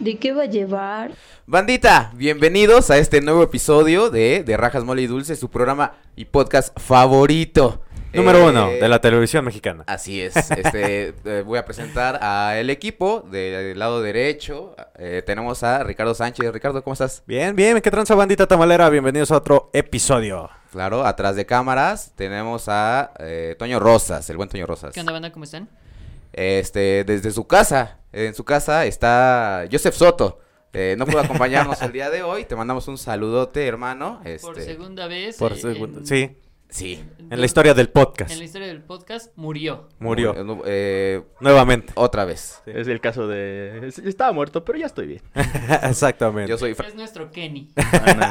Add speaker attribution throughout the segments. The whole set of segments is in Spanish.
Speaker 1: ¿De qué va a llevar?
Speaker 2: Bandita, bienvenidos a este nuevo episodio de, de Rajas Mole y Dulce, su programa y podcast favorito.
Speaker 3: Número
Speaker 2: Eh,
Speaker 3: uno de la televisión mexicana.
Speaker 2: Así es. Este, eh, voy a presentar al equipo del lado derecho. Eh, tenemos a Ricardo Sánchez. Ricardo, ¿cómo estás?
Speaker 3: Bien, bien, qué tranza bandita tamalera. Bienvenidos a otro episodio.
Speaker 2: Claro, atrás de cámaras tenemos a eh, Toño Rosas, el buen Toño Rosas.
Speaker 4: ¿Qué onda, banda? ¿Cómo están?
Speaker 2: Este, desde su casa, en su casa está Joseph Soto. Eh, no pudo acompañarnos el día de hoy. Te mandamos un saludote, hermano. Este,
Speaker 4: Por segunda vez.
Speaker 3: Por
Speaker 4: eh,
Speaker 3: segundo.
Speaker 4: en-
Speaker 3: Sí,
Speaker 2: Sí.
Speaker 3: en la historia del podcast.
Speaker 4: En la historia del podcast murió.
Speaker 3: Murió
Speaker 2: Eh,
Speaker 3: nuevamente.
Speaker 2: otra vez.
Speaker 3: Sí.
Speaker 5: Es el caso de... es- Estaba muerto, pero ya estoy bien.
Speaker 3: Exactamente.
Speaker 2: Yo soy, Fra-
Speaker 4: Es nuestro Kenny.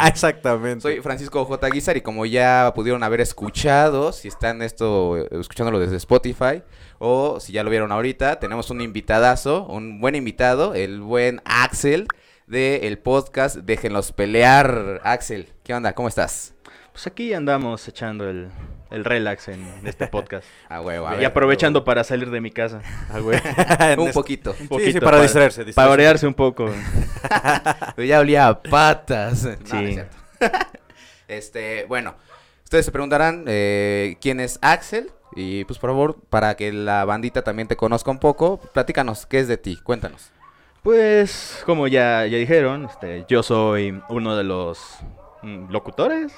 Speaker 3: Exactamente.
Speaker 2: soy Francisco J. Guizar y como ya pudieron haber escuchado, si están esto eh, escuchándolo desde Spotify o si ya lo vieron ahorita, tenemos un invitadazo, un buen invitado, el buen Axel del podcast Déjenlos pelear. Axel, ¿qué onda? ¿Cómo estás?
Speaker 5: Pues aquí andamos echando el, el relax en este podcast.
Speaker 2: Ah, huevo, a
Speaker 5: y
Speaker 2: ver.
Speaker 5: aprovechando para salir de mi casa.
Speaker 3: Ah, güey. En
Speaker 2: Un
Speaker 3: este-
Speaker 2: poquito.
Speaker 5: Un
Speaker 3: Sí, sí, para distraerse, distraerse.
Speaker 5: Para orearse un poco.
Speaker 2: Pero ya olía a patas. No, no es
Speaker 5: Sí.
Speaker 2: cierto. este, bueno, ustedes se preguntarán eh, quién es Axel. Y pues por favor, para que la bandita también te conozca un poco, platícanos, ¿qué es de ti? Cuéntanos.
Speaker 5: Pues, como ya, ya dijeron, este, yo soy uno de los mm, locutores,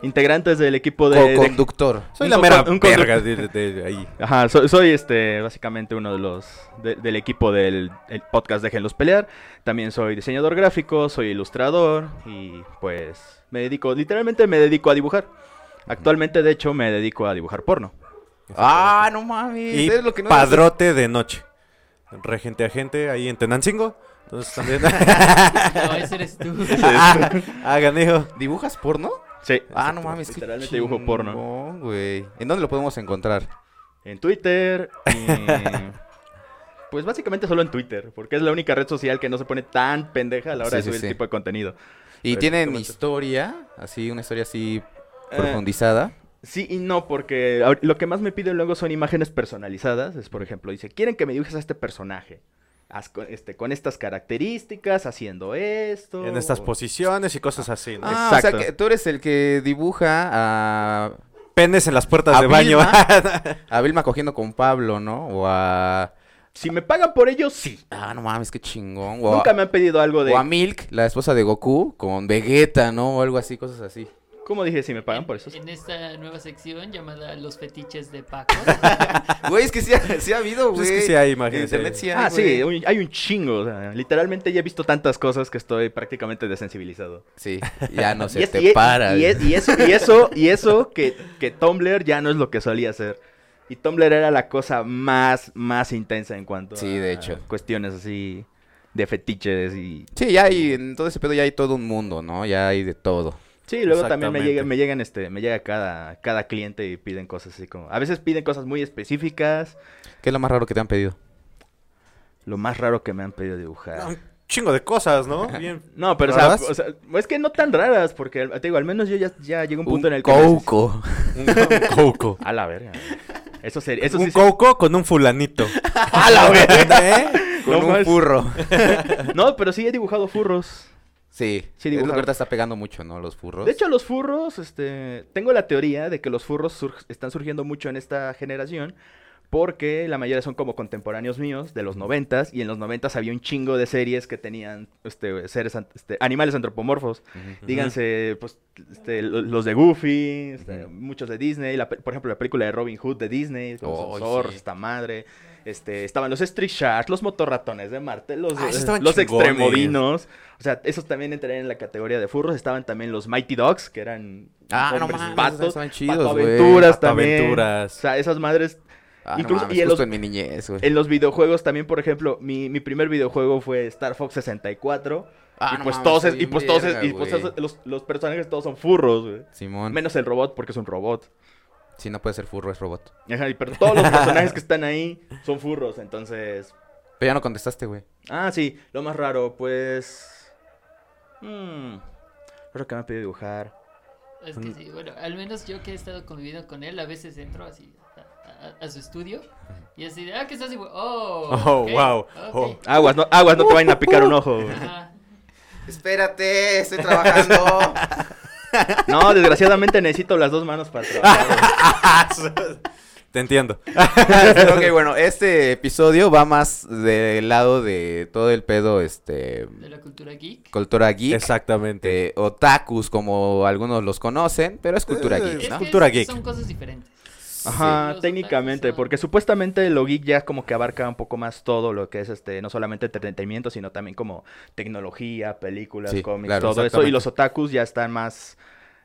Speaker 5: integrantes del equipo de... de-
Speaker 2: Co-conductor.
Speaker 3: Soy
Speaker 5: un
Speaker 3: la
Speaker 5: co-
Speaker 3: mera
Speaker 5: un condu-
Speaker 3: verga de, de- de ahí.
Speaker 5: Ajá, soy, soy, este, básicamente uno de los de- del equipo del el podcast Déjenlos Pelear. También soy diseñador gráfico, soy ilustrador y pues me dedico, literalmente me dedico a dibujar. Actualmente, de hecho, me dedico a dibujar porno.
Speaker 2: Ah, no mames.
Speaker 3: Y
Speaker 2: es lo que no
Speaker 3: padrote de noche. Regente a gente ahí en Tenancingo. Entonces también.
Speaker 4: No, ese eres tú.
Speaker 3: ah, ganejo.
Speaker 2: ¿Dibujas porno?
Speaker 5: Sí.
Speaker 2: Ah, no mames. qué
Speaker 5: Literalmente dibujo porno.
Speaker 2: chingón, güey. ¿En dónde lo podemos encontrar?
Speaker 5: En Twitter. y- pues básicamente solo en Twitter, porque es la única red social que no se pone tan pendeja a la hora
Speaker 2: Sí,
Speaker 5: de
Speaker 2: sí,
Speaker 5: subir
Speaker 2: sí.
Speaker 5: el tipo de contenido.
Speaker 2: ¿Y
Speaker 5: Pues,
Speaker 2: tienen
Speaker 5: justamente.
Speaker 2: historia? Así, una historia así
Speaker 5: Eh,
Speaker 2: profundizada.
Speaker 5: Sí y no, porque ahor- lo que más me piden luego son imágenes personalizadas. Es, por ejemplo, dice, quieren que me dibujes a este personaje. Haz con, este, con estas características, haciendo esto.
Speaker 3: En estas
Speaker 5: o-
Speaker 3: posiciones y cosas así. ¿no?
Speaker 2: Ah, o
Speaker 5: exacto.
Speaker 2: sea, que tú eres el que dibuja a
Speaker 3: Penes en las puertas
Speaker 2: ¿A
Speaker 3: de baño.
Speaker 2: A Vilma cogiendo con Pablo, ¿no? O a.
Speaker 5: Si me pagan por ello, sí.
Speaker 2: Ah, no mames, qué chingón. O,
Speaker 5: Nunca
Speaker 2: a...
Speaker 5: me han pedido algo de...
Speaker 2: o a Milk, la esposa de Goku, con Vegeta, ¿no? O algo así, cosas así.
Speaker 5: ¿Cómo dije? Si me pagan por eso. sí.
Speaker 4: En esta nueva sección llamada Los fetiches de Paco.
Speaker 2: Güey, es que sí ha, sí ha habido, güey.
Speaker 3: Pues es que sí hay, imagínate.
Speaker 2: En internet sí hay.
Speaker 5: Ah, sí,
Speaker 2: güey.
Speaker 5: un- hay un chingo. o sea, literalmente ya he visto tantas cosas que estoy prácticamente desensibilizado.
Speaker 2: Sí, ya no se
Speaker 5: y es-
Speaker 2: te
Speaker 5: y es-
Speaker 2: para.
Speaker 5: y es- y eso, y eso, y eso que, que Tumblr ya no es lo que solía ser. Y Tumblr era la cosa más, más intensa en cuanto
Speaker 2: Sí,
Speaker 5: a
Speaker 2: de hecho.
Speaker 5: cuestiones así de fetiches y...
Speaker 2: Sí, ya hay, en todo ese pedo ya hay todo un mundo, ¿no? Ya hay de todo.
Speaker 5: Sí, luego también me
Speaker 3: Exactamente.
Speaker 5: llegan, me llegan, este, me llega cada, cada cliente y piden cosas así como... A veces piden cosas muy específicas.
Speaker 2: ¿Qué es lo más raro que te han pedido?
Speaker 5: Lo más raro que me han pedido dibujar.
Speaker 3: Ah, Un chingo de cosas, ¿no? Bien.
Speaker 5: No, pero o sea,
Speaker 3: ¿Raras?
Speaker 5: o sea, es que no tan raras, porque te digo, al menos yo ya, ya llegué a un punto en el que...
Speaker 2: coco.
Speaker 3: Un, un coco.
Speaker 5: A la verga. Eso sería... Eso
Speaker 3: un
Speaker 5: sí
Speaker 3: coco con un fulanito.
Speaker 5: A la
Speaker 3: ¿Eh?
Speaker 2: Con
Speaker 5: No
Speaker 2: un
Speaker 5: más.
Speaker 2: furro.
Speaker 5: No, pero sí he dibujado furros.
Speaker 2: Sí, es
Speaker 5: Sí,
Speaker 2: lo que
Speaker 5: dibujar.
Speaker 2: ahorita está pegando mucho, ¿no? Los furros.
Speaker 5: De hecho, los furros, este, tengo la teoría de que los furros surg- están surgiendo mucho en esta generación porque la mayoría son como contemporáneos míos de los noventas y en los noventas había un chingo de series que tenían este, seres, an- este, animales antropomorfos.
Speaker 2: Ujú.
Speaker 5: Díganse, pues, este, lo- los de Goofy, este,
Speaker 2: Ujú.
Speaker 5: muchos de Disney, la pe- por ejemplo, la película de Robin Hood de Disney, los
Speaker 2: Oh,
Speaker 5: zorros,
Speaker 2: sí.
Speaker 5: esta madre. Este, estaban los Street Sharks, los motorratones de Marte, los,
Speaker 3: Ah, esos estaban
Speaker 5: los
Speaker 3: chingones.
Speaker 5: extremodinos. O sea, esos también entrarían en la categoría de furros. Estaban también los Mighty Dogs, que eran
Speaker 2: Ah, no
Speaker 5: hombres
Speaker 2: mames,
Speaker 5: patos.
Speaker 2: estaban chidos,
Speaker 5: Pato
Speaker 2: güey.
Speaker 5: aventuras también. O
Speaker 3: Aventuras.
Speaker 5: sea, esas madres.
Speaker 2: Ah, no
Speaker 5: Incluso-
Speaker 2: mames,
Speaker 5: y en
Speaker 2: justo
Speaker 5: los-
Speaker 2: en mi niñez, güey.
Speaker 5: En los videojuegos también, por ejemplo, mi, mi primer videojuego fue Star Fox 64.
Speaker 2: Ah,
Speaker 5: y
Speaker 2: no
Speaker 5: pues
Speaker 2: mames,
Speaker 5: todos, es-
Speaker 2: está
Speaker 5: y
Speaker 2: bien
Speaker 5: pues todos, es-
Speaker 2: verga,
Speaker 5: y pues
Speaker 2: güey.
Speaker 5: todos los, los personajes todos son furros, güey.
Speaker 2: Simón.
Speaker 5: Menos el robot, porque es un robot.
Speaker 2: Si no puede ser furro, es robot.
Speaker 5: Ajá, y pero todos los personajes que están ahí son furros, entonces...
Speaker 2: Pero ya no contestaste, güey.
Speaker 5: Ah, sí, lo más raro, pues... Hmm, creo que me han pedido dibujar.
Speaker 4: Es que sí, bueno, al menos yo que he estado conviviendo con él, a veces entro así a, a, a su estudio y así de, ah, ¿qué estás dibu-?" Oh,
Speaker 3: Oh,
Speaker 4: ok,
Speaker 3: wow.
Speaker 4: ok".
Speaker 3: Oh.
Speaker 5: Aguas, no, aguas, no te vayan a picar un ojo. güey.
Speaker 4: Ajá.
Speaker 2: Espérate, estoy trabajando.
Speaker 5: No, desgraciadamente necesito las dos manos para trabajar. güey.
Speaker 3: Te entiendo.
Speaker 2: ok, bueno, este episodio va más del lado de todo el pedo, este,
Speaker 4: De la cultura geek.
Speaker 2: cultura geek.
Speaker 5: Eh,
Speaker 3: Exactamente.
Speaker 2: de otakus, como algunos los conocen, pero Eh, es cultura geek,
Speaker 4: Es
Speaker 2: ¿no?
Speaker 4: que
Speaker 3: Cultura
Speaker 4: es-
Speaker 3: geek.
Speaker 4: Son cosas diferentes.
Speaker 5: Ajá,
Speaker 4: Sí.
Speaker 5: técnicamente, porque supuestamente lo geek ya como que abarca un poco más todo lo que es este, no solamente entretenimiento, sino también como tecnología, películas,
Speaker 2: Sí,
Speaker 5: cómics,
Speaker 2: claro,
Speaker 5: todo eso.
Speaker 2: exactamente.
Speaker 5: Y los otakus ya están más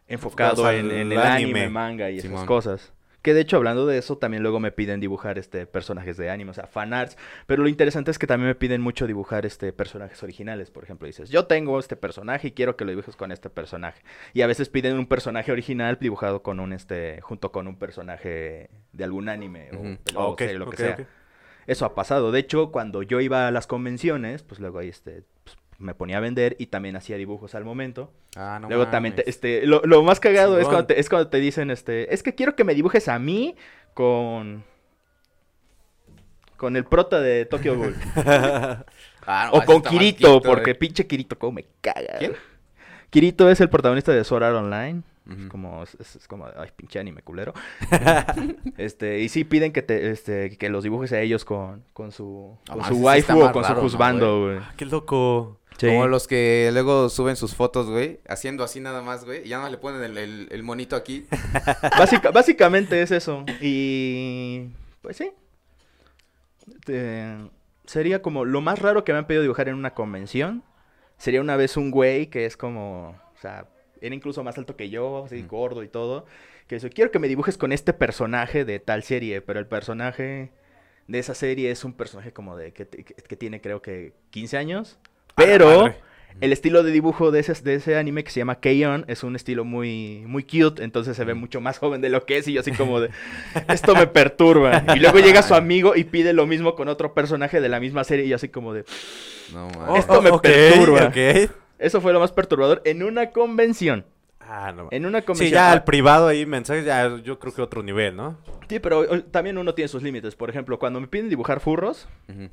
Speaker 5: enfocados
Speaker 3: Enfocados
Speaker 5: en,
Speaker 3: al
Speaker 5: en el
Speaker 3: anime,
Speaker 5: anime, manga y
Speaker 2: Simón.
Speaker 5: esas cosas. Que de hecho, hablando de eso, también luego me piden dibujar este personajes de anime, o sea, fanarts. Pero lo interesante es que también me piden mucho dibujar este personajes originales. Por ejemplo, dices, yo tengo este personaje y quiero que lo dibujes con este personaje. Y a veces piden un personaje original dibujado con un este junto con un personaje de algún anime o,
Speaker 2: Ujú.
Speaker 5: película,
Speaker 3: Ah, Ok,
Speaker 5: serie, lo
Speaker 3: ok,
Speaker 5: que sea.
Speaker 3: ok.
Speaker 5: Eso ha pasado. De hecho, cuando yo iba a las convenciones, pues luego ahí este pues, me ponía a vender y también hacía dibujos al momento.
Speaker 2: Ah, no
Speaker 5: luego también te-
Speaker 2: mames.
Speaker 5: este lo, lo más cagado es
Speaker 3: Chingón.
Speaker 5: cuando te, es cuando te dicen este, es que quiero que me dibujes a mí con con el prota de Tokyo Ghoul
Speaker 2: Ah, no,
Speaker 5: o
Speaker 2: ese
Speaker 5: con
Speaker 2: está más
Speaker 5: Kirito,
Speaker 2: chiquito,
Speaker 5: porque
Speaker 2: eh.
Speaker 5: pinche Kirito como me caga.
Speaker 2: ¿Quién?
Speaker 5: Kirito es el protagonista de Sword Art Online.
Speaker 2: Ujú.
Speaker 5: Es como, es, es como, ay, pinche anime culero. este, y sí piden que te, este, que los dibujes a ellos con, con su,
Speaker 2: No
Speaker 5: con
Speaker 2: mames,
Speaker 5: su
Speaker 2: ese sí está
Speaker 5: waifu
Speaker 2: más
Speaker 5: o con
Speaker 2: raro, ¿no,
Speaker 5: su husbando, güey.
Speaker 3: Qué loco.
Speaker 5: Sí.
Speaker 2: Como los que luego suben sus fotos, güey, haciendo así nada más, güey, y ya nada más le ponen el, el, el monito aquí.
Speaker 5: Básica- básicamente es eso. Y, pues sí. Este, sería como, lo más raro que me han pedido dibujar en una convención, sería una vez un güey que es como, o sea, era incluso más alto que yo, así
Speaker 2: Ujú.
Speaker 5: gordo y todo, que dice, quiero que me dibujes con este personaje de tal serie, pero el personaje de esa serie es un personaje como de que, te- que- que tiene creo que 15 años,
Speaker 3: A la
Speaker 5: pero
Speaker 3: madre.
Speaker 5: el estilo de dibujo de ese, de ese anime que se llama Keion es un estilo muy, muy cute, entonces se ve
Speaker 3: Mm.
Speaker 5: mucho más joven de lo que es y yo así como de, esto me perturba. Y luego llega su amigo y pide lo mismo con otro personaje de la misma serie y yo así como de,
Speaker 2: No
Speaker 3: Oh,
Speaker 2: mames.
Speaker 5: Esto
Speaker 3: oh,
Speaker 5: me
Speaker 3: ok,
Speaker 5: perturba.
Speaker 3: ok.
Speaker 5: eso fue lo más perturbador en una convención.
Speaker 3: Ah, no.
Speaker 5: En una
Speaker 3: Sí,
Speaker 5: convención.
Speaker 3: ya
Speaker 5: Ah,
Speaker 3: al privado ahí mensajes, ya yo creo que otro nivel, ¿no?
Speaker 5: Sí, pero eh, también uno tiene sus límites. Por ejemplo, cuando me piden dibujar furros,
Speaker 2: Ujú.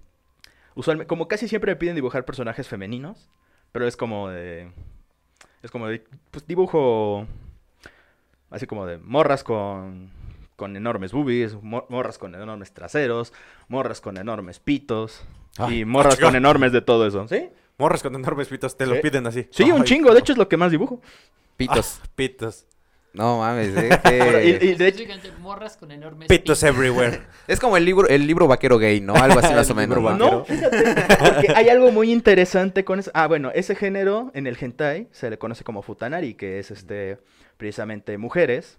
Speaker 5: usualmente, como casi siempre me piden dibujar personajes femeninos, pero es como de... Es como de, pues dibujo así como de morras con, con enormes boobies, mor- morras con enormes traseros, morras con enormes pitos
Speaker 3: Ay,
Speaker 5: y morras
Speaker 3: chica.
Speaker 5: con enormes de todo eso, ¿sí?
Speaker 3: Morras con enormes pitos, te lo
Speaker 5: Sí.
Speaker 3: piden así.
Speaker 5: Sí, un
Speaker 3: Ay, Ah,
Speaker 5: chingo, de hecho es lo que más dibujo.
Speaker 2: Pitos.
Speaker 3: Pitos.
Speaker 2: No mames, eh,
Speaker 5: Y-
Speaker 2: que-
Speaker 5: y de hecho-
Speaker 4: Específicamente, morras con enormes
Speaker 3: Pitos eh. everywhere.
Speaker 2: Es como el libro, el libro vaquero gay, ¿no? Algo así más o
Speaker 3: El
Speaker 2: menos.
Speaker 3: libro
Speaker 2: ¿no?
Speaker 5: No, fíjate, porque hay algo muy interesante con eso. Ah, bueno, ese género en el hentai se le conoce como futanari, que es este precisamente mujeres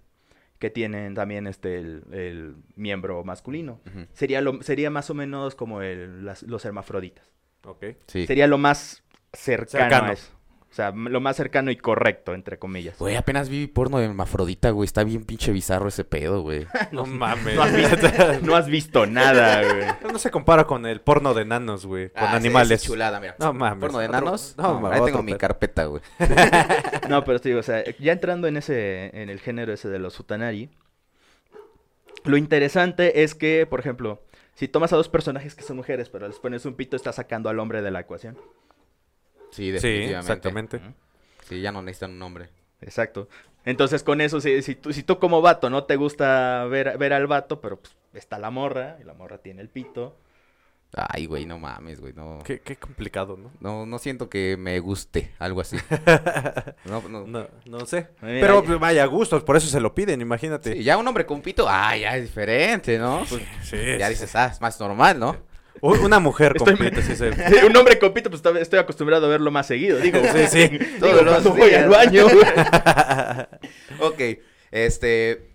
Speaker 5: que tienen también este el, el miembro masculino.
Speaker 2: Ujú.
Speaker 5: Sería lo sería más o menos como el- las- los hermafroditas.
Speaker 3: Ok.
Speaker 2: Sí.
Speaker 5: Sería lo más cercano,
Speaker 3: Cercano.
Speaker 5: a eso. O sea, m- lo más cercano y correcto, entre comillas.
Speaker 2: Güey, apenas vi porno de hermafrodita, güey. Está bien pinche bizarro ese pedo, güey.
Speaker 3: No mames.
Speaker 5: No has visto, no has visto nada, güey.
Speaker 3: No se compara con el porno de nanos, güey. Con
Speaker 2: Ah, ese-
Speaker 3: animales.
Speaker 2: ese chulada, mira.
Speaker 3: No mames.
Speaker 2: Porno de
Speaker 3: Otro-
Speaker 2: nanos. No,
Speaker 3: No, mames,
Speaker 2: ahí
Speaker 3: otro
Speaker 2: tengo mi
Speaker 3: pedo.
Speaker 2: carpeta, güey.
Speaker 5: No, pero te digo, o sea, ya entrando en ese, en el género ese de los futanari, lo interesante es que, por ejemplo, si tomas a dos personajes que son mujeres, pero les pones un pito, estás sacando al hombre de la ecuación.
Speaker 2: Sí,
Speaker 3: Sí,
Speaker 2: definitivamente.
Speaker 3: exactamente.
Speaker 2: Sí, ya no necesitan un nombre.
Speaker 5: Exacto. Entonces, con eso, si, si, tú, si tú como vato no te gusta ver, ver al vato, pero pues, está la morra, y la morra tiene el pito.
Speaker 2: Ay, güey, no mames, güey. No,
Speaker 3: Qué, qué complicado, ¿no?
Speaker 2: no, no siento que me guste algo así. No, no.
Speaker 3: No, no sé.
Speaker 5: Mira,
Speaker 3: Pero pues,
Speaker 5: ya-
Speaker 3: vaya gustos, por eso se lo piden, imagínate.
Speaker 2: Sí, ya un hombre con pito, ah, ya es diferente, ¿no? Pues,
Speaker 3: sí,
Speaker 2: ya
Speaker 3: sí.
Speaker 2: dices, ah, es más normal, ¿no?
Speaker 3: U- Una mujer
Speaker 5: Estoy-
Speaker 3: completa, sí, se-
Speaker 5: Sí, un hombre con pito, pues tal vez estoy acostumbrado a verlo más seguido. Digo,
Speaker 3: Sí, sí.
Speaker 5: todos
Speaker 2: Digo,
Speaker 5: los
Speaker 2: cuando
Speaker 5: voy
Speaker 2: días.
Speaker 5: al baño.
Speaker 2: Ok, este...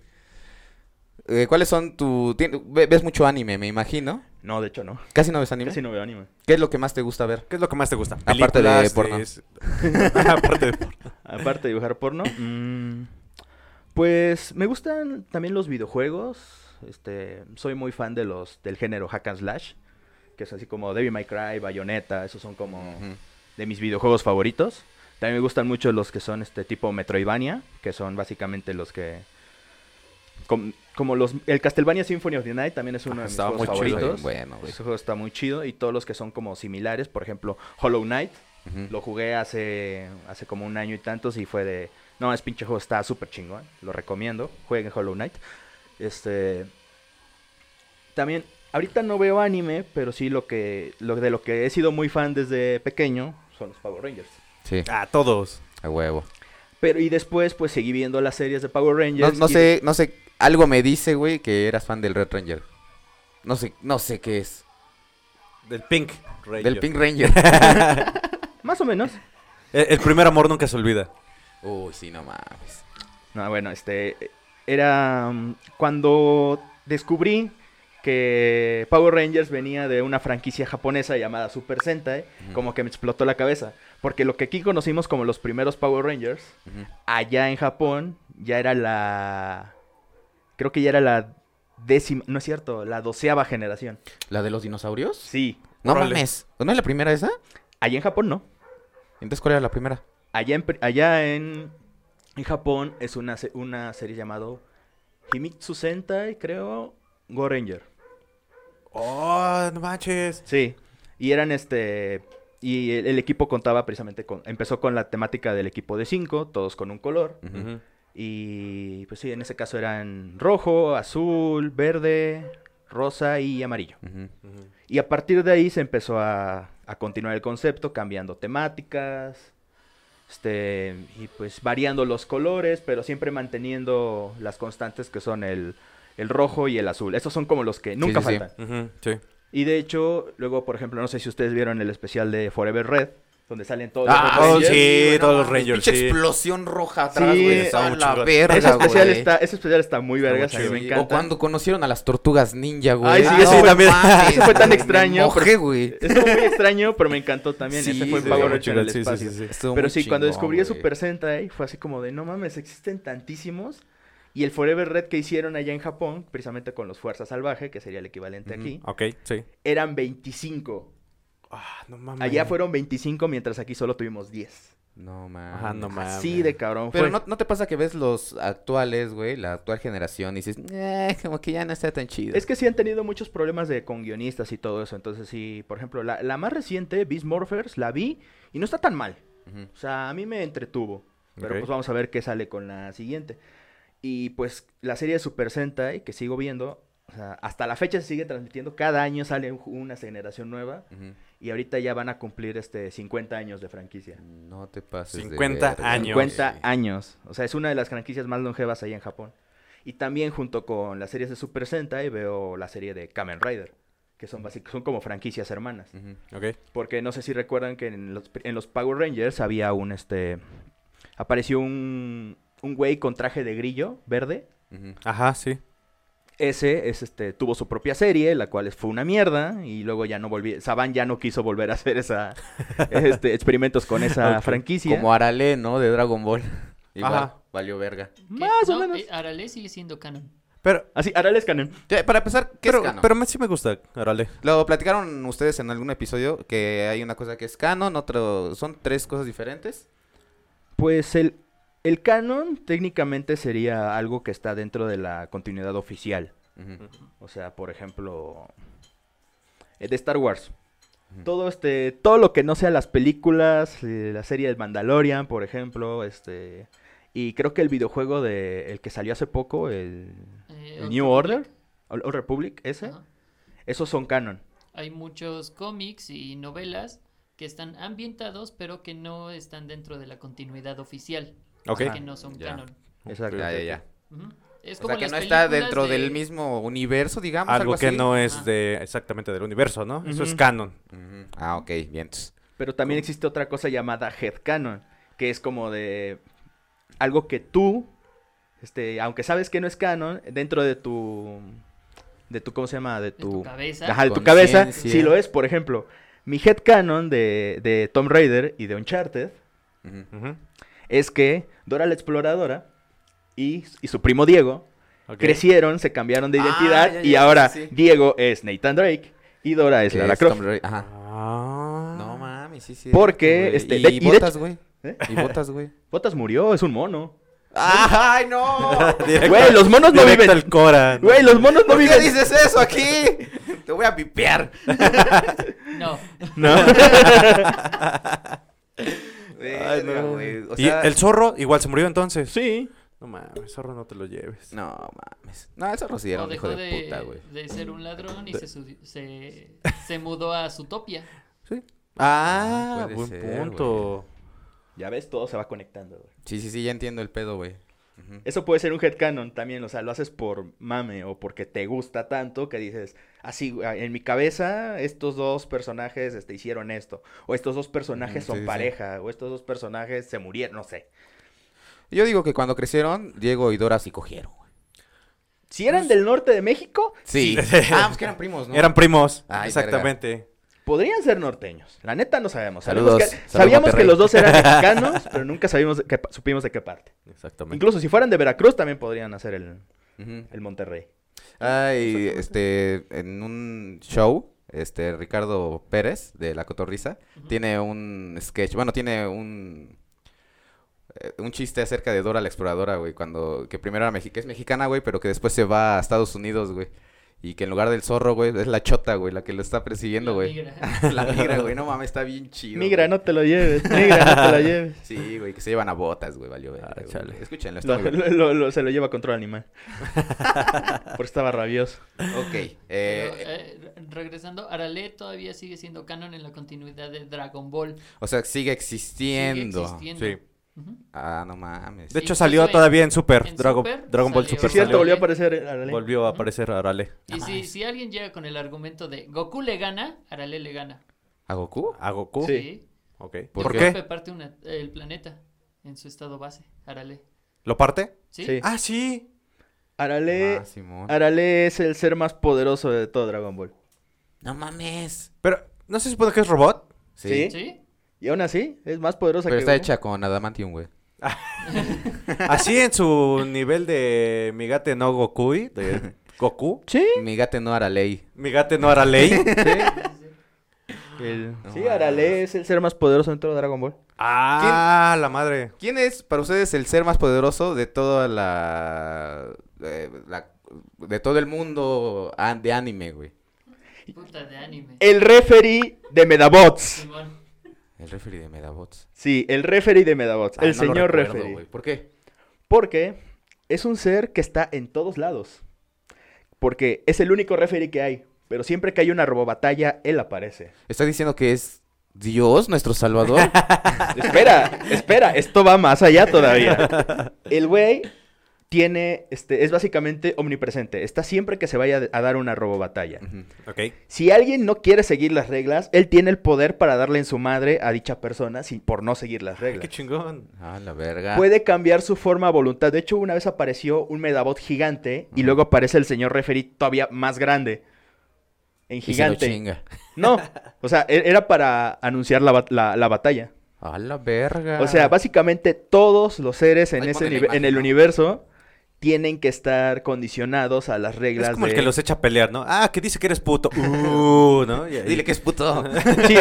Speaker 2: eh, ¿Cuáles son tu...? tien- ve- ¿Ves mucho anime, me imagino?
Speaker 5: No, de hecho no.
Speaker 2: ¿Casi no ves anime?
Speaker 5: Casi no veo anime.
Speaker 2: ¿Qué es lo que más te gusta ver?
Speaker 3: ¿Qué es lo que más te gusta?
Speaker 2: Aparte de
Speaker 3: Películas,
Speaker 2: porno.
Speaker 3: Aparte de porno.
Speaker 5: Aparte de dibujar porno.
Speaker 2: Mm.
Speaker 5: Pues me gustan también los videojuegos. Este, soy muy fan de los del género hack and slash, que es así como Devil May Cry, Bayonetta, esos son como
Speaker 2: Ujú.
Speaker 5: de mis videojuegos favoritos. También me gustan mucho los que son este tipo Metroidvania, que son básicamente los que com- como los, el Castlevania Symphony of the Night también es uno de mis
Speaker 2: Estaba
Speaker 5: juegos
Speaker 2: muy chido.
Speaker 5: favoritos.
Speaker 2: y Bueno, güey.
Speaker 5: Ese juego está muy chido y todos los que son como similares, por ejemplo, Hollow Knight,
Speaker 2: Ujú.
Speaker 5: lo jugué hace, hace como un año y tantos y fue de, no, es pinche juego está súper chingón, lo recomiendo, jueguen Hollow Knight. Este, también, ahorita no veo anime, pero sí lo que, lo de lo que he sido muy fan desde pequeño son los Power Rangers.
Speaker 2: Sí,
Speaker 3: Ah, todos.
Speaker 2: a huevo.
Speaker 5: Pero y después pues seguí viendo las series de Power
Speaker 2: No,
Speaker 5: Rangers.
Speaker 2: no
Speaker 5: y-
Speaker 2: sé, no sé, algo me dice, güey, que eras fan del Red Ranger. No sé, no sé qué es.
Speaker 3: Del Pink Ranger.
Speaker 2: Del Pink Ranger.
Speaker 5: Más o menos.
Speaker 3: E-, El, el primer amor nunca se olvida.
Speaker 2: Uy, sí, no mames.
Speaker 5: No, bueno, este. Era. mm, Cuando descubrí que Power Rangers venía de una franquicia japonesa llamada Super Sentai,
Speaker 2: Ujú.
Speaker 5: como que me explotó la cabeza. Porque lo que aquí conocimos como los primeros Power Rangers,
Speaker 2: Ujú.
Speaker 5: allá en Japón ya era la. Creo que ya era la décima. No es cierto, la doceava generación.
Speaker 2: ¿La de los dinosaurios?
Speaker 5: Sí.
Speaker 2: No
Speaker 3: Órale.
Speaker 2: mames. ¿No es la primera esa?
Speaker 5: Allá en Japón no.
Speaker 2: Entonces, ¿cuál era la primera?
Speaker 5: Allá en, pri- allá en, en Japón es una, se- una serie llamado Himitsu Sentai, creo, Go Ranger.
Speaker 3: Oh, no manches.
Speaker 5: Sí. Y eran este. Y el, el equipo contaba precisamente con. Empezó con la temática del equipo de cinco, todos con un color.
Speaker 2: Ujú.
Speaker 3: Ujú.
Speaker 5: Y pues sí, en ese caso eran rojo, azul, verde, rosa y amarillo.
Speaker 2: Ujú.
Speaker 3: Ujú.
Speaker 5: Y a partir de ahí se empezó a, a continuar el concepto, cambiando temáticas, este, y pues variando los colores, pero siempre manteniendo las constantes que son el, el rojo y el azul. Estos son como los que nunca
Speaker 2: sí, sí.
Speaker 5: faltan.
Speaker 3: Ujú, Sí.
Speaker 5: Y de hecho, luego, por ejemplo, no sé si ustedes vieron el especial de Forever Red, donde salen todos
Speaker 2: Ah,
Speaker 5: Red
Speaker 3: Oh,
Speaker 5: Rangers.
Speaker 3: sí,
Speaker 2: güey, no
Speaker 3: todos los
Speaker 2: mames,
Speaker 3: Rangers,
Speaker 2: Pinche
Speaker 3: sí.
Speaker 2: explosión roja atrás,
Speaker 5: Sí,
Speaker 2: güey.
Speaker 3: estaba
Speaker 2: a
Speaker 3: muy
Speaker 2: la
Speaker 3: chingón.
Speaker 2: verga,
Speaker 5: Ese especial
Speaker 2: güey.
Speaker 5: está, ese especial está muy
Speaker 3: Está muy
Speaker 5: vergas, a mí
Speaker 3: chido.
Speaker 5: me
Speaker 2: Sí,
Speaker 5: encanta.
Speaker 2: O cuando conocieron a las tortugas ninja, güey. Ah,
Speaker 5: Ay, sí, ese
Speaker 2: no
Speaker 3: también.
Speaker 2: mames,
Speaker 5: Ese fue tan
Speaker 2: me
Speaker 5: extraño,
Speaker 2: mojé, güey.
Speaker 5: Estuvo muy extraño, pero me encantó también.
Speaker 2: Sí,
Speaker 5: ese fue
Speaker 2: sí,
Speaker 5: Power
Speaker 2: está muy
Speaker 5: Rangers en el
Speaker 3: chingón, sí, sí,
Speaker 5: espacio.
Speaker 3: sí, sí.
Speaker 2: Estuvo
Speaker 5: Pero
Speaker 2: muy
Speaker 5: sí, cuando
Speaker 2: chingón,
Speaker 5: descubrí a
Speaker 2: güey.
Speaker 5: Super Sentai, fue así como de, no mames, existen tantísimos. Y el Forever Red que hicieron allá en Japón, precisamente con los Fuerzas Salvaje, que sería el equivalente
Speaker 2: Ujú.
Speaker 5: aquí,
Speaker 3: Ok, sí.
Speaker 5: eran 25.
Speaker 3: Ah, no mames.
Speaker 5: Allá fueron 25, mientras aquí solo tuvimos 10.
Speaker 2: No mames.
Speaker 3: Ajá, Ah, no mames.
Speaker 5: Así de cabrón
Speaker 2: Ah, Pero
Speaker 5: fue.
Speaker 2: no, ¿no te pasa que ves los actuales, güey, la actual generación y dices, "Eh, como que ya no está tan chido.
Speaker 5: Es que sí han tenido muchos problemas de, con guionistas y todo eso. Entonces sí, por ejemplo, la, la más reciente, Beast Morphers, la vi y no está tan mal.
Speaker 2: Ujú.
Speaker 5: O sea, a mí me entretuvo. Pero
Speaker 3: Ok.
Speaker 5: pues vamos a ver qué sale con la siguiente. Y pues la serie de Super Sentai que sigo viendo, o sea, hasta la fecha se sigue transmitiendo. Cada año sale un- una generación nueva.
Speaker 2: Ujú.
Speaker 5: Y ahorita ya van a cumplir este 50 años de franquicia.
Speaker 2: No te pases. de
Speaker 3: 50
Speaker 2: verga,
Speaker 3: años.
Speaker 5: 50
Speaker 2: güey.
Speaker 5: años. O sea, es una de las franquicias más longevas ahí en Japón. Y también junto con las series de Super Sentai veo la serie de Kamen Rider. Que son, basic- son como franquicias hermanas.
Speaker 2: Ujú.
Speaker 3: Ok.
Speaker 5: Porque no sé si recuerdan que en los, en los Power Rangers había un este. Apareció un. un güey con traje de grillo verde.
Speaker 2: Ujú.
Speaker 3: Ajá, sí.
Speaker 5: Ese es este. tuvo su propia serie, la cual fue una mierda. Y luego ya no volvió. Saban ya no quiso volver a hacer esa. este, experimentos con esa franquicia.
Speaker 2: Como Arale, ¿no? De Dragon Ball. Igual,
Speaker 3: Ajá.
Speaker 2: valió verga.
Speaker 5: Más o
Speaker 4: no,
Speaker 5: menos.
Speaker 4: eh, Arale sigue siendo canon.
Speaker 3: Pero,
Speaker 5: Así, Arales Canon.
Speaker 2: Ya, Para empezar, ¿qué
Speaker 3: pero,
Speaker 2: es canon?
Speaker 3: pero me- sí me gusta, órale.
Speaker 2: Lo platicaron ustedes en algún episodio que hay una cosa que es canon, otro son tres cosas diferentes.
Speaker 5: Pues el. El canon técnicamente sería algo que está dentro de la continuidad oficial.
Speaker 2: Ujú.
Speaker 5: O sea, por ejemplo, eh, de Star Wars.
Speaker 2: Ujú.
Speaker 5: Todo este, todo lo que no sea las películas, eh, la serie del Mandalorian, por ejemplo, este, y creo que el videojuego de el que salió hace poco, el,
Speaker 4: Eh,
Speaker 5: el New
Speaker 4: Old
Speaker 5: Order,
Speaker 4: Republic,
Speaker 5: Old Old Republic, ese,
Speaker 4: ajá.
Speaker 5: esos son canon.
Speaker 4: Hay muchos cómics y novelas que están ambientados, pero que no están dentro de la continuidad oficial.
Speaker 3: Ok.
Speaker 4: así Que no son
Speaker 2: Ya.
Speaker 4: canon.
Speaker 5: Exacto.
Speaker 2: Ya, ya, ya.
Speaker 4: Ujú. Es
Speaker 2: O sea,
Speaker 4: como
Speaker 2: que
Speaker 4: las
Speaker 2: no está
Speaker 4: películas
Speaker 2: dentro
Speaker 4: de-
Speaker 2: del mismo universo, digamos. Algo,
Speaker 3: Algo que
Speaker 2: así.
Speaker 3: no es
Speaker 4: Ajá.
Speaker 3: de exactamente del universo, ¿no? Eso es
Speaker 5: Ujú.
Speaker 3: canon.
Speaker 2: Ujú. Ah, ok, bien. entonces.
Speaker 5: Pero también existe otra cosa llamada head canon, que es como de algo que tú, este, aunque sabes que no es canon, dentro de tu, de tu, ¿cómo se llama? De
Speaker 4: de tu cabeza.
Speaker 5: Ajá, de tu cabeza,
Speaker 2: Conciencia.
Speaker 5: si lo es, por ejemplo, mi headcanon de, de Tomb Raider y de Uncharted
Speaker 2: Ujú.
Speaker 3: Ujú.
Speaker 5: es que Dora la Exploradora y, y su primo Diego
Speaker 3: Ok.
Speaker 5: crecieron, se cambiaron de
Speaker 2: Ah,
Speaker 5: identidad
Speaker 2: ya,
Speaker 5: y
Speaker 2: ya,
Speaker 5: ahora
Speaker 2: sí, sí.
Speaker 5: Diego es Nathan Drake y Dora es
Speaker 2: Que
Speaker 5: Lara
Speaker 2: es
Speaker 5: Croft.
Speaker 2: Tomb Raider. Ajá.
Speaker 3: Ah.
Speaker 2: No mames, sí, sí.
Speaker 5: Porque,
Speaker 2: güey.
Speaker 5: este,
Speaker 2: Y,
Speaker 5: de- y de
Speaker 2: botas, güey.
Speaker 5: ¿Eh?
Speaker 2: Y botas, güey.
Speaker 5: Botas murió, es un mono.
Speaker 2: ¡Ay, no!
Speaker 5: Güey, los monos no
Speaker 3: Directo
Speaker 5: viven.
Speaker 3: al Cora. ¿no?
Speaker 5: Güey, los monos no
Speaker 2: ¿Por qué
Speaker 5: viven.
Speaker 2: dices eso aquí? Te voy a pipear.
Speaker 4: No.
Speaker 5: No.
Speaker 2: Verga,
Speaker 3: no.
Speaker 2: güey, o
Speaker 3: Y
Speaker 2: sea-
Speaker 3: el zorro igual se murió entonces.
Speaker 5: Sí.
Speaker 3: No mames, zorro no te lo lleves.
Speaker 2: No mames. No, eso lo era
Speaker 4: O
Speaker 2: un hijo
Speaker 4: dejó
Speaker 2: de,
Speaker 4: de,
Speaker 2: puta, güey.
Speaker 4: de ser un ladrón y se, su- se, se mudó a Zootopia.
Speaker 2: Ah,
Speaker 3: Ah,
Speaker 2: puede
Speaker 3: buen
Speaker 2: ser,
Speaker 3: punto.
Speaker 5: Ya ves, todo se va conectando, güey.
Speaker 2: Sí, sí, sí, ya entiendo el pedo, güey. Ujú.
Speaker 5: Eso puede ser un headcanon también, o sea, lo haces por mame o porque te gusta tanto que dices, así, güey, en mi cabeza estos dos personajes este, hicieron esto, o estos dos personajes
Speaker 2: Ujú,
Speaker 5: son
Speaker 2: sí, sí.
Speaker 5: pareja, o estos dos personajes se murieron, no sé.
Speaker 2: Yo digo que cuando crecieron, Diego y Dora sí cogieron, güey.
Speaker 5: Si
Speaker 2: Pues
Speaker 5: eran del norte de México,
Speaker 2: Sí. ah, pues que eran primos, ¿no?
Speaker 3: Eran primos.
Speaker 2: Ay,
Speaker 3: exactamente.
Speaker 5: podrían ser norteños. La neta no sabemos. Sabemos,
Speaker 2: Saludos,
Speaker 5: que,
Speaker 2: saludos,
Speaker 5: sabíamos que
Speaker 2: Monterrey.
Speaker 5: los dos eran mexicanos, pero nunca sabíamos de qué pa- supimos de qué parte.
Speaker 3: Exactamente.
Speaker 5: Incluso si fueran de Veracruz también podrían hacer el,
Speaker 2: Ujú.
Speaker 5: el Monterrey.
Speaker 2: Ay, este, en un show, este, Ricardo Pérez, de La Cotorrisa,
Speaker 4: Ujú.
Speaker 2: tiene un sketch, bueno, tiene un, eh, un chiste acerca de Dora la Exploradora, güey, cuando, que primero era mexi- que es mexicana, güey, pero que después se va a Estados Unidos, güey. Y que en lugar del zorro, güey, es la chota, güey, la que lo está persiguiendo,
Speaker 4: La
Speaker 2: güey.
Speaker 4: migra.
Speaker 2: La migra, güey, no mames, está bien chido.
Speaker 5: Migra,
Speaker 2: güey.
Speaker 5: no te lo lleves, migra, no te la lleves.
Speaker 2: Sí, güey, que se llevan a botas, güey, valió verga,
Speaker 3: Ah,
Speaker 2: güey.
Speaker 3: chale.
Speaker 2: Escúchenlo, está
Speaker 5: Lo-
Speaker 2: muy bueno.
Speaker 5: lo- lo- lo- se lo lleva control animal. Porque estaba rabioso.
Speaker 2: Ok, eh,
Speaker 4: Pero, eh, re- regresando, Arale todavía sigue siendo canon en la continuidad de Dragon Ball.
Speaker 2: o sea, sigue
Speaker 4: Sigue
Speaker 2: existiendo.
Speaker 4: existiendo.
Speaker 3: Sí.
Speaker 4: Ujú.
Speaker 2: Ah, no mames.
Speaker 3: De
Speaker 4: Sí,
Speaker 3: hecho,
Speaker 4: incluso
Speaker 3: salió
Speaker 4: en-
Speaker 3: todavía en Super.
Speaker 4: en
Speaker 3: Dragon,
Speaker 4: Super
Speaker 3: Dragon Ball
Speaker 4: salió-
Speaker 3: Super.
Speaker 5: Es cierto,
Speaker 3: salió.
Speaker 5: volvió a aparecer el Arale.
Speaker 3: Volvió a aparecer Arale.
Speaker 4: Y si, si alguien llega con el argumento de Goku le gana, Arale le gana.
Speaker 2: ¿A Goku?
Speaker 3: A Goku.
Speaker 5: Sí.
Speaker 3: Ok.
Speaker 2: ¿Por
Speaker 3: ¿Por
Speaker 4: Goku
Speaker 3: qué?
Speaker 4: parte una- el planeta en su estado base, Arale.
Speaker 3: ¿Lo parte?
Speaker 4: ¿Sí?
Speaker 5: Sí.
Speaker 3: Ah, sí.
Speaker 5: Arale,
Speaker 2: Ah, Simón.
Speaker 5: Arale es el ser más poderoso de todo Dragon Ball.
Speaker 2: No mames.
Speaker 3: Pero, ¿no se supone que es robot?
Speaker 2: Sí.
Speaker 5: Sí.
Speaker 4: ¿Sí?
Speaker 5: Y aún así, es más poderosa
Speaker 2: Pero
Speaker 5: que
Speaker 2: está
Speaker 5: Goku.
Speaker 2: hecha con adamantium, güey.
Speaker 3: Así en su nivel de Migate no Goku, de Goku.
Speaker 5: Sí.
Speaker 2: Mi gato no hará ley.
Speaker 3: Migate no Aralei.
Speaker 5: El-
Speaker 2: No
Speaker 5: sí,
Speaker 2: mames.
Speaker 5: Arale es el ser más poderoso de todo Dragon Ball.
Speaker 3: Ah, la madre.
Speaker 2: ¿Quién es para ustedes el ser más poderoso de toda la... eh, la- de todo el mundo an- de anime, güey?
Speaker 4: Puta de anime.
Speaker 5: El referee de Medabots.
Speaker 4: Simón.
Speaker 2: El referee de Medabots.
Speaker 5: Sí, el referee de Medabots.
Speaker 2: Ah,
Speaker 5: el
Speaker 2: no lo
Speaker 5: señor
Speaker 2: recuerdo,
Speaker 5: referee.
Speaker 2: güey. ¿Por qué?
Speaker 5: Porque es un ser que está en todos lados. Porque es el único referee que hay. Pero siempre que hay una robobatalla, él aparece.
Speaker 2: ¿Estás diciendo que es Dios, nuestro salvador?
Speaker 5: Espera, espera, esto va más allá todavía. El güey tiene, este, es básicamente omnipresente. Está siempre que se vaya a dar una robobatalla.
Speaker 2: Ujú.
Speaker 3: Ok.
Speaker 5: Si alguien no quiere seguir las reglas, él tiene el poder para darle en su madre a dicha persona sin, por no seguir las
Speaker 3: Qué
Speaker 5: reglas.
Speaker 3: chingón.
Speaker 2: ah, la verga.
Speaker 5: Puede cambiar su forma a voluntad. De hecho, una vez apareció un Medabot gigante y
Speaker 2: Ujú.
Speaker 5: luego aparece el señor referí todavía más grande. En
Speaker 2: Y se lo
Speaker 5: gigante.
Speaker 2: chinga.
Speaker 5: No, o sea, e- era para anunciar la, bat- la- la batalla.
Speaker 2: A la verga.
Speaker 5: O sea, básicamente todos los seres en,
Speaker 2: Ahí
Speaker 5: ese
Speaker 2: ponen la
Speaker 5: nive- en el
Speaker 2: imagen, ¿no?
Speaker 5: universo tienen que estar condicionados a las reglas
Speaker 3: Es como el
Speaker 5: de-
Speaker 3: que los echa a pelear, ¿no? Ah, que dice que eres puto. Uh, ¿no? Y ahí-
Speaker 2: Dile que es puto.
Speaker 5: Sí,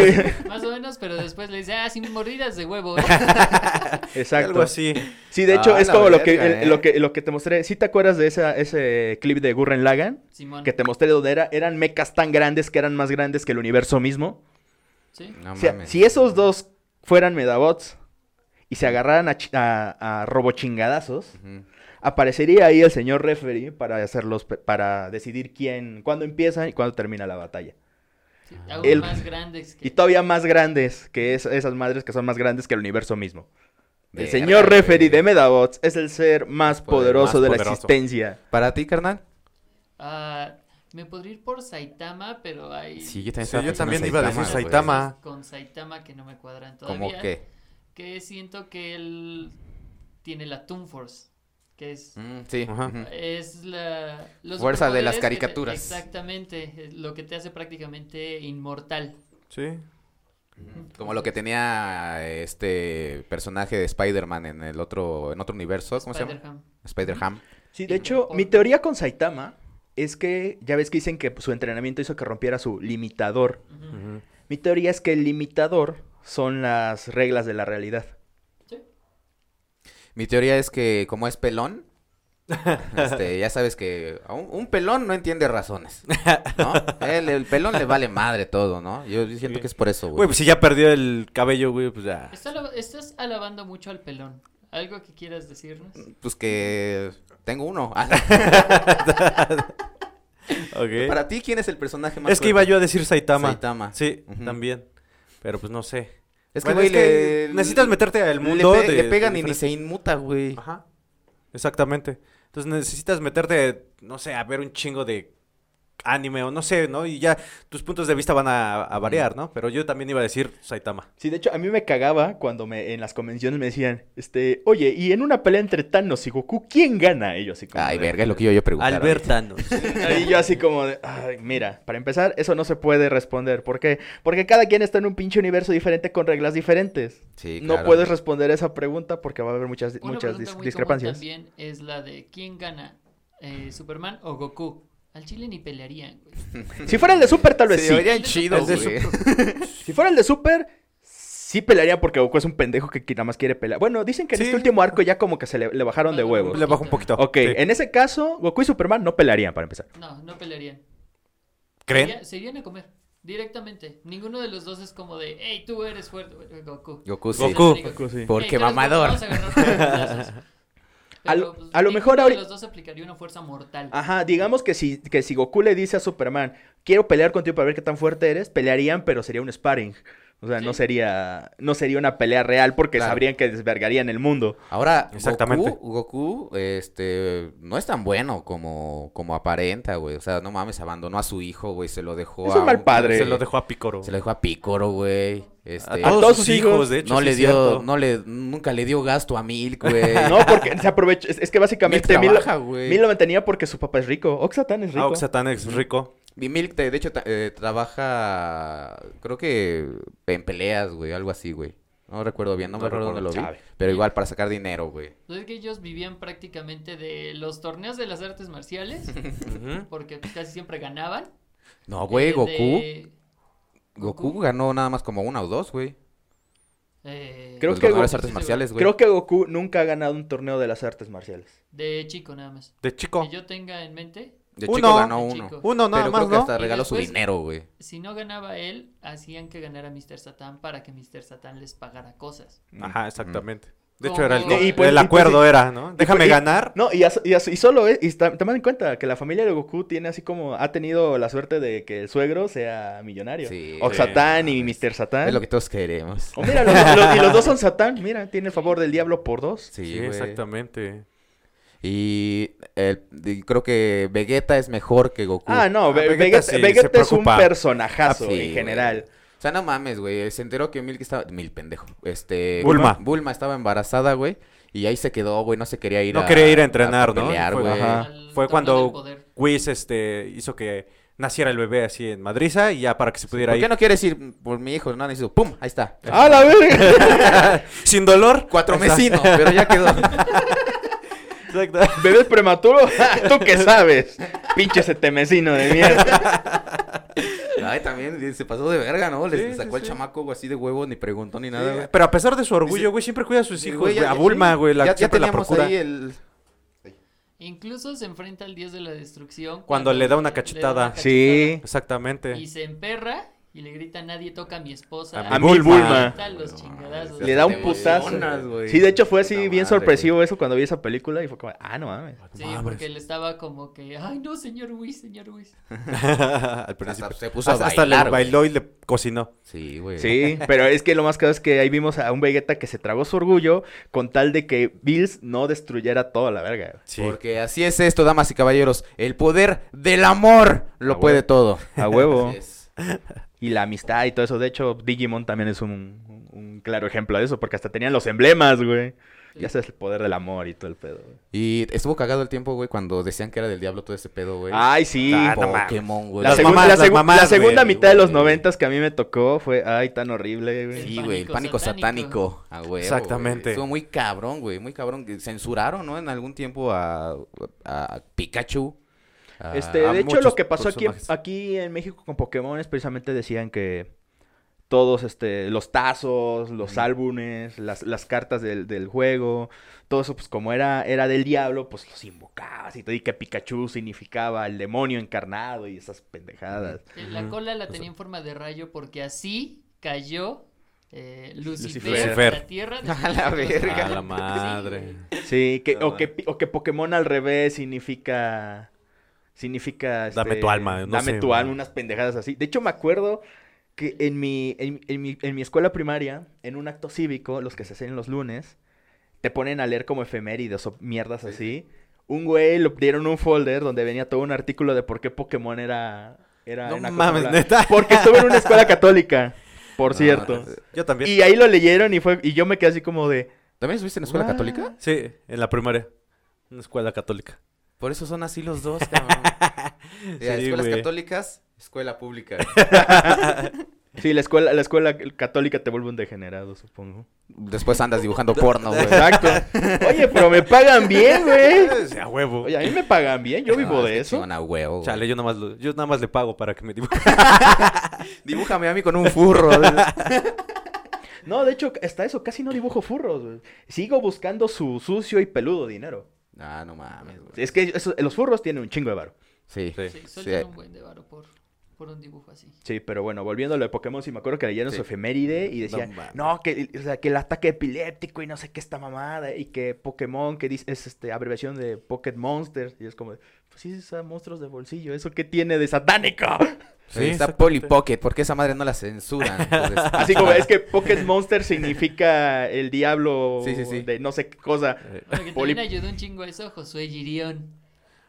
Speaker 4: Más o menos, pero después le dice, ah, sin mordidas de huevo.
Speaker 5: exacto.
Speaker 3: Algo así.
Speaker 5: Sí, de hecho,
Speaker 2: Ah,
Speaker 5: es
Speaker 2: la
Speaker 5: como lo, que,
Speaker 2: verga,
Speaker 5: el- lo
Speaker 2: eh.
Speaker 5: que lo que te mostré. ¿Sí te acuerdas de esa, ese clip de Gurren Lagan?
Speaker 4: Simón.
Speaker 2: Ah.
Speaker 5: Que te mostré donde era, eran mecas tan grandes que eran más grandes que el universo mismo.
Speaker 4: ¿Sí?
Speaker 2: No
Speaker 5: o sea,
Speaker 2: mames.
Speaker 5: si esos dos fueran Medabots y se agarraran a, chi- a, a robochingadazos,
Speaker 2: Ujú.
Speaker 5: aparecería ahí el señor referee para hacerlos, pe- para decidir quién, cuándo empieza y cuándo termina la batalla.
Speaker 4: Sí, aún
Speaker 5: El-
Speaker 4: más grandes que...
Speaker 5: Y todavía más grandes que es- esas madres que son más grandes que el universo mismo. El
Speaker 2: Verga,
Speaker 5: señor
Speaker 2: güey.
Speaker 5: referee de Medabots es el ser más poderoso
Speaker 3: más
Speaker 5: de la
Speaker 3: poderoso.
Speaker 5: existencia.
Speaker 2: ¿Para ti, carnal?
Speaker 4: Ah, me podría ir por Saitama, pero hay...
Speaker 2: Sí, yo también,
Speaker 3: Sí,
Speaker 2: estaba
Speaker 3: yo
Speaker 2: pensando
Speaker 3: también
Speaker 2: en
Speaker 3: iba a decir
Speaker 2: güey.
Speaker 3: Saitama.
Speaker 4: Con Saitama que no me cuadran todavía.
Speaker 2: ¿Cómo qué?
Speaker 4: Que siento que él tiene la Toon Force, que es...
Speaker 2: Mm, sí.
Speaker 3: Ajá.
Speaker 2: ujú.
Speaker 4: Es la... los
Speaker 2: Fuerza de las
Speaker 4: superpoderes que te-
Speaker 2: caricaturas.
Speaker 4: exactamente, es lo que te hace prácticamente inmortal.
Speaker 3: Sí.
Speaker 2: Como lo que tenía este personaje de Spider-Man en el otro en otro universo, ¿cómo se llama?
Speaker 4: Spider-Ham.
Speaker 2: Spider-Ham.
Speaker 5: Sí,
Speaker 4: Y
Speaker 5: de hecho,
Speaker 4: por-
Speaker 5: mi teoría con Saitama es que ya ves que dicen que su entrenamiento hizo que rompiera su limitador.
Speaker 4: Ujú.
Speaker 3: Ujú.
Speaker 5: Mi teoría es que el limitador son las reglas de la realidad.
Speaker 4: Sí.
Speaker 2: Mi teoría es que como es pelón, este, ya sabes que a un, un pelón no entiende razones, ¿no? El, el pelón le vale madre todo, ¿no? Yo yo siento que es por eso,
Speaker 3: Güey,
Speaker 2: güey.
Speaker 3: pues si ya perdió el cabello, güey, pues ya.
Speaker 4: Está alab- estás alabando mucho al pelón. ¿Algo que quieras decirnos?
Speaker 2: Pues que tengo uno. Ah,
Speaker 3: Ok.
Speaker 2: Para ti, ¿quién es el personaje más
Speaker 3: Es que iba
Speaker 2: fuerte?
Speaker 3: yo a decir Saitama.
Speaker 2: Saitama.
Speaker 3: Sí,
Speaker 2: Ujú.
Speaker 3: también. Pero pues no sé.
Speaker 2: Es que,
Speaker 3: Bueno,
Speaker 2: güey,
Speaker 3: que
Speaker 2: le-
Speaker 3: necesitas meterte al
Speaker 2: le
Speaker 3: mundo.
Speaker 2: pe- le,
Speaker 3: de-
Speaker 2: pegan
Speaker 3: de
Speaker 2: y ni
Speaker 3: diferentes-
Speaker 2: se inmuta, güey.
Speaker 3: Ajá. Exactamente. Entonces necesitas meterte, no sé, a ver un chingo de anime o no sé, ¿no? Y ya tus puntos de vista van a, a variar, ¿no? Pero yo también iba a decir Saitama.
Speaker 5: Sí, de hecho, a mí me cagaba cuando me, en las convenciones me decían, este, oye, y en una pelea entre Thanos y Goku, ¿quién gana? Y yo así
Speaker 3: Ah,
Speaker 5: como
Speaker 2: Ay,
Speaker 5: de-
Speaker 2: verga, es lo que yo, yo preguntaba.
Speaker 3: Albertanos.
Speaker 5: Y yo así como de, "Ay, mira, para empezar, eso no se puede responder. ¿Por qué? Porque cada quien está en un pinche universo diferente con reglas diferentes.
Speaker 2: Sí,
Speaker 5: No
Speaker 2: claro.
Speaker 5: puedes responder esa pregunta porque va a haber muchas,
Speaker 4: Una
Speaker 5: muchas
Speaker 4: pregunta
Speaker 5: dis-
Speaker 4: muy
Speaker 5: discrepancias.
Speaker 4: común también es la de ¿quién gana? Eh, ¿Superman o Goku? Al chile ni pelearían, güey.
Speaker 5: Si fuera el de Super, tal vez
Speaker 2: Se
Speaker 5: sí.
Speaker 2: oirían
Speaker 4: Es de
Speaker 2: chido,
Speaker 3: Super-
Speaker 2: güey.
Speaker 5: Si fuera el de Super, sí pelearía porque Goku es un pendejo que que nada más quiere pelear. Bueno, dicen que en
Speaker 3: Sí.
Speaker 5: este último arco ya como que se le, le bajaron de
Speaker 4: Bajaron
Speaker 5: huevos.
Speaker 3: Le bajo un poquito.
Speaker 5: Ok,
Speaker 2: Eh,
Speaker 3: Sí.
Speaker 5: en ese caso, Goku y Superman no pelearían para empezar.
Speaker 4: No, no pelearían.
Speaker 3: ¿Creen?
Speaker 2: eh,
Speaker 4: Sería- Se irían a comer, directamente. Ninguno de los dos es como de, hey, tú eres fuerte, güey, Goku.
Speaker 2: Goku, sí.
Speaker 3: Goku.
Speaker 5: Goku, sí.
Speaker 2: Porque
Speaker 4: "Hey, tú eres
Speaker 2: mamador".
Speaker 4: Goku, vamos a agarrarnos a putazos.
Speaker 5: A
Speaker 4: Pero,
Speaker 5: lo-
Speaker 4: pues,
Speaker 5: a lo mejor
Speaker 4: ninguno
Speaker 5: ahori-
Speaker 4: de
Speaker 5: Ah.
Speaker 4: los dos aplicaría una fuerza mortal.
Speaker 5: Ajá, digamos que si, que si Goku le dice a Superman, quiero pelear contigo para ver qué tan fuerte eres, pelearían, pero sería un sparring. O sea, no
Speaker 4: Sí.
Speaker 5: sería no sería una pelea real porque
Speaker 2: Claro.
Speaker 5: sabrían que desvergarían el mundo.
Speaker 2: Ahora,
Speaker 3: Exactamente.
Speaker 2: Goku, Goku, este, no es tan bueno como, como aparenta, güey. O sea, no mames, abandonó a su hijo, güey, se lo dejó
Speaker 5: Es
Speaker 2: a
Speaker 5: un mal padre.
Speaker 3: Se lo dejó a Picoro.
Speaker 2: eh, Se lo dejó a Picoro, güey.
Speaker 3: A
Speaker 2: Este,
Speaker 3: todos,
Speaker 5: todos
Speaker 3: sus
Speaker 5: sus
Speaker 3: hijos,
Speaker 5: hijos,
Speaker 3: de hecho.
Speaker 2: no
Speaker 3: sí
Speaker 2: le
Speaker 3: es
Speaker 2: dio,
Speaker 3: cierto.
Speaker 2: no le, nunca le dio gasto a Milk, güey.
Speaker 5: No, porque se aprovechó. Es, es que
Speaker 2: Milk
Speaker 5: básicamente Mil,
Speaker 2: trabaja, güey.
Speaker 5: Mil lo mantenía porque su papá es rico. Oxatan es rico.
Speaker 3: Ah, Oxatan es rico.
Speaker 2: Mi Milk, te- de hecho, ta- eh, trabaja, creo que en peleas, güey, algo así, güey. No recuerdo bien, no,
Speaker 5: No
Speaker 2: me acuerdo dónde lo vi.
Speaker 5: recuerdo, sabe.
Speaker 2: Pero igual, para sacar dinero, güey.
Speaker 4: Pues es que ellos vivían prácticamente de los torneos de las artes marciales,
Speaker 5: ¿Mm?
Speaker 3: Ujú.
Speaker 4: porque pues, casi siempre ganaban.
Speaker 2: No, güey,
Speaker 4: Eh,
Speaker 2: Goku.
Speaker 4: de-
Speaker 2: Goku ganó nada más como una o dos, güey.
Speaker 4: eh,
Speaker 5: Creo
Speaker 2: Los
Speaker 5: que
Speaker 2: ganó
Speaker 5: Goku-
Speaker 2: las artes marciales, güey.
Speaker 5: Creo que Goku nunca ha ganado un torneo de las artes marciales.
Speaker 4: De chico nada más.
Speaker 3: De chico.
Speaker 4: Que yo tenga en mente,
Speaker 2: De
Speaker 3: Uno.
Speaker 2: chico ganó
Speaker 4: De
Speaker 2: uno.
Speaker 4: chico.
Speaker 3: Uno nada
Speaker 2: pero
Speaker 3: más,
Speaker 2: creo que
Speaker 3: ¿no?
Speaker 2: hasta
Speaker 4: Y
Speaker 2: regaló su
Speaker 4: después-
Speaker 2: dinero, güey.
Speaker 4: si no ganaba él, hacían que ganara Mr. Satan para que Mr. Satan les pagara cosas.
Speaker 5: Mm.
Speaker 3: Ajá, exactamente. De hecho,
Speaker 4: Como-
Speaker 3: era el,
Speaker 4: Y
Speaker 5: pues-
Speaker 3: el
Speaker 5: y pues
Speaker 3: acuerdo,
Speaker 5: sí.
Speaker 3: era, ¿no?
Speaker 2: pues,
Speaker 3: Déjame
Speaker 5: Y-
Speaker 3: ganar.
Speaker 5: No, y, as- y as- y solo es. Y ta- toma en cuenta que la familia de Goku tiene así como. Ha tenido la suerte de que el suegro sea millonario.
Speaker 2: Sí.
Speaker 5: Oxatan
Speaker 2: Sí.
Speaker 5: y Mr. Satán.
Speaker 2: Es lo que todos queremos.
Speaker 5: O mira, los, dos- los- y los dos son Satán. Mira, tiene el favor del diablo por dos.
Speaker 2: Sí,
Speaker 3: Sí,
Speaker 2: güey.
Speaker 3: exactamente.
Speaker 2: Y el- y creo que Vegeta es mejor que Goku.
Speaker 5: Ah, no,
Speaker 3: Ah,
Speaker 5: Ve-
Speaker 3: Vegeta
Speaker 5: Vegeta,
Speaker 3: sí se
Speaker 5: Vegeta es un
Speaker 3: preocupa.
Speaker 5: personajazo
Speaker 2: Ah, sí,
Speaker 5: en general.
Speaker 2: O sea, no mames, güey. Se enteró que Milk estaba. Mil pendejo. Este.
Speaker 3: Bulma.
Speaker 2: Bulma estaba embarazada, güey. Y ahí se quedó, güey. No se quería ir
Speaker 3: No
Speaker 2: a.
Speaker 3: quería ir a entrenar, ¿no?
Speaker 2: pelear,
Speaker 3: Fue-
Speaker 2: güey.
Speaker 5: Ajá.
Speaker 4: Al
Speaker 3: Fue
Speaker 4: torneo
Speaker 3: cuando-
Speaker 4: del poder.
Speaker 3: Whis este, hizo que naciera el bebé así en Madriza y ya para que se pudiera
Speaker 2: ¿Por qué
Speaker 3: ir.
Speaker 2: no quieres ir por mi hijo? No, necesito. ¡Pum! Ahí está.
Speaker 5: ¡Ah, la verga!
Speaker 3: Sin dolor.
Speaker 2: Cuatro
Speaker 3: Exacto.
Speaker 2: vecinos, pero ya quedó.
Speaker 3: Exacto.
Speaker 5: ¿Bebés prematuro? ¿Tú qué sabes? Pinche ese temecino de mierda.
Speaker 2: Ay, también se pasó de verga, ¿no? Les
Speaker 3: Sí, sí,
Speaker 2: sacó el
Speaker 3: sí.
Speaker 2: chamaco güey, así de huevo, ni preguntó ni nada, güey.
Speaker 3: Pero a pesar de su orgullo, güey, siempre cuida a sus
Speaker 2: Sí,
Speaker 3: hijos.
Speaker 2: güey,
Speaker 3: güey.
Speaker 2: ya-
Speaker 3: a Bulma, güey, la,
Speaker 2: ya, ya
Speaker 3: siempre la
Speaker 2: teníamos
Speaker 3: procura.
Speaker 2: ahí eh. el.
Speaker 4: Incluso se enfrenta al dios de la destrucción.
Speaker 3: Cuando le da una
Speaker 4: le
Speaker 3: cachetada.
Speaker 4: cachetada
Speaker 5: Sí.
Speaker 3: Exactamente.
Speaker 4: Y se emperra y le grita, nadie toca a mi esposa.
Speaker 3: A
Speaker 5: A mí Bulma. Bulma.
Speaker 4: Quita los chingadazos.
Speaker 5: Le da un
Speaker 2: Te
Speaker 5: putazo.
Speaker 2: emocionas, güey.
Speaker 5: Sí, de hecho fue así
Speaker 2: Puta
Speaker 5: bien
Speaker 2: madre,
Speaker 5: sorpresivo eso cuando vi esa película y fue como, ah, no mames.
Speaker 4: Sí,
Speaker 3: Mames.
Speaker 4: porque le estaba como que, ay no, señor Whis, señor Whis.
Speaker 3: Al principio.
Speaker 2: Hasta se puso a
Speaker 3: Hasta- hasta le
Speaker 2: bailar, güey.
Speaker 3: bailó y le cocinó.
Speaker 2: Sí, güey.
Speaker 5: Sí, pero es que lo más claro es que ahí vimos a un Vegeta que se tragó su orgullo con tal de que Bills no destruyera toda la verga.
Speaker 3: Sí.
Speaker 2: Porque así es esto, damas y caballeros. El poder del amor lo
Speaker 5: Ah,
Speaker 2: puede
Speaker 5: güey.
Speaker 2: todo.
Speaker 5: A huevo.
Speaker 2: Así es.
Speaker 5: Y la amistad y todo eso. De hecho, Digimon también es un, un- un claro ejemplo de eso, porque hasta tenían los emblemas, güey. Ya sabes, el poder del amor y todo el pedo, güey.
Speaker 2: Y estuvo cagado el tiempo, güey, cuando decían que era del diablo todo ese pedo, güey.
Speaker 5: Ay, sí.
Speaker 3: Ah, no mames.
Speaker 2: Pokémon, güey.
Speaker 5: la,
Speaker 3: Las
Speaker 5: segun-
Speaker 3: mamás,
Speaker 5: la
Speaker 3: las
Speaker 5: segun-
Speaker 3: mamás,
Speaker 5: la segunda
Speaker 2: güey,
Speaker 5: mitad de los
Speaker 2: güey.
Speaker 5: noventas que a mí me tocó fue, ay, tan horrible, güey.
Speaker 2: Sí, güey, el pánico
Speaker 4: pánico satánico.
Speaker 2: satánico. A huevo, güey.
Speaker 3: Exactamente.
Speaker 2: Estuvo muy cabrón, güey, muy cabrón. Que Censuraron, ¿no? En algún tiempo a, a Pikachu. a-
Speaker 5: Este,
Speaker 3: Ah, a
Speaker 5: de hecho,
Speaker 3: muchos
Speaker 5: lo que pasó aquí,
Speaker 3: personajes.
Speaker 5: aquí en México con Pokémon es precisamente decían que todos este, los tazos, los álbumes, las, las cartas del, del juego, todo eso, pues como era, era del diablo, pues los invocabas y te di que Pikachu significaba el demonio encarnado y esas pendejadas.
Speaker 4: Eh, La
Speaker 3: Ujú.
Speaker 4: cola la tenía en forma de rayo porque así cayó eh, Lucifer,
Speaker 3: Lucifer.
Speaker 4: a la tierra.
Speaker 2: A la verga.
Speaker 3: A la madre.
Speaker 5: Sí, que,
Speaker 3: No,
Speaker 5: o, que, pi- o que Pokémon al revés significa. Significa. este,
Speaker 3: Dame tu alma, no
Speaker 5: dame
Speaker 3: sé,
Speaker 5: tu
Speaker 3: güey.
Speaker 5: alma, unas pendejadas así. De hecho, me acuerdo que en mi, en, en mi, en mi escuela primaria, en un acto cívico, los que se hacen los lunes, te ponen a leer como efemérides o mierdas así. Un güey le dieron un folder donde venía todo un artículo de por qué Pokémon era. era
Speaker 3: No
Speaker 5: una cosa
Speaker 3: mames,
Speaker 5: bla-
Speaker 3: neta.
Speaker 5: Porque estuve en una escuela católica, por
Speaker 3: No,
Speaker 5: cierto.
Speaker 3: Yo también.
Speaker 5: Y ahí lo leyeron y fue y yo me quedé así como de.
Speaker 2: ¿También estuviste en escuela
Speaker 5: "What?".
Speaker 2: católica?
Speaker 3: Sí, en la primaria. Una escuela católica.
Speaker 2: Por eso son así los dos, cabrón.
Speaker 3: Sí,
Speaker 2: escuelas
Speaker 3: güey.
Speaker 2: católicas, escuela pública.
Speaker 5: Sí, la escuela, la escuela católica te vuelve un degenerado, supongo.
Speaker 2: Después andas dibujando porno, güey.
Speaker 5: Exacto. Oye, pero me pagan bien, güey.
Speaker 3: Sí, a huevo.
Speaker 5: Oye, a mí me pagan bien, yo vivo
Speaker 2: No,
Speaker 5: de
Speaker 2: es que
Speaker 5: eso.
Speaker 2: Ah, chingona, huevo, güey.
Speaker 3: Chale, yo nada más, lo- yo nada más le pago para que me dibuje.
Speaker 2: Dibújame a mí con un furro.
Speaker 5: No, de hecho, hasta eso casi no dibujo furros. güey. Sigo buscando su sucio y peludo dinero.
Speaker 2: ah, no mames, güey.
Speaker 5: Es que eso- los furros tienen un chingo de varo.
Speaker 2: Sí.
Speaker 3: Sí.
Speaker 4: Sí,
Speaker 2: Sí.
Speaker 4: sueltan un buen de varo por, por un dibujo así.
Speaker 5: Sí, pero bueno, volviendo a lo de Pokémon, sí me acuerdo que leyeron
Speaker 2: Sí.
Speaker 5: su efeméride y decían,
Speaker 3: No mames.
Speaker 5: no, que, o sea, que el ataque epiléptico y no sé qué esta mamada, y que Pokémon, que dice, es este, abreviación de Pocket Monsters, y es como, pues sí, son monstruos de bolsillo, ¿eso qué tiene de satánico?
Speaker 3: Sí,
Speaker 2: está
Speaker 3: exactamente.
Speaker 2: Polly Pocket, ¿por qué esa madre no la censuran? Entonces, ah,
Speaker 5: Así como, es que Pocket Monster significa el diablo
Speaker 2: Sí, sí, sí.
Speaker 5: de no sé qué cosa.
Speaker 3: Eh,
Speaker 4: Bueno, que
Speaker 5: Poli-
Speaker 4: también ayudó un chingo a eso Josué Girión.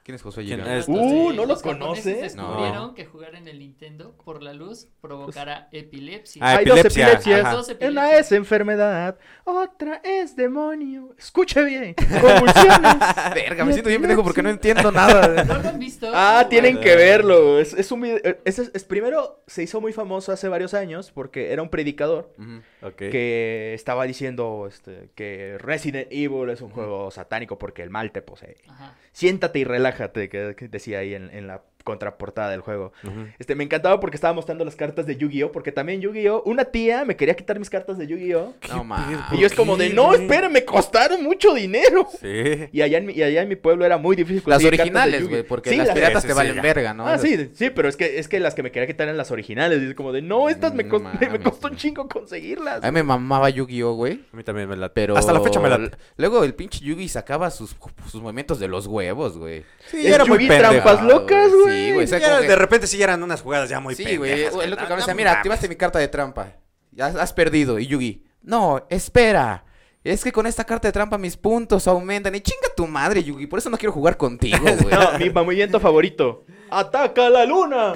Speaker 2: ¿Quién es Josué
Speaker 3: ¿Quién
Speaker 2: Girón?
Speaker 3: es?
Speaker 4: Estos,
Speaker 5: Uh,
Speaker 4: eh,
Speaker 5: ¿no lo
Speaker 4: los japoneses
Speaker 5: conoces?
Speaker 4: descubrieron que jugar en el Nintendo por la luz provocará
Speaker 5: Pues,
Speaker 4: epilepsia.
Speaker 3: Ah,
Speaker 5: Hay dos
Speaker 3: epilepsia,
Speaker 5: epilepsias.
Speaker 4: ajá. Dos
Speaker 5: Una
Speaker 4: epilepsias.
Speaker 5: es enfermedad, otra es demonio. Escuche bien, convulsiones.
Speaker 2: Ah, Verga, me siento bien pendejo porque no entiendo nada.
Speaker 4: ¿No lo han visto?
Speaker 5: Ah, tienen
Speaker 3: bueno.
Speaker 5: que verlo. Es, es un video- es- es- es- primero se hizo muy famoso hace varios años porque era un predicador
Speaker 2: Ujú.
Speaker 3: ok.
Speaker 5: que estaba diciendo este, que Resident Evil es un juego satánico porque el mal te posee.
Speaker 4: Ajá.
Speaker 5: Siéntate y relájate, que, que decía ahí en, en la contraportada del juego.
Speaker 3: Ujú.
Speaker 5: Este, me encantaba porque estaba mostrando las cartas de Yu-Gi-Oh! Porque también Yu-Gi-Oh! Una tía me quería quitar mis cartas de Yu-Gi-Oh!
Speaker 2: No mames.
Speaker 5: Y yo es como de, no, espere, me costaron mucho dinero.
Speaker 3: Sí.
Speaker 5: Y allá en mi, y allá en mi pueblo era muy difícil
Speaker 2: Las
Speaker 5: conseguir cartas de
Speaker 2: originales,
Speaker 5: Yu-Gi-Oh.
Speaker 2: güey, porque
Speaker 5: Sí,
Speaker 2: las
Speaker 5: las-
Speaker 2: piratas
Speaker 3: sí,
Speaker 2: te
Speaker 3: sí,
Speaker 2: valen
Speaker 3: ya.
Speaker 2: verga, ¿no?
Speaker 5: Ah, sí, sí, pero es que, es que las que me quería quitar eran las originales. Y es como de, no, estas me,
Speaker 2: No
Speaker 5: cos-
Speaker 2: Mm, mames,
Speaker 5: me costó un
Speaker 2: güey.
Speaker 5: chingo conseguirlas.
Speaker 2: A mí me mamaba Yu-Gi-Oh, güey.
Speaker 3: A mí también me la...
Speaker 2: Pero.
Speaker 3: Hasta la fecha me la...
Speaker 2: Luego el pinche Yugi sacaba sus, sus movimientos de los huevos, güey.
Speaker 3: Sí,
Speaker 5: Es Yugi trampas
Speaker 2: Ah,
Speaker 5: locas,
Speaker 2: güey,
Speaker 5: güey.
Speaker 2: sí, güey, o sea,
Speaker 3: Ya
Speaker 2: como que-
Speaker 3: De repente sí ya eran unas jugadas ya muy
Speaker 2: Sí, güey.
Speaker 3: pendejas,
Speaker 2: El otro
Speaker 3: No,
Speaker 2: cabrón
Speaker 3: no
Speaker 2: decía, mira,
Speaker 3: mames.
Speaker 2: activaste mi carta de trampa. Ya has, has perdido. Y Yugi, no, espera. Es que con esta carta de trampa mis puntos aumentan. Y chinga tu madre, Yugi. Por eso no quiero jugar contigo, güey.
Speaker 5: No, mi movimiento favorito. ¡Ataca la luna!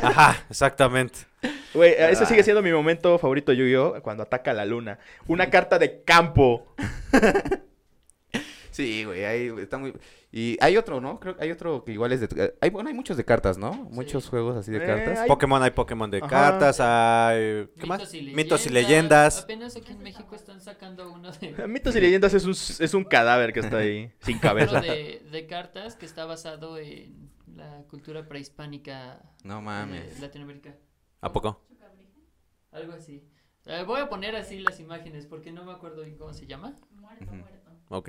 Speaker 3: Ajá, exactamente.
Speaker 5: Güey, ese sigue
Speaker 2: Ah.
Speaker 5: siendo mi momento favorito de Yu-Gi-Oh! Cuando ataca la luna. Una carta de campo.
Speaker 2: Sí, güey. Ahí está muy. Y hay otro, ¿no? Creo que hay otro que igual es de. Hay, bueno, hay muchos de cartas, ¿no? Muchos juegos así de
Speaker 5: Eh,
Speaker 2: cartas.
Speaker 5: hay-
Speaker 3: Pokémon hay Pokémon de
Speaker 5: Ajá.
Speaker 3: cartas, hay... ¿Qué más?
Speaker 4: Mitos y,
Speaker 3: Mitos y
Speaker 4: leyendas.
Speaker 3: leyendas.
Speaker 4: Apenas aquí en México están sacando uno de,
Speaker 5: Mitos y leyendas es un, es un cadáver que está ahí, sin
Speaker 4: uno
Speaker 5: cabeza.
Speaker 4: de, de cartas que está basado en la cultura prehispánica
Speaker 2: No
Speaker 4: de
Speaker 2: mames.
Speaker 4: Latinoamérica.
Speaker 3: ¿A poco?
Speaker 4: Algo así. Eh, voy a poner así las imágenes porque no me acuerdo bien cómo se llama.
Speaker 3: Ok.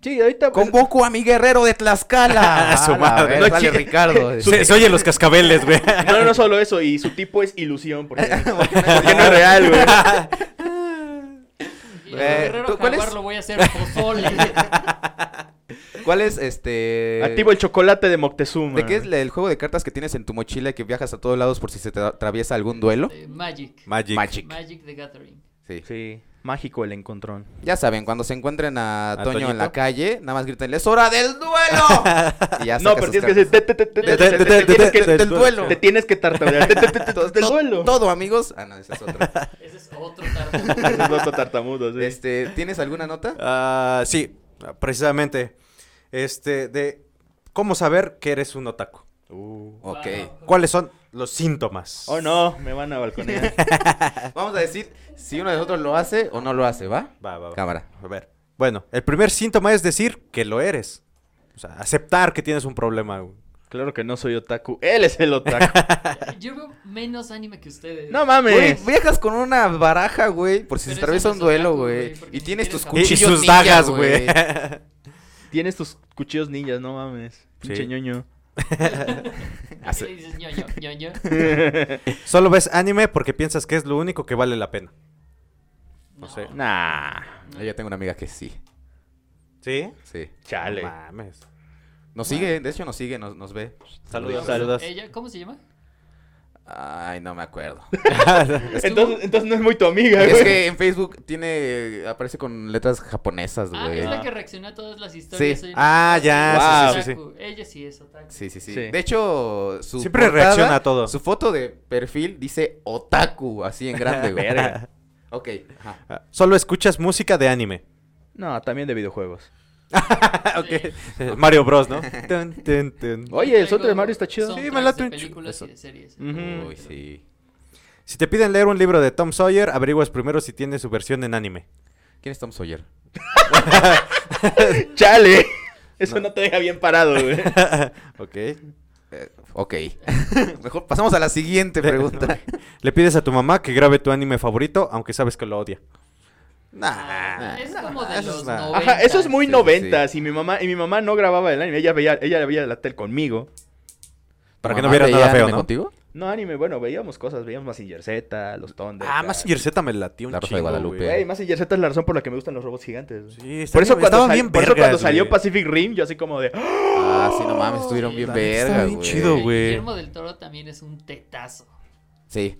Speaker 5: Sí, ahorita. pues,
Speaker 2: Convoco a mi guerrero de Tlaxcala.
Speaker 3: A su
Speaker 2: A la
Speaker 3: madre.
Speaker 2: verga,
Speaker 5: No
Speaker 2: sale
Speaker 5: chingue-
Speaker 2: Ricardo.
Speaker 3: Se, se oyen los cascabeles, güey.
Speaker 5: No, no solo eso, y su tipo es ilusión, porque, porque no
Speaker 2: no
Speaker 5: es
Speaker 2: es
Speaker 5: real, güey.
Speaker 4: Y el
Speaker 2: Eh,
Speaker 4: guerrero
Speaker 2: ¿tú- cuál
Speaker 4: jaguar
Speaker 2: es?
Speaker 4: lo voy a hacer pozole. Eh,
Speaker 2: ¿Cuál es este?
Speaker 5: Activo el chocolate de Moctezuma.
Speaker 2: ¿De qué es la- el juego de cartas que tienes en tu mochila y que viajas a todos lados por si se te atraviesa algún duelo?
Speaker 4: Eh, Magic.
Speaker 3: Magic.
Speaker 2: Magic.
Speaker 4: Magic the Gathering.
Speaker 2: Sí.
Speaker 5: Sí, mágico el encontrón.
Speaker 2: Ya saben, cuando se encuentren a,
Speaker 3: ¿A
Speaker 2: Toño en
Speaker 3: Toñito?
Speaker 2: la calle, nada más griten, ¡es hora del duelo! y ya
Speaker 5: No,
Speaker 2: saca
Speaker 5: pero
Speaker 2: sus cartas.
Speaker 5: tienes que decir. "Te- te- te- te-
Speaker 2: De-
Speaker 5: te-
Speaker 2: de- de-
Speaker 5: te- te-
Speaker 2: de-
Speaker 5: tienes que-
Speaker 2: de-
Speaker 5: Te
Speaker 2: del duelo.
Speaker 5: te tienes que tartamudear. Te- te- te- te- Del
Speaker 2: To-
Speaker 5: duelo.
Speaker 2: Todo, amigos. Ah, no, ese es otro.
Speaker 4: Ese es otro tardo.
Speaker 5: Es otro tartamudo, sí.
Speaker 2: este, ¿Tienes alguna nota?
Speaker 3: Ah, sí, precisamente. Este, de cómo saber que eres un otaku. Uh.
Speaker 2: Ok.
Speaker 4: Wow.
Speaker 3: ¿Cuáles son los síntomas?
Speaker 5: Oh, no, me van a balconear.
Speaker 2: Vamos a decir si uno de nosotros lo hace o no lo hace, ¿va?
Speaker 3: Va, va, va.
Speaker 2: Cámara.
Speaker 3: A ver. Bueno, el primer síntoma es decir que lo eres. O sea, aceptar que tienes un problema. güey.
Speaker 5: Claro que no soy otaku. Él es el otaku.
Speaker 4: Yo veo menos anime que ustedes.
Speaker 5: no
Speaker 2: Güey,
Speaker 5: mames.
Speaker 2: viajas con una baraja, güey, por pues, si se
Speaker 4: Pero
Speaker 2: atraviesa
Speaker 4: eso
Speaker 2: un
Speaker 4: no es
Speaker 2: duelo,
Speaker 4: otaku,
Speaker 2: güey.
Speaker 4: güey, porque
Speaker 2: Y
Speaker 4: ni
Speaker 2: tienes
Speaker 4: siquiera
Speaker 2: tus
Speaker 4: es
Speaker 3: Y, y
Speaker 2: cuchillos
Speaker 3: sus
Speaker 2: ninja,
Speaker 3: dagas, güey.
Speaker 5: Tienes tus cuchillos ninjas, no mames. Pinche
Speaker 3: Sí.
Speaker 5: ñoño.
Speaker 4: Así le dices ñoño, ñoño.
Speaker 3: Solo ves anime porque piensas que es lo único que vale la pena.
Speaker 4: No
Speaker 3: sé.
Speaker 5: Nah.
Speaker 2: Ah, Yo tengo una amiga que sí,
Speaker 3: ¿Sí?
Speaker 2: sí.
Speaker 5: Chale.
Speaker 3: No mames.
Speaker 2: Nos sigue, de hecho nos sigue, nos, nos ve.
Speaker 5: Saludos.
Speaker 3: Saludos.
Speaker 4: ¿Ella cómo se llama?
Speaker 2: Ay, no me acuerdo.
Speaker 5: Entonces, entonces no es muy tu amiga,
Speaker 2: es
Speaker 5: güey.
Speaker 2: que en Facebook tiene, aparece con letras japonesas,
Speaker 4: Ah,
Speaker 2: güey.
Speaker 4: es la
Speaker 5: Ah.
Speaker 4: que reacciona a todas las historias.
Speaker 2: Sí.
Speaker 4: Soy
Speaker 3: Ah, ya, sí,
Speaker 4: otaku.
Speaker 3: sí, sí, sí.
Speaker 4: Otaku. Ella sí es otaku.
Speaker 2: Sí, sí, sí,
Speaker 5: Sí.
Speaker 2: De hecho, su
Speaker 3: Siempre reacciona a todo.
Speaker 2: Su foto de perfil dice otaku, así en grande, güey.
Speaker 5: Verga.
Speaker 2: ok. ajá.
Speaker 3: Ah, Solo escuchas música de anime.
Speaker 5: No, también de videojuegos.
Speaker 4: Sí.
Speaker 3: Ok. Mario Bros, ¿no? Tun, tun, tun.
Speaker 5: Oye,
Speaker 4: Traigo
Speaker 5: el soundtrack de Mario está chido.
Speaker 3: Sí, me
Speaker 4: soundtracks
Speaker 3: late
Speaker 4: de
Speaker 3: un chu-
Speaker 4: películas
Speaker 3: eso. Mm.
Speaker 4: y de series. ¿eh?
Speaker 5: Ujú.
Speaker 2: Uy, sí.
Speaker 3: Si te piden leer un libro de Tom Sawyer, averiguas primero si tiene su versión en anime.
Speaker 2: ¿Quién es Tom Sawyer?
Speaker 5: ¡Chale! Eso no. te deja bien parado, güey.
Speaker 3: Ok.
Speaker 2: Eh, ok. Mejor pasamos a la siguiente pregunta.
Speaker 3: Le pides a tu mamá que grabe tu anime favorito, aunque sabes que lo odia.
Speaker 4: Ah,
Speaker 2: nah,
Speaker 4: es
Speaker 2: nah,
Speaker 4: como de
Speaker 2: eso
Speaker 4: los
Speaker 2: es una-
Speaker 4: noventas.
Speaker 5: Ajá, eso es muy
Speaker 2: Sí, sí,
Speaker 5: noventas.
Speaker 2: sí.
Speaker 5: Y mi mamá, y mi mamá no grababa el anime, ella veía, ella veía la tele conmigo.
Speaker 3: Para
Speaker 2: ¿Tu
Speaker 3: que no
Speaker 2: mamá
Speaker 3: vieras
Speaker 2: veía
Speaker 3: nada feo,
Speaker 2: anime
Speaker 3: ¿no?
Speaker 2: contigo?
Speaker 5: No, anime, bueno, veíamos cosas, veíamos Massinger Z, los Thunder.
Speaker 3: Ah, más Z me latió un
Speaker 2: La Rosa de
Speaker 3: chingo,
Speaker 2: Guadalupe.
Speaker 3: güey.
Speaker 5: Güey, Massinger Z es la razón por la que me gustan los robots gigantes. güey.
Speaker 3: Sí,
Speaker 5: Por eso,
Speaker 3: estaban-
Speaker 5: cuando
Speaker 3: estaban
Speaker 5: sal-
Speaker 3: bien
Speaker 5: por eso cuando
Speaker 3: vergas,
Speaker 5: salió
Speaker 3: güey.
Speaker 5: Pacific Rim, yo así como de... ¡Ah!
Speaker 2: Ah, sí, no mames, estuvieron
Speaker 4: Sí,
Speaker 2: bien
Speaker 4: la neta
Speaker 3: está
Speaker 2: vergas,
Speaker 3: bien
Speaker 2: güey.
Speaker 3: chido, güey.
Speaker 4: Guillermo del Toro también es un tetazo.
Speaker 2: Sí,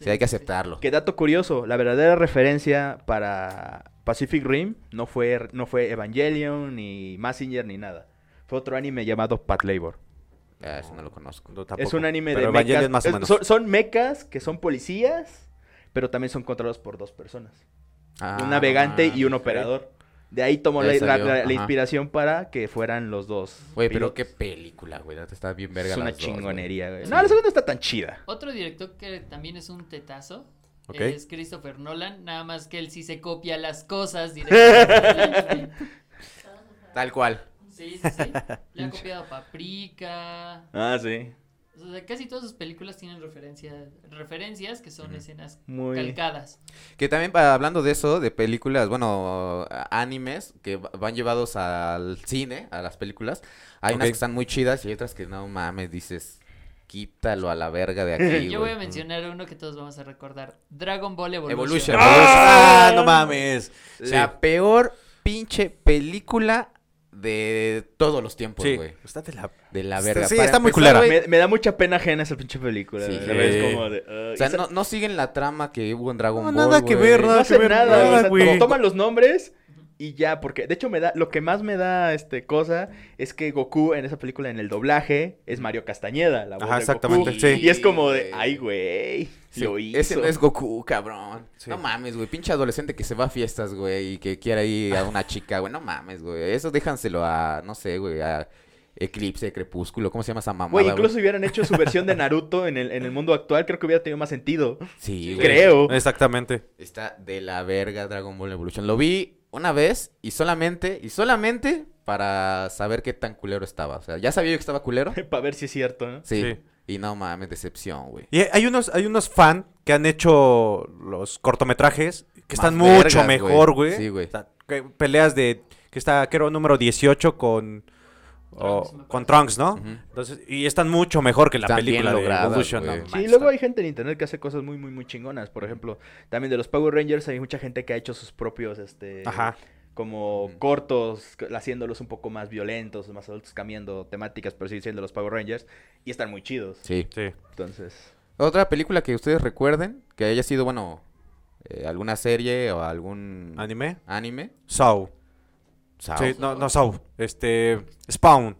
Speaker 2: sí, hay que aceptarlo.
Speaker 5: Que dato curioso, la verdadera referencia para Pacific Rim no fue, no fue Evangelion, ni Massinger, ni nada. Fue otro anime llamado Pat Labor.
Speaker 2: Ah, eso no lo conozco.
Speaker 3: No, tampoco.
Speaker 5: es un anime
Speaker 3: Pero
Speaker 5: de
Speaker 3: Evangelion
Speaker 5: mechas.
Speaker 3: más o
Speaker 5: es-
Speaker 3: menos.
Speaker 5: Son, son mechas que son policías, pero también son controlados por dos personas.
Speaker 2: Ah,
Speaker 5: un navegante y un
Speaker 2: ok.
Speaker 5: operador. De ahí tomó la,
Speaker 2: Ahí
Speaker 5: la-
Speaker 2: salió,
Speaker 5: la- la
Speaker 2: ajá.
Speaker 5: inspiración para que fueran los dos.
Speaker 2: Güey, pero
Speaker 5: pilotos.
Speaker 2: qué película, güey. Está bien verga
Speaker 5: Es una
Speaker 2: las dos, güey.
Speaker 5: chingonería, güey.
Speaker 4: Sí.
Speaker 5: No, la segunda está tan chida.
Speaker 4: Otro director que también es un tetazo
Speaker 3: Ok.
Speaker 4: es Christopher Nolan, nada más que él sí se copia las cosas directamente.
Speaker 2: Tal cual.
Speaker 4: sí, sí, sí. Le ha copiado a Paprika.
Speaker 5: Ah, sí.
Speaker 4: O sea, casi todas sus películas tienen referencias, referencias que son
Speaker 2: Ujú.
Speaker 4: escenas
Speaker 5: Muy-
Speaker 4: calcadas.
Speaker 2: Que también pa- hablando de eso, de películas, bueno, a- animes que va- van llevados al cine, a las películas, hay unas
Speaker 3: Ok.
Speaker 2: que están muy chidas y hay otras que no mames, dices, quítalo a la verga de aquí,
Speaker 4: Yo voy
Speaker 2: güey.
Speaker 4: a mencionar uno que todos vamos a recordar. Dragon Ball Evolution.
Speaker 2: Evolution.
Speaker 3: ¡Ah! no mames. Sí.
Speaker 2: La peor pinche película de todos los tiempos,
Speaker 3: Sí.
Speaker 2: güey.
Speaker 3: Está de la-
Speaker 2: De la
Speaker 3: Está-
Speaker 2: verga.
Speaker 3: sí,
Speaker 2: Para
Speaker 3: está muy
Speaker 2: empezar,
Speaker 3: culera.
Speaker 2: güey,
Speaker 5: Me, me da mucha pena ajena esa pinche película.
Speaker 2: Sí.
Speaker 5: la verdad, es como de, "Ay".
Speaker 2: O sea,
Speaker 5: Esa-
Speaker 2: no, no siguen la trama que hubo en Dragon
Speaker 3: No,
Speaker 2: Ball.
Speaker 3: nada que
Speaker 2: güey.
Speaker 3: ver,
Speaker 5: no
Speaker 3: nada que
Speaker 5: hacen
Speaker 3: ver,
Speaker 5: nada,
Speaker 3: nada,
Speaker 5: güey. O sea,
Speaker 3: güey.
Speaker 5: to- toman los nombres y ya, porque de hecho me da, lo que más me da este cosa es que Goku en esa película en el doblaje es Mario Castañeda, la voz
Speaker 3: Ajá,
Speaker 5: de Goku.
Speaker 3: exactamente, sí.
Speaker 5: Y es como de, ay, güey,
Speaker 2: Sí,
Speaker 5: lo hizo.
Speaker 2: Ese no es Goku, cabrón.
Speaker 3: Sí.
Speaker 2: No mames, güey. Pinche adolescente que se va a fiestas, güey. Y que quiera ir a una chica, güey. No mames, güey. Eso déjanselo a, no sé, güey, a Eclipse, Crepúsculo. ¿Cómo se llama esa mamada,
Speaker 5: Güey,
Speaker 2: güey?
Speaker 5: incluso hubieran hecho su versión de Naruto en el, en el mundo actual, creo que hubiera tenido más sentido.
Speaker 2: Sí, güey.
Speaker 5: Creo.
Speaker 3: Exactamente.
Speaker 2: Está de la verga Dragon Ball Evolution. Lo vi una vez y solamente, y solamente para saber qué tan culero estaba. O sea, ya sabía yo que estaba culero.
Speaker 5: Para ver si es cierto, ¿no?
Speaker 2: Sí.
Speaker 3: Sí.
Speaker 2: Y no mames, decepción, güey.
Speaker 3: Y hay unos, hay unos fan que han hecho los cortometrajes que
Speaker 2: Más
Speaker 3: están mucho
Speaker 2: vergas,
Speaker 3: mejor,
Speaker 2: güey.
Speaker 3: güey.
Speaker 2: Sí, güey.
Speaker 3: O sea, que peleas de que está creo número 18 con o-
Speaker 4: Trunks, me
Speaker 3: con
Speaker 4: parece.
Speaker 3: Trunks, ¿no?
Speaker 2: Ujú.
Speaker 3: Entonces, y están mucho mejor que la
Speaker 2: Están bien
Speaker 3: película de
Speaker 2: logradas,
Speaker 3: Evolution.
Speaker 2: güey.
Speaker 3: no
Speaker 2: Sí,
Speaker 5: Sí,
Speaker 3: mames,
Speaker 5: luego
Speaker 3: está-
Speaker 5: hay gente en internet que hace cosas muy, muy, muy chingonas. Por ejemplo, también de los Power Rangers hay mucha gente que ha hecho sus propios, este...
Speaker 3: Ajá.
Speaker 5: como
Speaker 2: Ujú.
Speaker 5: cortos, c- haciéndolos un poco más violentos, más adultos, cambiando temáticas, pero sí siendo los Power Rangers, y están muy chidos.
Speaker 2: Sí.
Speaker 3: Sí.
Speaker 5: Entonces,
Speaker 2: Otra película que ustedes recuerden, que haya sido, bueno, eh, alguna serie o algún
Speaker 3: ¿Anime?
Speaker 2: anime.
Speaker 3: Saw.
Speaker 2: Saw.
Speaker 3: Sí, no, no Saw. Este Spawn.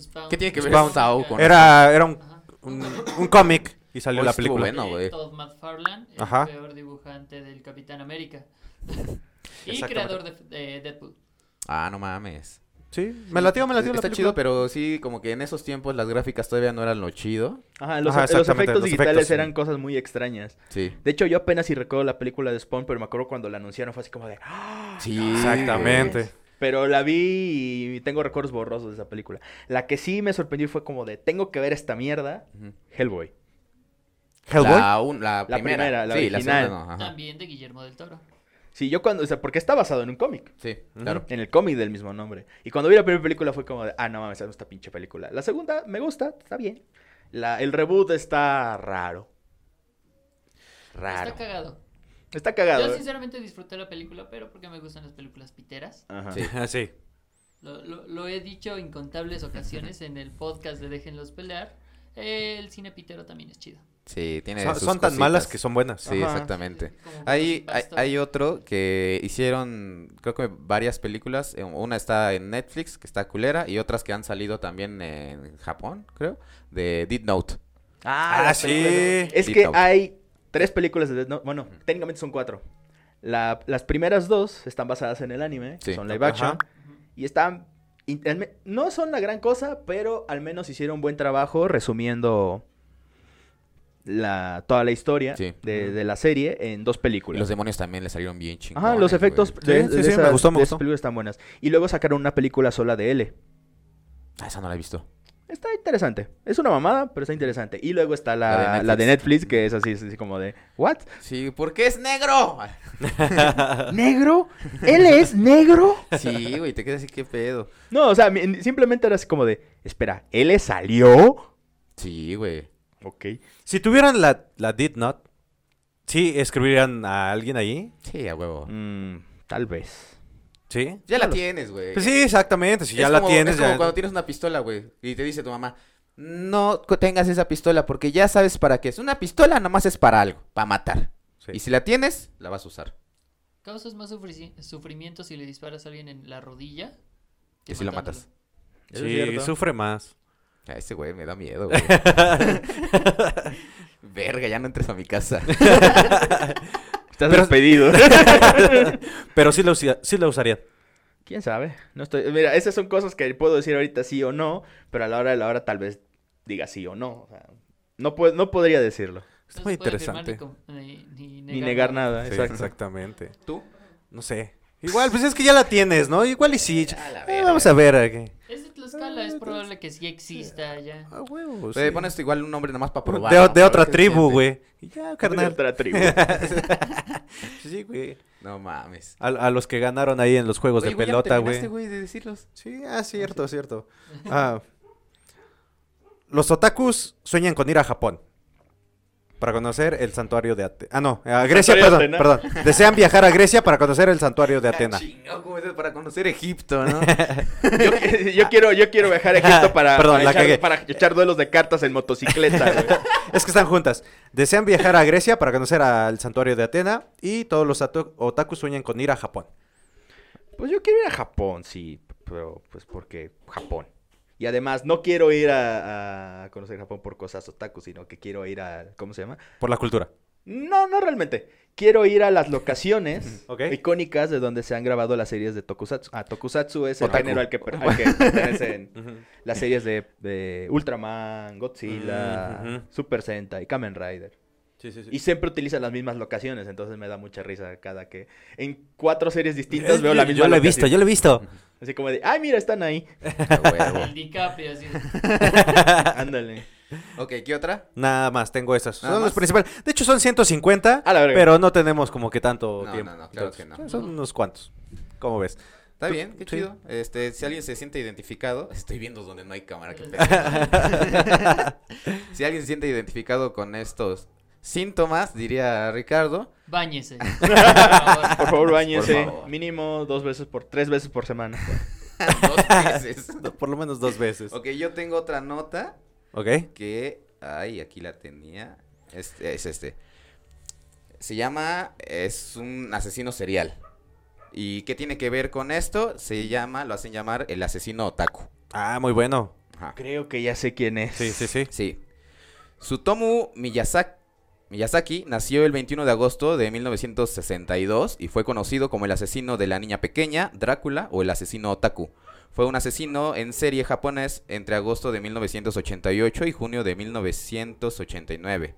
Speaker 4: Spawn.
Speaker 2: Ah. ¿Qué tiene que ver
Speaker 3: Spawn.
Speaker 2: Saw con-
Speaker 3: Era era un,
Speaker 4: Ajá.
Speaker 3: un, un cómic y salió
Speaker 2: Hoy
Speaker 3: la
Speaker 2: estuvo
Speaker 3: película.
Speaker 2: bueno,
Speaker 4: de
Speaker 2: güey.
Speaker 4: Todd McFarlane, el
Speaker 3: Ajá.
Speaker 4: peor dibujante del Capitán América. y
Speaker 3: Exactamente.
Speaker 4: creador de, de Deadpool.
Speaker 2: Ah, no mames.
Speaker 3: Sí, me latió, me latió la
Speaker 2: Está
Speaker 3: película.
Speaker 2: chido, pero sí, como que en esos tiempos las gráficas todavía no eran lo chido.
Speaker 5: ajá, los,
Speaker 3: Ajá,
Speaker 5: los
Speaker 3: exactamente,
Speaker 5: efectos
Speaker 3: los
Speaker 5: digitales
Speaker 3: efectos, sí.
Speaker 5: eran cosas muy extrañas.
Speaker 2: Sí.
Speaker 5: De hecho, yo apenas si recuerdo la película de Spawn, pero me acuerdo cuando la anunciaron fue así como de, ¡Ah!
Speaker 2: Sí.
Speaker 3: Exactamente.
Speaker 5: Pero la vi y tengo recuerdos borrosos de esa película. La que sí me sorprendió y fue como de, tengo que ver esta mierda,
Speaker 2: Ujú.
Speaker 5: Hellboy.
Speaker 3: ¿Hellboy?
Speaker 2: La, un- la
Speaker 5: La
Speaker 2: primera.
Speaker 5: primera, la
Speaker 2: sí,
Speaker 5: original.
Speaker 2: la segunda no. ajá.
Speaker 4: También de Guillermo del Toro.
Speaker 5: Sí, yo cuando, o sea, porque está basado en un cómic.
Speaker 2: Sí,
Speaker 3: Ujú.
Speaker 2: claro.
Speaker 5: En el cómic del mismo nombre. Y cuando vi la primera película fue como de, ah, no mames, esta pinche película. La segunda me gusta, está bien. La, el reboot está raro.
Speaker 2: Raro.
Speaker 4: Está cagado.
Speaker 5: Está cagado.
Speaker 4: Yo
Speaker 5: ¿eh?
Speaker 4: sinceramente disfruté la película, pero porque me gustan las películas piteras.
Speaker 5: Ajá.
Speaker 2: Sí.
Speaker 3: Ah, sí.
Speaker 4: Lo, lo- lo he dicho incontables ocasiones en el podcast de Déjenlos pelear. El cine pitero también es chido.
Speaker 2: Sí, tiene
Speaker 3: Son,
Speaker 2: sus
Speaker 3: son tan malas que
Speaker 2: cositas.
Speaker 3: son buenas.
Speaker 2: Sí,
Speaker 5: Ajá.
Speaker 2: exactamente.
Speaker 4: Como
Speaker 2: Hay, hay,
Speaker 4: Pasto.
Speaker 2: hay otro que hicieron, creo que varias películas. eh, Una está en Netflix, que está culera, y otras que han salido también en Japón, creo, de Dead Note.
Speaker 3: Ah,
Speaker 5: la
Speaker 3: sí.
Speaker 5: película de- Es
Speaker 2: Deep
Speaker 5: que
Speaker 2: Note.
Speaker 5: hay tres películas de Death Note. Bueno, técnicamente son cuatro. La- las primeras dos están basadas en el anime, que
Speaker 2: Sí.
Speaker 5: son live action.
Speaker 3: Ajá.
Speaker 5: Y están. in- al me- No son la gran cosa, pero al menos hicieron un buen trabajo resumiendo la, toda la historia
Speaker 2: Sí.
Speaker 5: de, de la serie en dos películas.
Speaker 2: Los demonios también le salieron bien chingados.
Speaker 5: Ajá, los efectos de,
Speaker 3: Sí, sí,
Speaker 5: de
Speaker 3: sí, me
Speaker 5: esas,
Speaker 3: gustó, me
Speaker 5: de esas
Speaker 3: gustó.
Speaker 5: películas están buenas. Y luego sacaron una película sola de L.
Speaker 2: Ah, esa no la he visto.
Speaker 5: Está interesante. Es una mamada, pero está interesante. Y luego está la, la
Speaker 2: La
Speaker 5: de,
Speaker 2: de
Speaker 5: Netflix, que es así, es así como de, ¿what?
Speaker 2: Sí, porque es negro.
Speaker 5: ¿Negro? ¿Él es negro?
Speaker 2: Sí, güey, te quedas así, qué pedo.
Speaker 5: No, o sea, mi- simplemente era así como de, espera, ¿él salió?
Speaker 2: Sí, güey.
Speaker 5: Ok.
Speaker 3: Si tuvieran la, la Did Not, ¿sí escribirían a alguien ahí?
Speaker 2: Sí, a huevo.
Speaker 5: Mm, tal vez.
Speaker 3: ¿Sí?
Speaker 2: Ya la
Speaker 5: Claro.
Speaker 2: tienes, güey.
Speaker 3: Pues sí, exactamente. Si ya
Speaker 2: Es
Speaker 3: la
Speaker 2: como-
Speaker 3: tienes,
Speaker 2: Es como
Speaker 3: ya-
Speaker 2: cuando tienes una pistola, güey, y te dice tu mamá, no co- tengas esa pistola porque ya sabes para qué es. Una pistola nomás es para algo, para matar.
Speaker 3: Sí.
Speaker 2: Y si la tienes, la vas a usar.
Speaker 4: Causas más sufrici- sufrimiento si le disparas a alguien en la rodilla.
Speaker 2: Y si lo
Speaker 4: matándolo.
Speaker 2: matas.
Speaker 5: Eso
Speaker 3: Sí,
Speaker 5: es cierto.
Speaker 3: sufre más.
Speaker 2: A ese güey me da miedo, güey. Verga, ya no entres a mi casa.
Speaker 5: Estás
Speaker 3: Pero-
Speaker 5: despedido.
Speaker 3: Pero sí la, usi- sí la usarían.
Speaker 5: ¿Quién sabe? No estoy... Mira, esas son cosas que puedo decir ahorita sí o no, pero a la hora de la hora tal vez diga sí o no. O sea, no, puedo- no podría decirlo.
Speaker 3: Está muy
Speaker 4: No se puede afirmar
Speaker 3: interesante.
Speaker 4: Ni, com- ni- ni
Speaker 5: Ni negar nada,
Speaker 3: Sí,
Speaker 5: exacto.
Speaker 3: exactamente.
Speaker 2: ¿Tú?
Speaker 3: No sé. Igual, pues es que ya la tienes, ¿no? Igual y sí.
Speaker 2: Ya la
Speaker 3: Eh,
Speaker 2: verga.
Speaker 3: vamos a ver. ¿a qué?
Speaker 4: Es de Tlaxcala, es probable que sí exista ya.
Speaker 3: Ah, huevo,
Speaker 2: Le
Speaker 3: sí.
Speaker 2: pones este igual un nombre nomás para
Speaker 3: de,
Speaker 2: probar.
Speaker 3: de
Speaker 2: ¿no? Para
Speaker 3: otra
Speaker 2: ver qué se
Speaker 3: tribu,
Speaker 2: siente.
Speaker 3: güey. Y Ya,
Speaker 5: De
Speaker 3: carnal.
Speaker 5: otra tribu.
Speaker 3: Sí, güey.
Speaker 2: No mames.
Speaker 3: A, a los que ganaron ahí en los juegos
Speaker 2: Oye,
Speaker 3: de
Speaker 2: güey, ya
Speaker 3: pelota,
Speaker 2: terminaste,
Speaker 3: güey.
Speaker 2: güey, de decirlos.
Speaker 3: Sí, ah, cierto, cierto. Ah, los otakus sueñan con ir a Japón para conocer el santuario de Atenas. Ah, no, a Grecia,
Speaker 5: Santuario
Speaker 3: perdón,
Speaker 5: de
Speaker 3: perdón. Desean viajar a Grecia para conocer el santuario de Atenas.
Speaker 2: Chingado, como eso para conocer Egipto, ¿no?
Speaker 5: Yo, qui- yo quiero, yo quiero viajar a Egipto para,
Speaker 3: Perdón,
Speaker 5: para
Speaker 3: la cagué.
Speaker 5: echar, para echar duelos de cartas en motocicleta. güey.
Speaker 3: Es que están juntas. Desean viajar a Grecia para conocer al santuario de Atenas y todos los atu- otakus sueñan con ir a Japón.
Speaker 5: Pues yo quiero ir a Japón, sí, pero pues porque Japón. Y además no quiero ir a, a conocer Japón por cosas otaku, sino que quiero ir a... ¿Cómo se llama?
Speaker 3: Por la cultura.
Speaker 5: No, no realmente. Quiero ir a las locaciones
Speaker 3: Ok.
Speaker 5: icónicas de donde se han grabado las series de Tokusatsu. Ah, Tokusatsu es el
Speaker 2: Otaku.
Speaker 5: género al que, per- al que pertenecen las series de, de Ultraman, Godzilla,
Speaker 3: Mm, ujú.
Speaker 5: Super Sentai, Kamen Rider.
Speaker 3: Sí, sí,
Speaker 5: Y siempre utilizan las mismas locaciones, entonces me da mucha risa cada que en cuatro series distintas
Speaker 3: Eh,
Speaker 5: veo la misma
Speaker 3: Yo lo he
Speaker 5: locación.
Speaker 3: visto, yo lo he visto.
Speaker 5: Así como de, ay, mira, están ahí.
Speaker 2: A huevo.
Speaker 4: El DiCaprio, así.
Speaker 5: Ándale.
Speaker 2: ok, ¿qué otra?
Speaker 3: Nada más, tengo esas.
Speaker 2: Nada
Speaker 3: son
Speaker 2: más.
Speaker 3: los principales. De hecho, son 150,
Speaker 5: A la verga.
Speaker 3: pero no tenemos como que tanto
Speaker 2: No,
Speaker 3: tiempo.
Speaker 2: no, no, claro que no.
Speaker 3: Son unos cuantos. ¿Cómo ves?
Speaker 2: Está
Speaker 3: Tú-
Speaker 2: bien, qué
Speaker 3: sí.
Speaker 2: chido. Este, si alguien se siente identificado, estoy viendo donde no hay cámara, qué pedo. si alguien se siente identificado con estos síntomas, diría Ricardo,
Speaker 4: Báñese. por favor.
Speaker 5: Por favor, bañense.
Speaker 2: favor.
Speaker 5: Mínimo dos veces por, tres veces por semana.
Speaker 2: dos veces.
Speaker 3: Por lo menos dos veces.
Speaker 2: ok, yo tengo otra nota
Speaker 3: ¿Ok?
Speaker 2: que, ay, aquí la tenía. Este, es este. Se llama, es un asesino serial. ¿Y qué tiene que ver con esto? Se llama, lo hacen llamar el asesino otaku.
Speaker 3: Ah, muy bueno.
Speaker 2: Ajá.
Speaker 5: Creo que ya sé quién es.
Speaker 3: Sí, sí, sí.
Speaker 2: Sí. Sutomu Miyazaki, Miyazaki nació el 21 de agosto de 1962 y fue conocido como el asesino de la niña pequeña, Drácula o el asesino otaku. Fue un asesino en serie japonés entre agosto de 1988 y junio de 1989.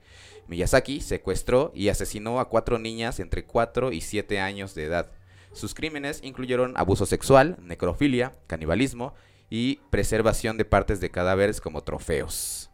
Speaker 2: Miyazaki secuestró y asesinó a cuatro niñas entre 4 y 7 años de edad. Sus crímenes incluyeron abuso sexual, necrofilia, canibalismo y preservación de partes de cadáveres como trofeos.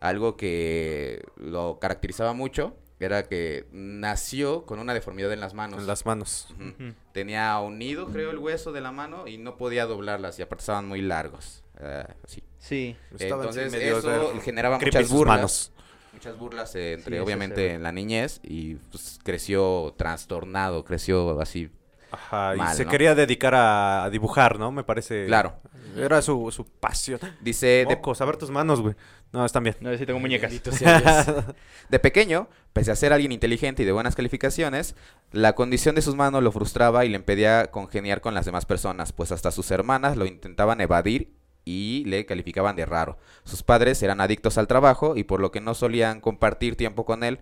Speaker 2: Algo que lo caracterizaba mucho era que nació con una deformidad en las manos.
Speaker 3: En las manos.
Speaker 2: Ujú. Tenía unido, creo, el hueso de la mano y no podía doblarlas y aparte estaban muy largos. eh, así.
Speaker 5: Sí.
Speaker 3: Estaban
Speaker 2: Entonces
Speaker 3: medio
Speaker 2: eso
Speaker 3: ver-
Speaker 2: generaba
Speaker 3: creepy
Speaker 2: muchas
Speaker 3: sus
Speaker 2: burlas.
Speaker 3: manos.
Speaker 2: Muchas burlas eh, entre,
Speaker 5: eso
Speaker 2: obviamente,
Speaker 5: se-
Speaker 2: en la niñez y pues, creció trastornado, creció así.
Speaker 3: Ajá, y
Speaker 2: Mal,
Speaker 3: se
Speaker 2: ¿no?
Speaker 3: quería dedicar a, a dibujar, ¿no? Me parece.
Speaker 2: Claro.
Speaker 3: Era su, su pasión.
Speaker 2: Dice, de,
Speaker 3: Mocos, a ver tus manos, güey. No, están bien.
Speaker 5: No, sí tengo muñecas.
Speaker 2: de pequeño, pese a ser alguien inteligente y de buenas calificaciones, la condición de sus manos lo frustraba y le impedía congeniar con las demás personas, pues hasta sus hermanas lo intentaban evadir y le calificaban de raro. Sus padres eran adictos al trabajo y por lo que no solían compartir tiempo con él,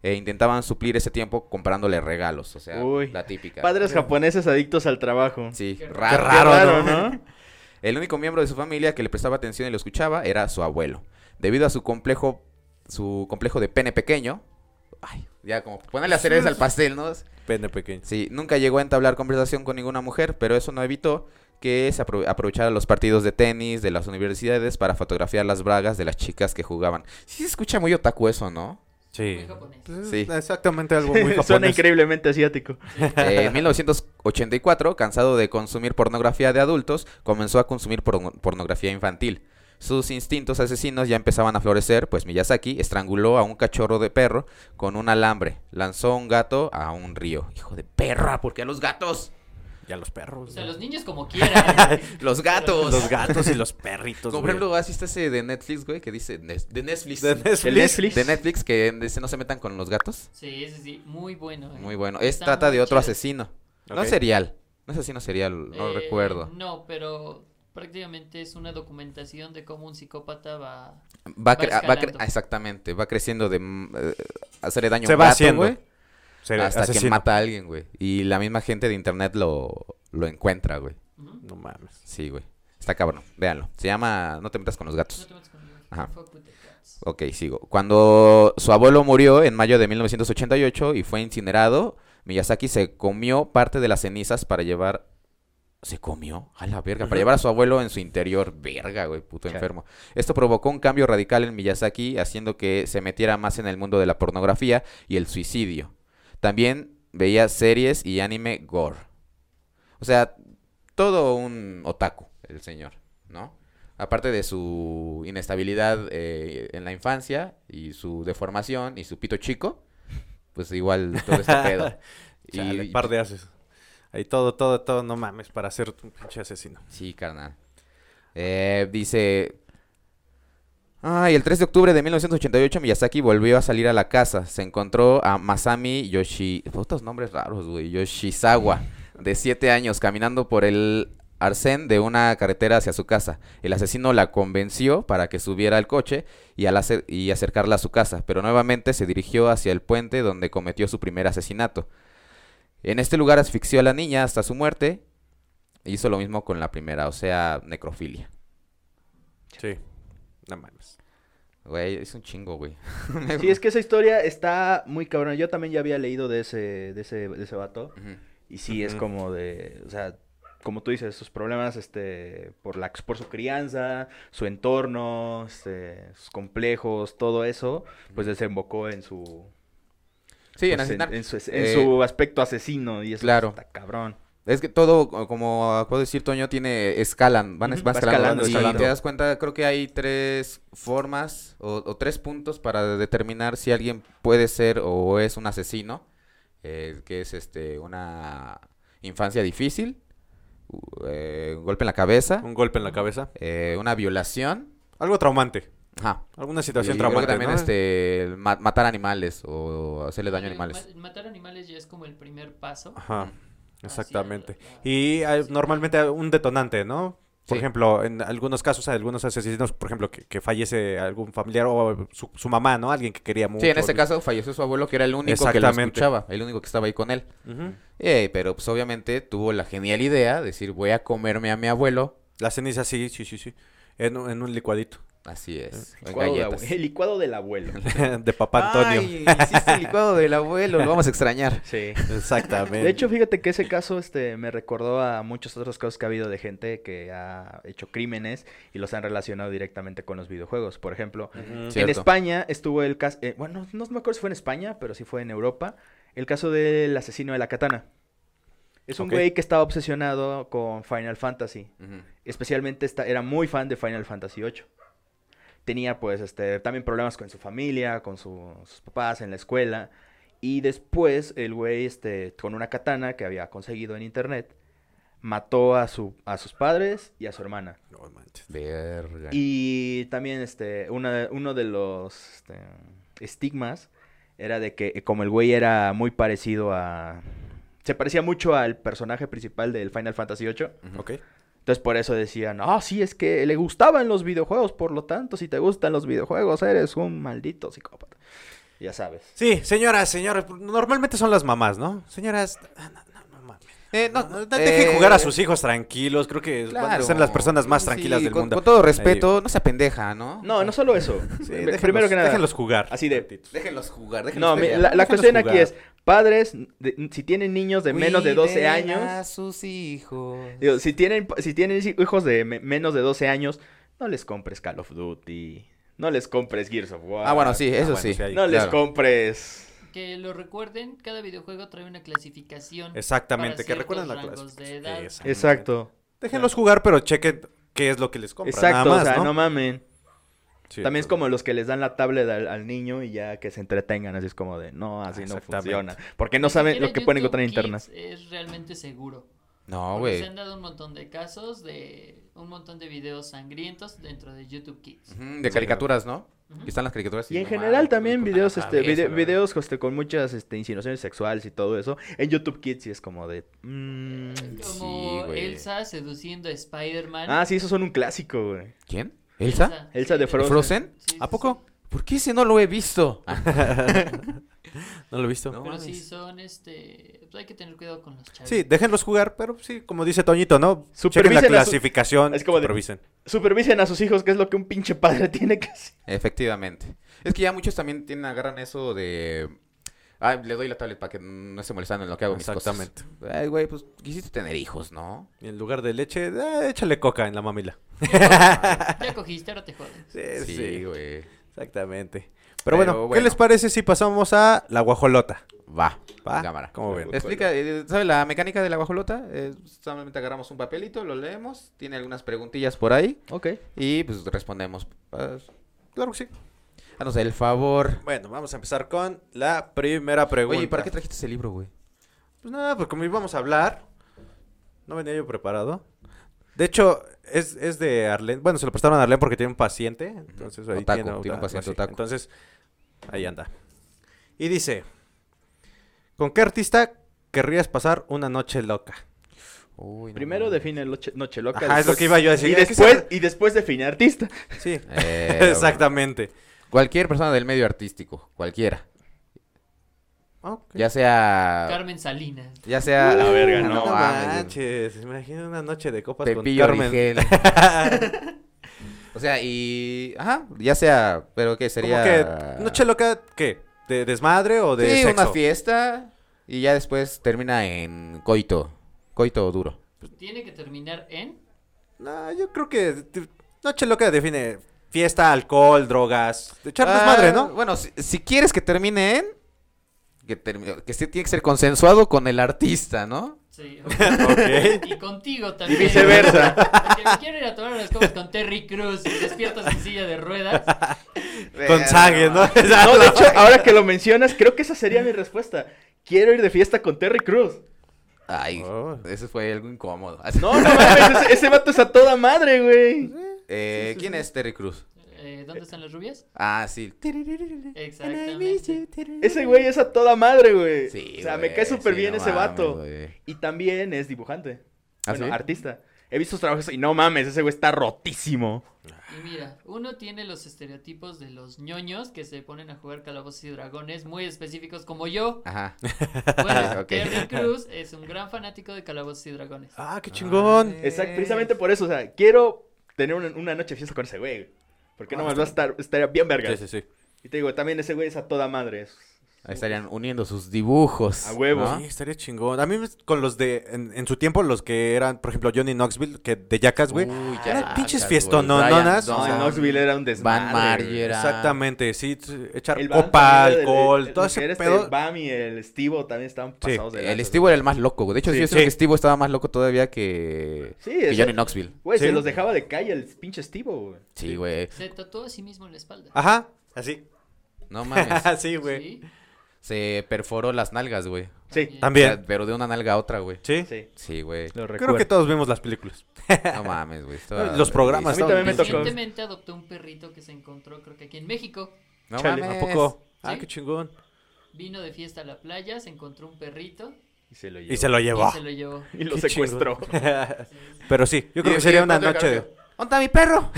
Speaker 2: e intentaban suplir ese tiempo comprándole regalos, o sea,
Speaker 5: Uy.
Speaker 2: la típica.
Speaker 5: Padres japoneses adictos al trabajo.
Speaker 2: Sí,
Speaker 4: Qué
Speaker 2: raro.
Speaker 5: Qué
Speaker 3: raro,
Speaker 5: raro,
Speaker 3: ¿no?
Speaker 5: ¿no?
Speaker 2: El único miembro de su familia que le prestaba atención y lo escuchaba era su abuelo. Debido a su complejo, su complejo de pene pequeño, ay, ya como ponerle a cereza al pastel, ¿no?
Speaker 3: Pene pequeño.
Speaker 2: Sí, nunca llegó a entablar conversación con ninguna mujer, pero eso no evitó que se apro- aprovechara los partidos de tenis de las universidades para fotografiar las bragas de las chicas que jugaban. Sí se escucha muy otaku eso, ¿no?
Speaker 3: Sí.
Speaker 4: Muy japonés.
Speaker 3: Pues,
Speaker 2: Sí.
Speaker 3: Exactamente algo muy japonés.
Speaker 5: Suena increíblemente asiático.
Speaker 2: Eh, en 1984, cansado de consumir pornografía de adultos, comenzó a consumir porno- pornografía infantil. Sus instintos asesinos ya empezaban a florecer, pues Miyazaki estranguló a un cachorro de perro con un alambre, lanzó un gato a un río. Hijo de perra, ¿por qué a los gatos?
Speaker 3: Y a los perros.
Speaker 4: O sea,
Speaker 3: ¿no?
Speaker 4: los niños como quieran.
Speaker 2: Los gatos.
Speaker 3: Los gatos y los perritos.
Speaker 2: Como por
Speaker 3: güey.
Speaker 2: ejemplo, ¿has ese de Netflix, güey? Que dice Nes- de Netflix.
Speaker 3: De
Speaker 2: De
Speaker 5: El
Speaker 3: Netflix.
Speaker 5: Netflix.
Speaker 2: Netflix que dice no se metan con los gatos.
Speaker 4: Sí, sí, sí. Muy bueno. eh.
Speaker 2: Muy bueno. Es
Speaker 4: Está
Speaker 2: trata
Speaker 4: muy
Speaker 2: de otro
Speaker 4: chido.
Speaker 2: asesino. No
Speaker 3: Ok.
Speaker 2: serial. No es asesino serial, no
Speaker 4: Eh,
Speaker 2: recuerdo.
Speaker 4: No, pero prácticamente es una documentación de cómo un psicópata va.
Speaker 2: Va, cre- ah,
Speaker 4: Va
Speaker 2: va cre-
Speaker 4: escalando.
Speaker 2: exactamente, va creciendo de mm, eh, hacerle daño
Speaker 3: Se
Speaker 2: a un
Speaker 3: va
Speaker 2: gato,
Speaker 3: haciendo.
Speaker 2: güey,
Speaker 3: Ser
Speaker 2: hasta que
Speaker 3: asesino.
Speaker 2: mata a alguien, güey. Y la misma gente de internet lo, lo encuentra, güey.
Speaker 4: Ujú.
Speaker 3: No mames.
Speaker 2: Sí, güey. Está cabrón, véanlo. Se llama No te metas con los
Speaker 4: No
Speaker 2: gatos.
Speaker 4: te metas conmigo.
Speaker 2: Ajá.
Speaker 4: Fuck with the cats.
Speaker 2: Ok, sigo. Cuando su abuelo murió en mayo de 1988 y fue incinerado, Miyazaki se comió parte de las cenizas para llevar... ¿Se comió? A la verga. Para llevar a su abuelo en su interior. Verga, güey, puto
Speaker 5: Chale.
Speaker 2: enfermo. Esto provocó un cambio radical en Miyazaki, haciendo que se metiera más en el mundo de la pornografía y el suicidio. También veía series y anime gore. O sea, todo un otaku, el señor, ¿no? Aparte de su inestabilidad eh, en la infancia y su deformación y su pito chico, pues igual todo este pedo.
Speaker 3: Chale,
Speaker 2: y,
Speaker 3: par de haces. Ahí todo, todo, todo. No mames. Para ser un pinche asesino.
Speaker 2: Sí, carnal. Eh, dice... Ay, el 3 de octubre de 1988 Miyazaki volvió a salir a la casa. Se encontró a Masami Yoshi... Estos nombres raros, güey. Yoshizawa, de 7 años, caminando por el arcén de una carretera hacia su casa. El asesino la convenció para que subiera al coche y, al acer- y acercarla a su casa, pero nuevamente se dirigió hacia el puente donde cometió su primer asesinato. En este lugar asfixió a la niña hasta su muerte Hizo lo mismo con la primera, o sea, necrofilia.
Speaker 3: Sí. No mames.
Speaker 2: Güey, es un chingo, güey.
Speaker 5: Sí, es que esa historia está muy cabrona. Yo también ya había leído de ese, de ese, de ese vato.
Speaker 2: Ujú.
Speaker 5: Y sí, es
Speaker 3: Ujú.
Speaker 5: como de, o sea, como tú dices, sus problemas, este, por la, por su crianza, su entorno, este, sus complejos, todo eso, pues desembocó en su,
Speaker 2: Sí, en
Speaker 5: pues, en,
Speaker 2: asesinar.
Speaker 5: en su, en
Speaker 2: Eh,
Speaker 5: su aspecto asesino y eso
Speaker 2: claro.
Speaker 5: está cabrón.
Speaker 2: Es que todo, co- como puedo decir, Toño, tiene escalan, van, es-
Speaker 5: Ujú,
Speaker 2: va
Speaker 5: va
Speaker 2: escalando.
Speaker 5: escalando,
Speaker 2: y
Speaker 5: escalando.
Speaker 2: te das cuenta, creo que hay tres formas o, o tres puntos para determinar si alguien puede ser o es un asesino, eh, que es este una infancia difícil, u- eh, un golpe en la cabeza,
Speaker 3: Un golpe en la cabeza.
Speaker 2: eh, una violación.
Speaker 3: Algo traumante.
Speaker 2: Ajá.
Speaker 3: Alguna
Speaker 2: Y creo
Speaker 3: situación
Speaker 2: que
Speaker 3: traumática.
Speaker 2: también
Speaker 3: ¿no?
Speaker 2: este, el ma- matar animales o hacerle daño a
Speaker 4: Eh,
Speaker 2: animales.
Speaker 4: ma- Matar animales ya es como el primer paso.
Speaker 3: Ajá, exactamente.
Speaker 4: la-
Speaker 3: Y hay
Speaker 4: sí.
Speaker 3: normalmente hay un detonante, ¿no? Por
Speaker 2: Sí.
Speaker 3: ejemplo, en algunos casos, hay algunos asesinos, por ejemplo, que, que fallece algún familiar o su, su mamá, ¿no? Alguien que quería mucho.
Speaker 2: Sí, en este caso falleció su abuelo, que era el único que lo
Speaker 3: Exactamente.
Speaker 2: escuchaba, el único que estaba ahí con él.
Speaker 3: Ujú.
Speaker 2: Eh, pero pues obviamente tuvo la genial idea de decir, voy a comerme a mi abuelo.
Speaker 3: La ceniza, sí, sí, sí, sí. En, un- en un licuadito.
Speaker 2: Así es. O en
Speaker 5: Licuado de
Speaker 2: galletas.
Speaker 5: abue- el licuado del abuelo.
Speaker 3: de papá Antonio.
Speaker 2: Ay, hiciste el licuado del abuelo, lo vamos a extrañar.
Speaker 5: Sí.
Speaker 3: Exactamente.
Speaker 5: De hecho, fíjate que ese caso este, me recordó a muchos otros casos que ha habido de gente que ha hecho crímenes y los han relacionado directamente con los videojuegos. Por ejemplo,
Speaker 3: Ujú.
Speaker 2: Sí. Cierto.
Speaker 5: en España estuvo el caso, bueno, no me acuerdo si fue en España, pero sí fue en Europa, el caso del asesino de la katana. Es un
Speaker 3: Ok.
Speaker 5: güey que estaba obsesionado con Final Fantasy.
Speaker 2: Ujú.
Speaker 5: Especialmente esta- era muy fan de Final Fantasy VIII. Tenía pues este, también problemas con su familia, con su- sus papás, en la escuela. Y después el güey este, con una katana que había conseguido en internet mató a, su, a sus padres y a su hermana.
Speaker 3: No manches.
Speaker 2: Verga.
Speaker 5: Y también este, una de- uno de los este, estigmas era de que eh, como el güey era muy parecido a... Se parecía mucho al personaje principal del Final Fantasy VIII.
Speaker 2: Ujú.
Speaker 3: Ok.
Speaker 5: Entonces por eso decían, ah, sí, es que le gustaban los videojuegos, por lo tanto, si te gustan los videojuegos, eres un maldito psicópata. Ya sabes.
Speaker 3: Sí, señoras, señores, normalmente son las mamás, ¿no? Señoras, no, no, no mames.
Speaker 2: Eh, no,
Speaker 3: No, no, dejen
Speaker 2: eh,
Speaker 3: jugar a sus hijos tranquilos, creo que van a
Speaker 2: claro.
Speaker 3: ser las personas más
Speaker 2: Sí,
Speaker 3: tranquilas del
Speaker 2: con,
Speaker 3: mundo.
Speaker 2: Con todo respeto, no sea pendeja, ¿no?
Speaker 5: No, no solo eso.
Speaker 3: Sí,
Speaker 5: Pr-
Speaker 3: déjenlos-
Speaker 5: eh, Primero que nada.
Speaker 3: Déjenlos jugar.
Speaker 5: Así de-
Speaker 3: tantito.
Speaker 2: Déjenlos jugar, déjenlos
Speaker 5: No, mi-
Speaker 2: pelear.
Speaker 5: la, la
Speaker 3: déjenlos
Speaker 5: cuestión aquí
Speaker 3: jugar.
Speaker 5: es, padres, de- si tienen niños de menos de 12
Speaker 2: Cuiden
Speaker 5: años,
Speaker 2: A sus hijos.
Speaker 5: digo, si tienen, si tienen hijos de me- menos de 12 años, no les compres Call of Duty, no les compres Gears of War.
Speaker 2: ah, bueno, sí, eso
Speaker 3: bueno,
Speaker 2: sí.
Speaker 3: sí hay-
Speaker 5: No les
Speaker 2: claro.
Speaker 5: compres...
Speaker 4: Que lo recuerden, cada videojuego trae una clasificación.
Speaker 3: Exactamente,
Speaker 4: para
Speaker 3: que recuerden la clase.
Speaker 4: ciertos rangos de edad.
Speaker 3: Exactamente.
Speaker 5: Exacto.
Speaker 3: Déjenlos jugar, pero chequen qué es lo que les compran.
Speaker 5: Exacto,
Speaker 3: nada más,
Speaker 5: o sea,
Speaker 3: ¿no?
Speaker 5: no mamen.
Speaker 3: Sí,
Speaker 5: También
Speaker 3: entonces-
Speaker 5: es como los que les dan la tablet al, al niño y ya que se entretengan, así es como de, no, así no
Speaker 3: Exactamente.
Speaker 5: funciona. Porque no
Speaker 4: Ni
Speaker 5: saben lo
Speaker 4: siquiera
Speaker 5: que pueden
Speaker 4: YouTube
Speaker 5: encontrar en
Speaker 4: Kids
Speaker 5: internet.
Speaker 4: Es realmente seguro.
Speaker 2: No,
Speaker 4: Porque
Speaker 2: güey.
Speaker 4: se han dado un montón de casos de un montón de videos sangrientos dentro de YouTube Kids.
Speaker 2: Ujú, De caricaturas, ¿no?
Speaker 4: Ujú.
Speaker 2: Están las caricaturas.
Speaker 5: Y en
Speaker 2: no
Speaker 5: general
Speaker 2: mames,
Speaker 5: también
Speaker 3: pues,
Speaker 2: güey,
Speaker 5: videos,
Speaker 2: puta
Speaker 5: este,
Speaker 2: madre,
Speaker 5: vide-
Speaker 2: eso, la verdad.
Speaker 5: videos este, con muchas este, insinuaciones sexuales y todo eso. En YouTube Kids sí es como de... mm.
Speaker 4: Como
Speaker 2: Sí, güey.
Speaker 4: Elsa seduciendo a Spider-Man.
Speaker 5: Ah, sí, esos son un clásico, güey.
Speaker 2: ¿Quién? ¿Elsa?
Speaker 5: Elsa de
Speaker 2: ¿Frozen?
Speaker 5: Frozen.
Speaker 4: Sí,
Speaker 3: ¿A
Speaker 4: sí,
Speaker 3: poco?
Speaker 4: sí.
Speaker 2: ¿Por qué ese no lo he visto? Ah,
Speaker 3: No lo he visto.
Speaker 2: No
Speaker 4: Pero
Speaker 2: mames.
Speaker 4: sí son este. Pues hay que tener cuidado con los chavos.
Speaker 3: Sí, déjenlos jugar, pero sí, como dice Toñito, ¿no? Chequen
Speaker 5: Supervisen
Speaker 3: la
Speaker 5: a su-
Speaker 3: clasificación,
Speaker 5: Es como de-
Speaker 3: supervisen.
Speaker 5: Supervisen a sus hijos, que es lo que un pinche padre tiene que hacer.
Speaker 2: Efectivamente. Es que ya muchos también tienen, agarran eso de. Ah, le doy la tablet para que no se molestan en lo que hago mis cosas.
Speaker 3: Exactamente.
Speaker 2: Ay, güey, pues quisiste tener hijos, ¿no?
Speaker 3: Y en lugar de leche, eh, échale coca en la mamila.
Speaker 4: Ya cogiste, ahora te jodes.
Speaker 3: Eh, Sí,
Speaker 2: Sí, güey.
Speaker 3: Exactamente.
Speaker 2: Pero
Speaker 3: Pero, bueno, ¿qué
Speaker 2: bueno.
Speaker 3: les parece si pasamos a la guajolota?
Speaker 2: Va.
Speaker 3: ¿Va?
Speaker 2: Cámara.
Speaker 3: ¿Cómo ven?
Speaker 2: Explica, eh, ¿sabe la mecánica de la guajolota? Eh, solamente agarramos un papelito, lo leemos, tiene algunas preguntillas por ahí
Speaker 5: Ok.
Speaker 2: y pues respondemos. Pues,
Speaker 3: Claro que sí.
Speaker 2: Haznos Ah, el favor.
Speaker 3: Bueno, vamos a empezar con la primera pregunta.
Speaker 2: Oye, ¿y ¿para qué trajiste ese libro, güey?
Speaker 3: Pues nada, pues como íbamos a hablar, no venía yo preparado. De hecho, es, es de Arlen. Bueno, se lo prestaron a Arlen porque tiene un paciente. Entonces ahí
Speaker 2: Otaku,
Speaker 3: tiene,
Speaker 2: tiene un
Speaker 3: otaku,
Speaker 2: paciente
Speaker 3: sí.
Speaker 2: otaku.
Speaker 3: Entonces, ahí anda. Y dice, ¿con qué artista querrías pasar una noche loca?
Speaker 2: Uy, no
Speaker 5: Primero
Speaker 2: mames.
Speaker 5: define Noche, noche Loca.
Speaker 3: Ajá, es lo que iba yo a decir.
Speaker 5: Y
Speaker 3: Hay que
Speaker 5: después,
Speaker 3: saber-
Speaker 5: y después define artista.
Speaker 3: Sí,
Speaker 2: Eh, bueno.
Speaker 3: exactamente.
Speaker 2: Cualquier persona del medio artístico, cualquiera.
Speaker 3: Ok. Uh,
Speaker 2: Ya sea.
Speaker 4: Carmen Salinas.
Speaker 2: Ya sea.
Speaker 5: La verga,
Speaker 3: No,
Speaker 5: no
Speaker 2: mames.
Speaker 3: manches, imagina una noche de copas con
Speaker 2: Pepillo
Speaker 3: Carmen.
Speaker 2: Origel. o sea, y. Ajá, ya sea. Pero que sería.
Speaker 3: Como que noche loca, ¿qué? ¿De desmadre o de
Speaker 2: Sí,
Speaker 3: sexo?
Speaker 2: una fiesta. Y ya después termina en coito. Coito duro.
Speaker 4: Tiene que terminar en.
Speaker 3: No, yo creo que t- noche loca define fiesta, alcohol, drogas, de echar
Speaker 2: Ah,
Speaker 3: desmadre, ¿no?
Speaker 2: Bueno, si, si quieres que termine en. Que, termi- que sí tiene que ser consensuado con el artista, ¿no?
Speaker 4: Sí,
Speaker 3: Ok.
Speaker 4: Y contigo también.
Speaker 5: viceversa.
Speaker 4: Porque me quiero ir a tomar unas copas con Terry Cruz y despiertas en silla de ruedas.
Speaker 2: Ah,
Speaker 3: Con sangre, ¿no?
Speaker 5: No, de hecho, ahora que lo mencionas, creo que esa sería mi respuesta. Quiero ir de fiesta con Terry Cruz.
Speaker 2: Ay,
Speaker 3: Oh.
Speaker 2: ese fue algo incómodo.
Speaker 5: No, no mames, ese, ese vato es a toda madre, güey.
Speaker 2: Eh, ¿Quién es Terry Cruz?
Speaker 4: Eh, ¿Dónde están las rubias?
Speaker 2: Ah, sí.
Speaker 4: Exactamente.
Speaker 5: Ese güey es a toda madre, güey.
Speaker 2: Sí,
Speaker 5: o sea, me
Speaker 2: güey,
Speaker 5: cae súper
Speaker 2: sí,
Speaker 5: bien
Speaker 2: no
Speaker 5: ese
Speaker 2: mames,
Speaker 5: vato.
Speaker 2: güey.
Speaker 5: Y también es dibujante.
Speaker 2: ¿Ah,
Speaker 5: bueno,
Speaker 2: sí?
Speaker 5: artista. He visto sus trabajos y no mames, ese güey está rotísimo.
Speaker 4: Y mira, uno tiene los estereotipos de los ñoños que se ponen a jugar calabozos y dragones muy específicos como yo.
Speaker 2: Ajá.
Speaker 4: Bueno,
Speaker 2: Ok.
Speaker 4: Terry Cruz es un gran fanático de calabozos y dragones.
Speaker 3: Ah, qué chingón.
Speaker 2: Ah,
Speaker 5: Exacto, precisamente por eso, o sea, quiero tener una, una noche de fiesta con ese güey. Porque no más va a estar, estaría bien verga.
Speaker 3: Sí, sí, sí.
Speaker 5: Y te digo, también ese güey es a toda madre. es-
Speaker 2: Ahí estarían uniendo sus dibujos.
Speaker 5: A huevo.
Speaker 2: ¿no?
Speaker 3: Sí, estaría chingón. A mí me- con los de, en, en su tiempo, los que eran, por ejemplo, Johnny Knoxville, que de Jackass, güey.
Speaker 2: Uy,
Speaker 3: eran
Speaker 2: ya,
Speaker 3: pinches
Speaker 2: ya,
Speaker 3: fiestonononas,
Speaker 2: güey.
Speaker 5: No,
Speaker 2: Brian
Speaker 5: en
Speaker 2: Johnson,
Speaker 5: Knoxville era un desmadre.
Speaker 2: Van
Speaker 5: güey.
Speaker 2: Margera.
Speaker 3: Exactamente, sí, t- echar
Speaker 5: El Van
Speaker 3: copa,
Speaker 5: también era del-
Speaker 3: alcohol,
Speaker 5: el-
Speaker 3: todo
Speaker 5: el que era
Speaker 3: ese
Speaker 5: este
Speaker 3: pedo.
Speaker 5: Bam y el Estivo también estaban pasados de
Speaker 2: El
Speaker 5: lanza,
Speaker 2: Steve era el más loco, güey. De hecho,
Speaker 3: Sí,
Speaker 2: yo siento
Speaker 3: sí.
Speaker 2: que Steve estaba más loco todavía que,
Speaker 5: Sí,
Speaker 2: que
Speaker 5: ese-
Speaker 2: Johnny Knoxville.
Speaker 5: Güey,
Speaker 3: Sí.
Speaker 5: se los dejaba de calle el pinche Estivo, güey.
Speaker 2: Sí, güey.
Speaker 4: Se tatuó a sí mismo en la espalda.
Speaker 3: Ajá, así.
Speaker 2: No mames.
Speaker 3: Así, Ah, güey.
Speaker 4: Sí,
Speaker 2: Se perforó las nalgas, güey.
Speaker 5: Sí,
Speaker 2: O sea,
Speaker 3: También.
Speaker 2: Pero de una nalga a otra, güey.
Speaker 3: Sí.
Speaker 5: sí.
Speaker 2: Sí, güey.
Speaker 3: Creo
Speaker 5: Lo
Speaker 3: que
Speaker 5: recuerdo.
Speaker 3: todos vimos las películas.
Speaker 2: No mames, güey. estaba-
Speaker 3: Los programas.
Speaker 5: A mí también me tocó.
Speaker 4: Recientemente adoptó un perrito que se encontró, creo que aquí en México.
Speaker 2: No
Speaker 3: Chale,
Speaker 2: mames.
Speaker 3: ¿a poco? Ah,
Speaker 4: Sí.
Speaker 3: qué chingón.
Speaker 4: Vino de fiesta a la playa, se encontró un perrito
Speaker 5: Y se lo llevó.
Speaker 3: Y se lo llevó.
Speaker 4: y se lo llevó.
Speaker 5: Y lo
Speaker 3: Qué chingón.
Speaker 5: secuestró.
Speaker 3: Pero sí, yo creo
Speaker 2: Y-
Speaker 3: que
Speaker 2: y
Speaker 3: sería
Speaker 2: el
Speaker 3: una
Speaker 2: patio de
Speaker 3: noche de...
Speaker 2: Carpio, ¿Dónde está mi perro?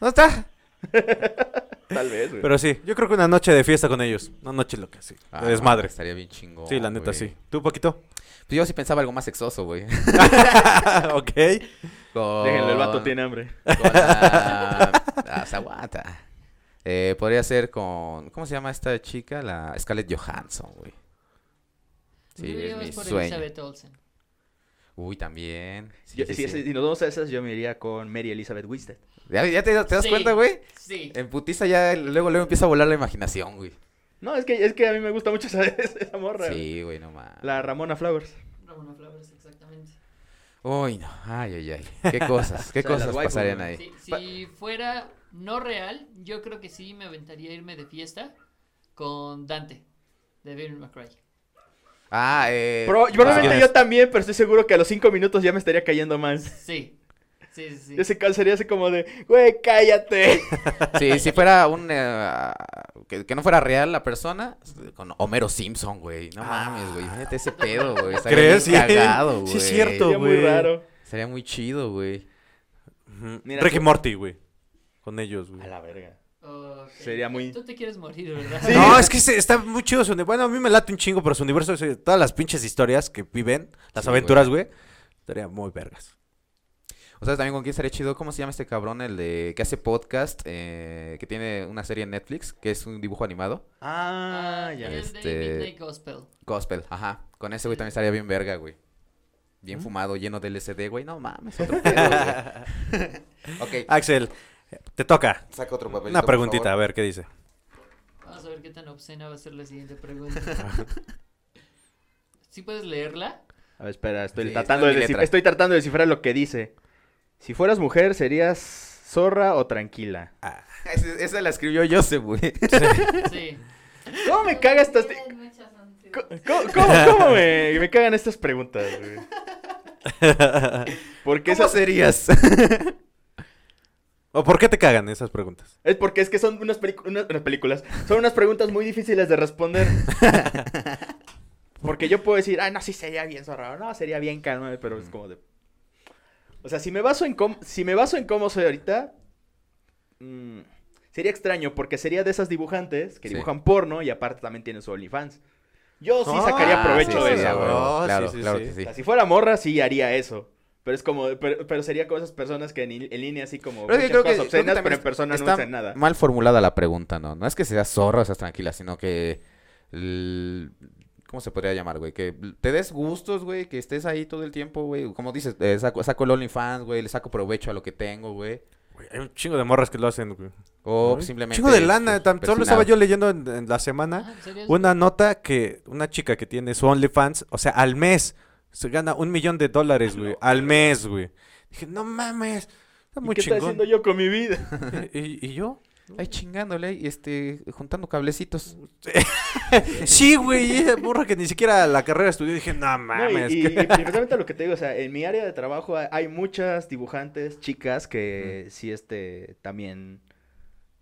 Speaker 2: ¿Dónde está?
Speaker 5: Tal vez, güey.
Speaker 3: Pero sí, yo creo que una noche de fiesta con ellos. Una noche loca, sí.
Speaker 2: Ah,
Speaker 3: de desmadre.
Speaker 2: Estaría bien chingón.
Speaker 3: sí, la neta,
Speaker 2: güey.
Speaker 3: sí. ¿Tú, Paquito?
Speaker 2: Pues yo sí pensaba algo más sexoso, güey.
Speaker 3: ok.
Speaker 2: Con-
Speaker 5: Déjenlo, el
Speaker 3: Ah.
Speaker 5: vato tiene hambre.
Speaker 2: Con la... la Zaguata. Eh, podría ser con... ¿Cómo se llama esta chica? La Scarlett Johansson, güey. Sí, es
Speaker 4: Deberíamos
Speaker 2: mi
Speaker 4: por
Speaker 2: sueño.
Speaker 4: Elizabeth Olsen.
Speaker 2: Uy, también. Sí,
Speaker 5: Yo-
Speaker 2: sí,
Speaker 5: si,
Speaker 2: sí.
Speaker 5: ese- si nos vamos a esas, yo me iría con Mary Elizabeth Winstead.
Speaker 2: ¿Ya, ya te, te das
Speaker 4: Sí.
Speaker 2: cuenta, güey?
Speaker 4: Sí.
Speaker 5: Eh,
Speaker 2: En putiza ya luego, luego empieza a volar la imaginación, güey.
Speaker 5: No, es que, es que a mí me gusta mucho esa, esa morra. güey.
Speaker 2: Sí, güey, no mames.
Speaker 5: La Ramona Flowers.
Speaker 3: Eh,
Speaker 4: Ramona Flowers, exactamente.
Speaker 2: Uy, no. Ay, ay, ay. Qué cosas, qué
Speaker 5: O sea, las
Speaker 2: cosas
Speaker 5: waifus,
Speaker 2: pasarían
Speaker 5: güey.
Speaker 2: ahí.
Speaker 4: Sí, si fuera no real, yo creo que sí me aventaría a irme de fiesta con Dante, de Bill McCray.
Speaker 2: Ah, eh.
Speaker 5: Pro-
Speaker 2: ah,
Speaker 5: probablemente yo también, pero estoy seguro que a los cinco minutos ya me estaría cayendo más.
Speaker 4: Sí. Sí, sí, sí.
Speaker 5: Ese cal sería así como de, güey, cállate.
Speaker 2: Sí, si fuera un. eh, que, que no fuera real la persona. Con Homero Simpson, güey. No
Speaker 3: Ah.
Speaker 2: mames, güey. Fíjate ese pedo, güey. Estaría
Speaker 3: ¿Crees?
Speaker 2: bien cagado,
Speaker 3: Sí,
Speaker 2: güey.
Speaker 3: sí es cierto.
Speaker 5: Sería muy
Speaker 3: güey.
Speaker 5: raro.
Speaker 2: Sería muy chido, güey.
Speaker 3: Ujú.
Speaker 5: Mira,
Speaker 3: Ricky
Speaker 5: tú-
Speaker 3: Morty, güey. Con ellos, güey.
Speaker 5: A la verga.
Speaker 4: Ok.
Speaker 5: Sería muy-
Speaker 4: Tú te quieres morir, ¿verdad? Ah,
Speaker 5: Sí.
Speaker 3: No, es que se- está muy chido su uni- Bueno, a mí me late un chingo, pero su universo, sí, todas las pinches historias que viven, las
Speaker 2: Sí,
Speaker 3: aventuras, güey, estaría muy vergas.
Speaker 2: O sea, también con quién estaría chido. ¿Cómo se llama este cabrón? El de. Que hace podcast. eh, que tiene una serie en Netflix. Que es un dibujo animado.
Speaker 5: Ah, ya.
Speaker 4: El
Speaker 2: ves.
Speaker 4: de
Speaker 2: Este-
Speaker 4: Midnight Gospel.
Speaker 2: Gospel, ajá. Con ese güey también estaría bien verga, güey. Bien
Speaker 3: Mm.
Speaker 2: fumado, lleno de LSD, güey. No mames, otro pedo, güey. ok,
Speaker 3: Axel, te toca.
Speaker 2: saca otro papelito,
Speaker 3: Ah, Una
Speaker 2: por
Speaker 3: preguntita, a
Speaker 2: favor.
Speaker 3: ver qué dice.
Speaker 4: Vamos a ver qué tan obscena va a ser la siguiente pregunta. ¿Sí puedes leerla?
Speaker 5: A ver, espera, estoy,
Speaker 2: Sí, está
Speaker 5: tratando de
Speaker 2: en mi
Speaker 5: descif-
Speaker 2: letra.
Speaker 5: estoy tratando de descifrar lo que dice. Si fueras mujer, ¿serías zorra o tranquila?
Speaker 2: Ese- Esa la escribió Joseph, güey.
Speaker 4: Sí.
Speaker 5: ¿Cómo me caga estas...
Speaker 1: Tienes
Speaker 5: te-
Speaker 1: muchas ansias.
Speaker 5: co- ¿Cómo, cómo, cómo me, me cagan estas preguntas, güey? Porque
Speaker 2: ¿Cómo
Speaker 5: esas-
Speaker 2: serías?
Speaker 3: ¿O por qué te cagan esas preguntas?
Speaker 5: Es porque es que son unas, pelicu- unas- unas películas. Son unas preguntas muy difíciles de responder. Porque yo puedo decir, ay, no, sí sería bien zorra. o No, sería bien calma, pero
Speaker 2: Mm.
Speaker 5: es como de. O sea, si me baso en cómo, si me baso en cómo soy ahorita. mm, sería extraño, porque sería de esas dibujantes que
Speaker 2: Sí.
Speaker 5: dibujan porno y aparte también tienen su OnlyFans. Yo sí
Speaker 3: Ah,
Speaker 5: sacaría provecho
Speaker 2: sí,
Speaker 5: de
Speaker 2: sí,
Speaker 5: eso.
Speaker 2: a
Speaker 5: güey.
Speaker 2: huevo,
Speaker 3: No,
Speaker 2: claro,
Speaker 3: sí, sí,
Speaker 2: claro
Speaker 3: sí.
Speaker 2: que
Speaker 5: O
Speaker 2: sí.
Speaker 5: sea, si fuera morra, sí haría eso. Pero es como, pero, pero sería con esas personas que en, en línea así como
Speaker 2: Pero es que
Speaker 5: muchas
Speaker 2: creo que-
Speaker 5: cosas
Speaker 2: creo que
Speaker 5: obscenas,
Speaker 2: también
Speaker 5: pero en persona no
Speaker 2: está
Speaker 5: hacen nada.
Speaker 2: Mal formulada la pregunta, ¿no? No es que seas zorra o seas tranquila, sino que. l- ¿Cómo se podría llamar, güey? Que te des gustos, güey. Que estés ahí todo el tiempo, güey. Como dices, eh, saco, saco el OnlyFans, güey. Le saco provecho a lo que tengo, güey.
Speaker 3: Güey, hay un chingo de morras que lo hacen, güey.
Speaker 2: O
Speaker 3: Ay,
Speaker 2: simplemente.
Speaker 3: Chingo de lana.
Speaker 2: pues,
Speaker 3: tan- solo
Speaker 2: persinado.
Speaker 3: estaba yo leyendo en, en la semana
Speaker 4: Ah, ¿serías-
Speaker 3: una nota que una chica que tiene su OnlyFans, o sea, al mes se gana un millón de
Speaker 2: Ah,
Speaker 3: dólares, güey. Al mes, güey. Dije, no mames. Está
Speaker 5: ¿Y
Speaker 3: muy
Speaker 5: ¿Qué estoy
Speaker 3: chingón.
Speaker 5: haciendo yo con mi vida?
Speaker 3: ¿Y, y yo?
Speaker 2: Ahí chingándole y este, juntando cablecitos.
Speaker 3: Sí, güey. y esa morra que ni siquiera la carrera estudió. Dije, no
Speaker 5: No, y-
Speaker 3: mames.
Speaker 5: y,
Speaker 3: ¿qué?".
Speaker 5: y precisamente lo que te digo, o sea, en mi área de trabajo hay- hay muchas dibujantes, chicas, que sí, este, también,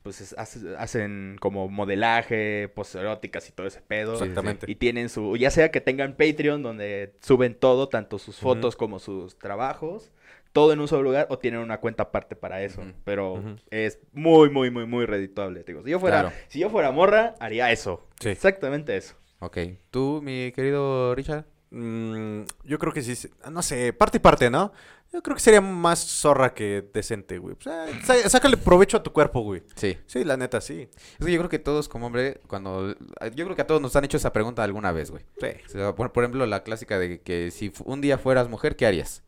Speaker 5: pues, es- hace- hacen como modelaje, posteróticas y todo ese pedo.
Speaker 2: Sí,
Speaker 3: Exactamente.
Speaker 5: Y tienen su, ya sea que tengan Patreon, donde suben todo, tanto sus
Speaker 3: Ujú.
Speaker 5: fotos como sus trabajos, todo en un solo lugar, o tienen una cuenta aparte para eso.
Speaker 2: Ujú.
Speaker 5: Pero
Speaker 3: Ujú.
Speaker 5: es muy, muy, muy, muy redituable. te digo. si yo fuera,
Speaker 2: Claro.
Speaker 5: si yo fuera morra, haría eso.
Speaker 3: Sí.
Speaker 5: Exactamente eso.
Speaker 2: Ok. ¿Tú, mi querido Richard?
Speaker 3: Mm, yo creo que sí. se- ah, No sé, parte y parte, ¿no? Yo creo que sería más zorra que decente, güey. Pues, ah, sa- sácale provecho a tu cuerpo, güey.
Speaker 2: Sí.
Speaker 3: Sí, la neta, sí.
Speaker 2: Es que yo creo que todos como hombre, cuando... Yo creo que a todos nos han hecho esa pregunta alguna vez, güey.
Speaker 3: Sí.
Speaker 2: O sea, por, por ejemplo, la clásica de que si fu- un día fueras mujer, ¿qué harías?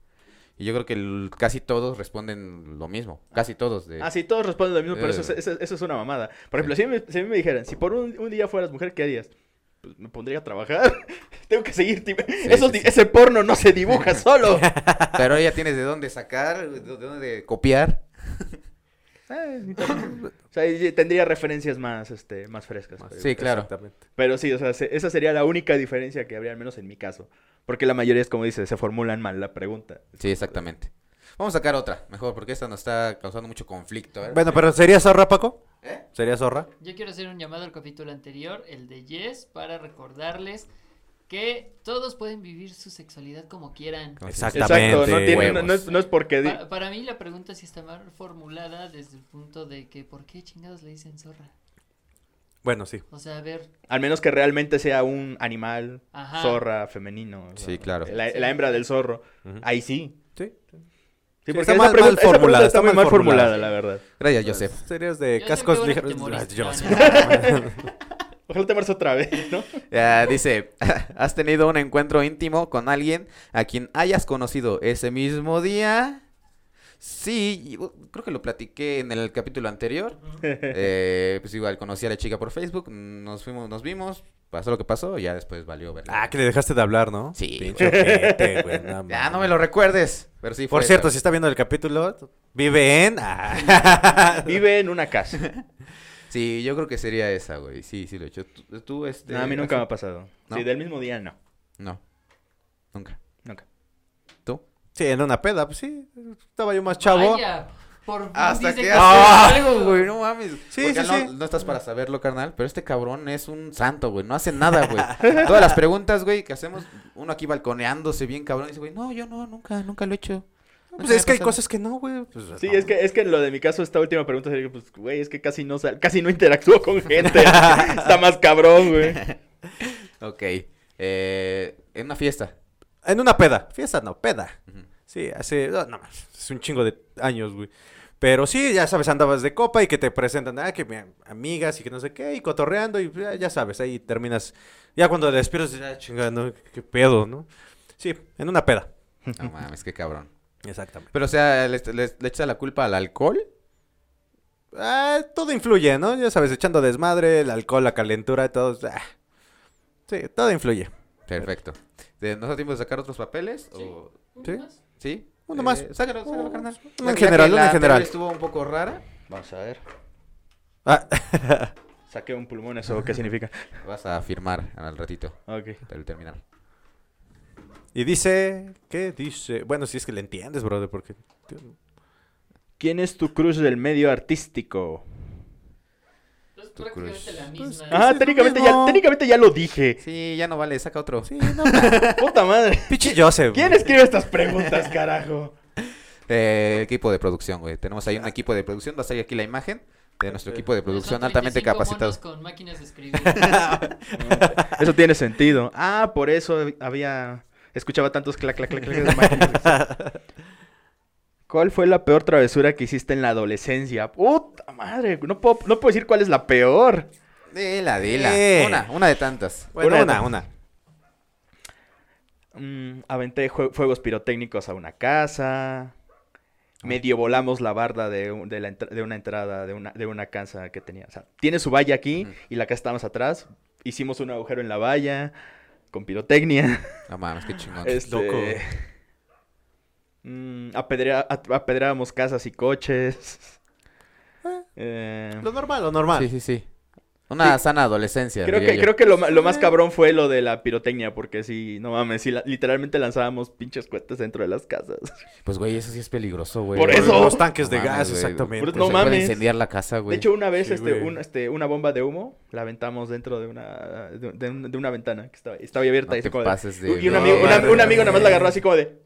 Speaker 2: Y yo creo que el- casi todos responden lo mismo. Casi todos. De,
Speaker 5: Ah, sí, todos responden lo mismo, pero eso, es-
Speaker 2: Eh.
Speaker 5: eso- eso es una mamada. Por ejemplo, si, a mí me- si a mí me dijeran, si por un, un día fueras mujer, ¿qué harías? Pues me pondría a trabajar. Tengo que seguir. ti- Esos
Speaker 2: sí,
Speaker 5: di-
Speaker 2: sí.
Speaker 5: Ese porno no se dibuja solo.
Speaker 2: Pero ya tienes de dónde sacar, de de dónde copiar.
Speaker 5: Eh, ni tan- o sea, y tendría referencias más, este, más frescas.
Speaker 3: Más-
Speaker 5: pero-
Speaker 2: Sí, claro.
Speaker 3: Exactamente.
Speaker 5: Pero sí, o sea, se- esa sería la única diferencia que habría, al menos en mi caso. Porque la mayoría es como dices, se formulan mal la pregunta.
Speaker 2: Sí, exactamente. Vamos a sacar otra, mejor, porque esta nos está causando mucho conflicto. ¿eh?
Speaker 3: Bueno, pero ¿sería zorra, Paco?
Speaker 2: ¿Eh?
Speaker 3: ¿Sería zorra?
Speaker 4: Yo quiero hacer un llamado al capítulo anterior, el de Yes, para recordarles que todos pueden vivir su sexualidad como quieran.
Speaker 2: Así es.
Speaker 5: Exacto, no, tiene- no- no es,
Speaker 2: Huevos.
Speaker 5: no es porque... di-
Speaker 4: Pa- para mí la pregunta sí está mal formulada desde el punto de que ¿por qué chingados le dicen zorra?
Speaker 3: Bueno, sí.
Speaker 4: O sea, a ver,
Speaker 5: Al menos que realmente sea un animal,
Speaker 4: Ajá.
Speaker 5: zorra, femenino. o sea,
Speaker 2: Sí, claro.
Speaker 5: La, la hembra del zorro.
Speaker 3: Ujú.
Speaker 5: Ahí sí.
Speaker 3: Sí.
Speaker 5: Sí,
Speaker 3: Sí,
Speaker 5: porque
Speaker 3: está
Speaker 5: esa,
Speaker 3: mal-
Speaker 5: pregunta,
Speaker 3: mal
Speaker 5: esa pregunta
Speaker 3: formulada,
Speaker 5: está,
Speaker 3: está
Speaker 5: muy
Speaker 3: mal
Speaker 5: mal formulada,
Speaker 3: formulada.
Speaker 5: la verdad.
Speaker 2: Gracias, Joseph.
Speaker 3: Serías
Speaker 4: Yo
Speaker 3: de
Speaker 4: sé
Speaker 3: Eh, cascos
Speaker 4: que ahora te
Speaker 3: ligeros.
Speaker 4: moriste,
Speaker 3: Ay, yo
Speaker 4: no,
Speaker 3: sé.
Speaker 5: Ojalá te mueras otra vez, ¿no?
Speaker 2: Ya, Eh, dice, ¿has tenido un encuentro íntimo con alguien a quien hayas conocido ese mismo día? Sí, y, uh, creo que lo platiqué en el capítulo anterior. Eh, pues igual, conocí a la chica por Facebook, nos fuimos, nos vimos, pasó lo que pasó, y ya después valió verla.
Speaker 3: Ah, que le dejaste de hablar, ¿no?
Speaker 2: Sí,
Speaker 3: Pinche ojete, güey. No,
Speaker 2: Ya,
Speaker 3: mames.
Speaker 2: no me lo recuerdes. Pero sí, fue
Speaker 3: Por cierto,
Speaker 2: eso.
Speaker 3: si está viendo el capítulo, vive en... Ah.
Speaker 5: Vive en una casa.
Speaker 2: Sí, yo creo que sería esa, güey. Sí, sí, lo he hecho. ¿Tú, tú, este...
Speaker 5: No, a mí nunca me ha pasado.
Speaker 2: ¿No?
Speaker 5: Sí, del mismo día no.
Speaker 2: No, nunca.
Speaker 5: Nunca.
Speaker 2: ¿Tú?
Speaker 3: Sí, en una peda, pues sí. Estaba yo más chavo.
Speaker 4: Vaya, por fin
Speaker 2: Hasta
Speaker 4: dice
Speaker 2: que...
Speaker 4: que
Speaker 2: ¡Ah!
Speaker 4: hace algo.
Speaker 2: algo, güey, no mames.
Speaker 3: Sí,
Speaker 2: Porque
Speaker 3: sí,
Speaker 2: no,
Speaker 3: sí.
Speaker 2: no estás para saberlo, carnal, pero este cabrón es un santo, güey. No hace nada, güey. Todas las preguntas, güey, que hacemos, uno aquí balconeándose bien cabrón, y dice, güey, no, yo no, nunca, nunca lo he hecho.
Speaker 3: Pues
Speaker 2: Nunca me
Speaker 3: es que
Speaker 2: ha
Speaker 3: hay
Speaker 2: pasado.
Speaker 3: cosas que no, güey. Pues,
Speaker 5: Sí,
Speaker 3: no.
Speaker 5: es que, es que lo de mi caso, esta última pregunta sería, que, pues, güey, es que casi no, sal- casi no interactúo con gente. Está más cabrón, güey.
Speaker 2: Ok. Eh, en una fiesta.
Speaker 3: En una peda. Fiesta no, peda.
Speaker 2: Ujú.
Speaker 3: Sí, hace... No, no, es un chingo de años, güey. Pero sí, ya sabes, andabas de copa y que te presentan, ah, que mi am- amigas y que no sé qué, y cotorreando, y ya, ya sabes, ahí terminas. Ya cuando te despiertas, ya chingando, qué pedo, ¿no? Sí, en una peda.
Speaker 2: No mames, qué cabrón.
Speaker 3: Exactamente.
Speaker 2: Pero, o sea, ¿le, le, le echas la culpa al alcohol?
Speaker 3: Ah, todo influye, ¿no? Ya sabes, echando desmadre, el alcohol, la calentura, todo. ah. Sí, todo influye.
Speaker 2: Perfecto. Eh, ¿Nos da tiempo de sacar otros papeles?
Speaker 4: Sí.
Speaker 2: O...
Speaker 4: ¿Uno
Speaker 3: Sí.
Speaker 4: más?
Speaker 2: ¿Sí? Eh,
Speaker 3: Uno más.
Speaker 2: Sácalo, sácalo, carnal.
Speaker 3: en
Speaker 2: Ya que
Speaker 3: general,
Speaker 2: la
Speaker 3: uno en
Speaker 2: anterior
Speaker 3: general.
Speaker 2: estuvo un poco rara.
Speaker 5: Vamos a ver.
Speaker 3: Ah,
Speaker 5: Saqué un pulmón, ¿eso qué significa?
Speaker 2: Vas a firmar al ratito,
Speaker 5: Ok.
Speaker 2: al terminar.
Speaker 3: y dice, ¿qué dice? Bueno, si es que le entiendes, brother, porque...
Speaker 5: ¿Quién es tu crush del medio artístico?
Speaker 4: Es
Speaker 2: Tu
Speaker 4: Pues, prácticamente
Speaker 2: crush.
Speaker 4: la misma.
Speaker 5: Ah,
Speaker 3: es lo
Speaker 5: técnicamente
Speaker 3: mismo.
Speaker 5: ya, técnicamente ya lo dije.
Speaker 2: Sí, ya no vale, saca otro.
Speaker 3: Sí, no,
Speaker 5: Puta madre.
Speaker 3: pinche Joseph.
Speaker 5: ¿Quién
Speaker 3: güey.
Speaker 5: escribe estas preguntas, carajo?
Speaker 2: Eh, equipo de producción, güey. Tenemos ahí un equipo de producción. Va a salir aquí la imagen de nuestro equipo de
Speaker 4: Son
Speaker 2: producción altamente
Speaker 4: 35 monos
Speaker 2: capacitado.
Speaker 4: Con máquinas de escribir.
Speaker 5: Eso tiene sentido. Ah, por eso había. Escuchaba tantos clac, clac, clac, clac de máquinas. ¿Cuál fue la peor travesura que hiciste en la adolescencia? Puta madre, no puedo, no puedo decir cuál es la peor.
Speaker 2: Dila, dila.
Speaker 3: Eh.
Speaker 2: Una, una de tantas.
Speaker 3: Bueno, una,
Speaker 5: Una,
Speaker 3: una.
Speaker 5: Mm, aventé jue- fuegos pirotécnicos a una casa. Medio volamos la barda de, un- de la entra- de una entrada de una, de una casa que tenía. O sea, tiene su valla aquí
Speaker 2: Ujú.
Speaker 5: y la casa está más atrás. Hicimos un agujero en la valla con pirotecnia.
Speaker 2: No mames, qué chingón.
Speaker 5: Este,
Speaker 3: loco.
Speaker 5: mm, apedrea- at- apedreábamos casas y coches. Eh,
Speaker 3: Lo normal, lo normal.
Speaker 2: Sí, sí, sí. Una sana adolescencia.
Speaker 5: creo,
Speaker 2: diría
Speaker 5: que,
Speaker 2: yo.
Speaker 5: creo que lo, ma- lo más cabrón fue lo de la pirotecnia, porque sí, no mames, sí, la- literalmente lanzábamos pinches cohetes dentro de las casas.
Speaker 2: Pues, güey, eso sí es peligroso, güey.
Speaker 5: Por
Speaker 3: Por
Speaker 5: eso.
Speaker 3: Los tanques
Speaker 2: No
Speaker 3: de
Speaker 2: mames,
Speaker 3: gas,
Speaker 2: güey.
Speaker 3: exactamente.
Speaker 5: Por
Speaker 2: Pues
Speaker 5: eso No
Speaker 2: se
Speaker 5: mames.
Speaker 2: puede incendiar la casa, güey.
Speaker 5: De hecho, una vez
Speaker 3: Sí,
Speaker 5: este,
Speaker 3: güey.
Speaker 5: un- este, una bomba de humo la aventamos dentro de una, de, de un- de una ventana que estaba, estaba ahí abierta.
Speaker 2: No
Speaker 5: y así
Speaker 2: te
Speaker 5: como de-
Speaker 2: pases de
Speaker 5: y un
Speaker 3: verga,
Speaker 5: amigo, una-
Speaker 3: güey.
Speaker 5: un amigo nada más la agarró así como de...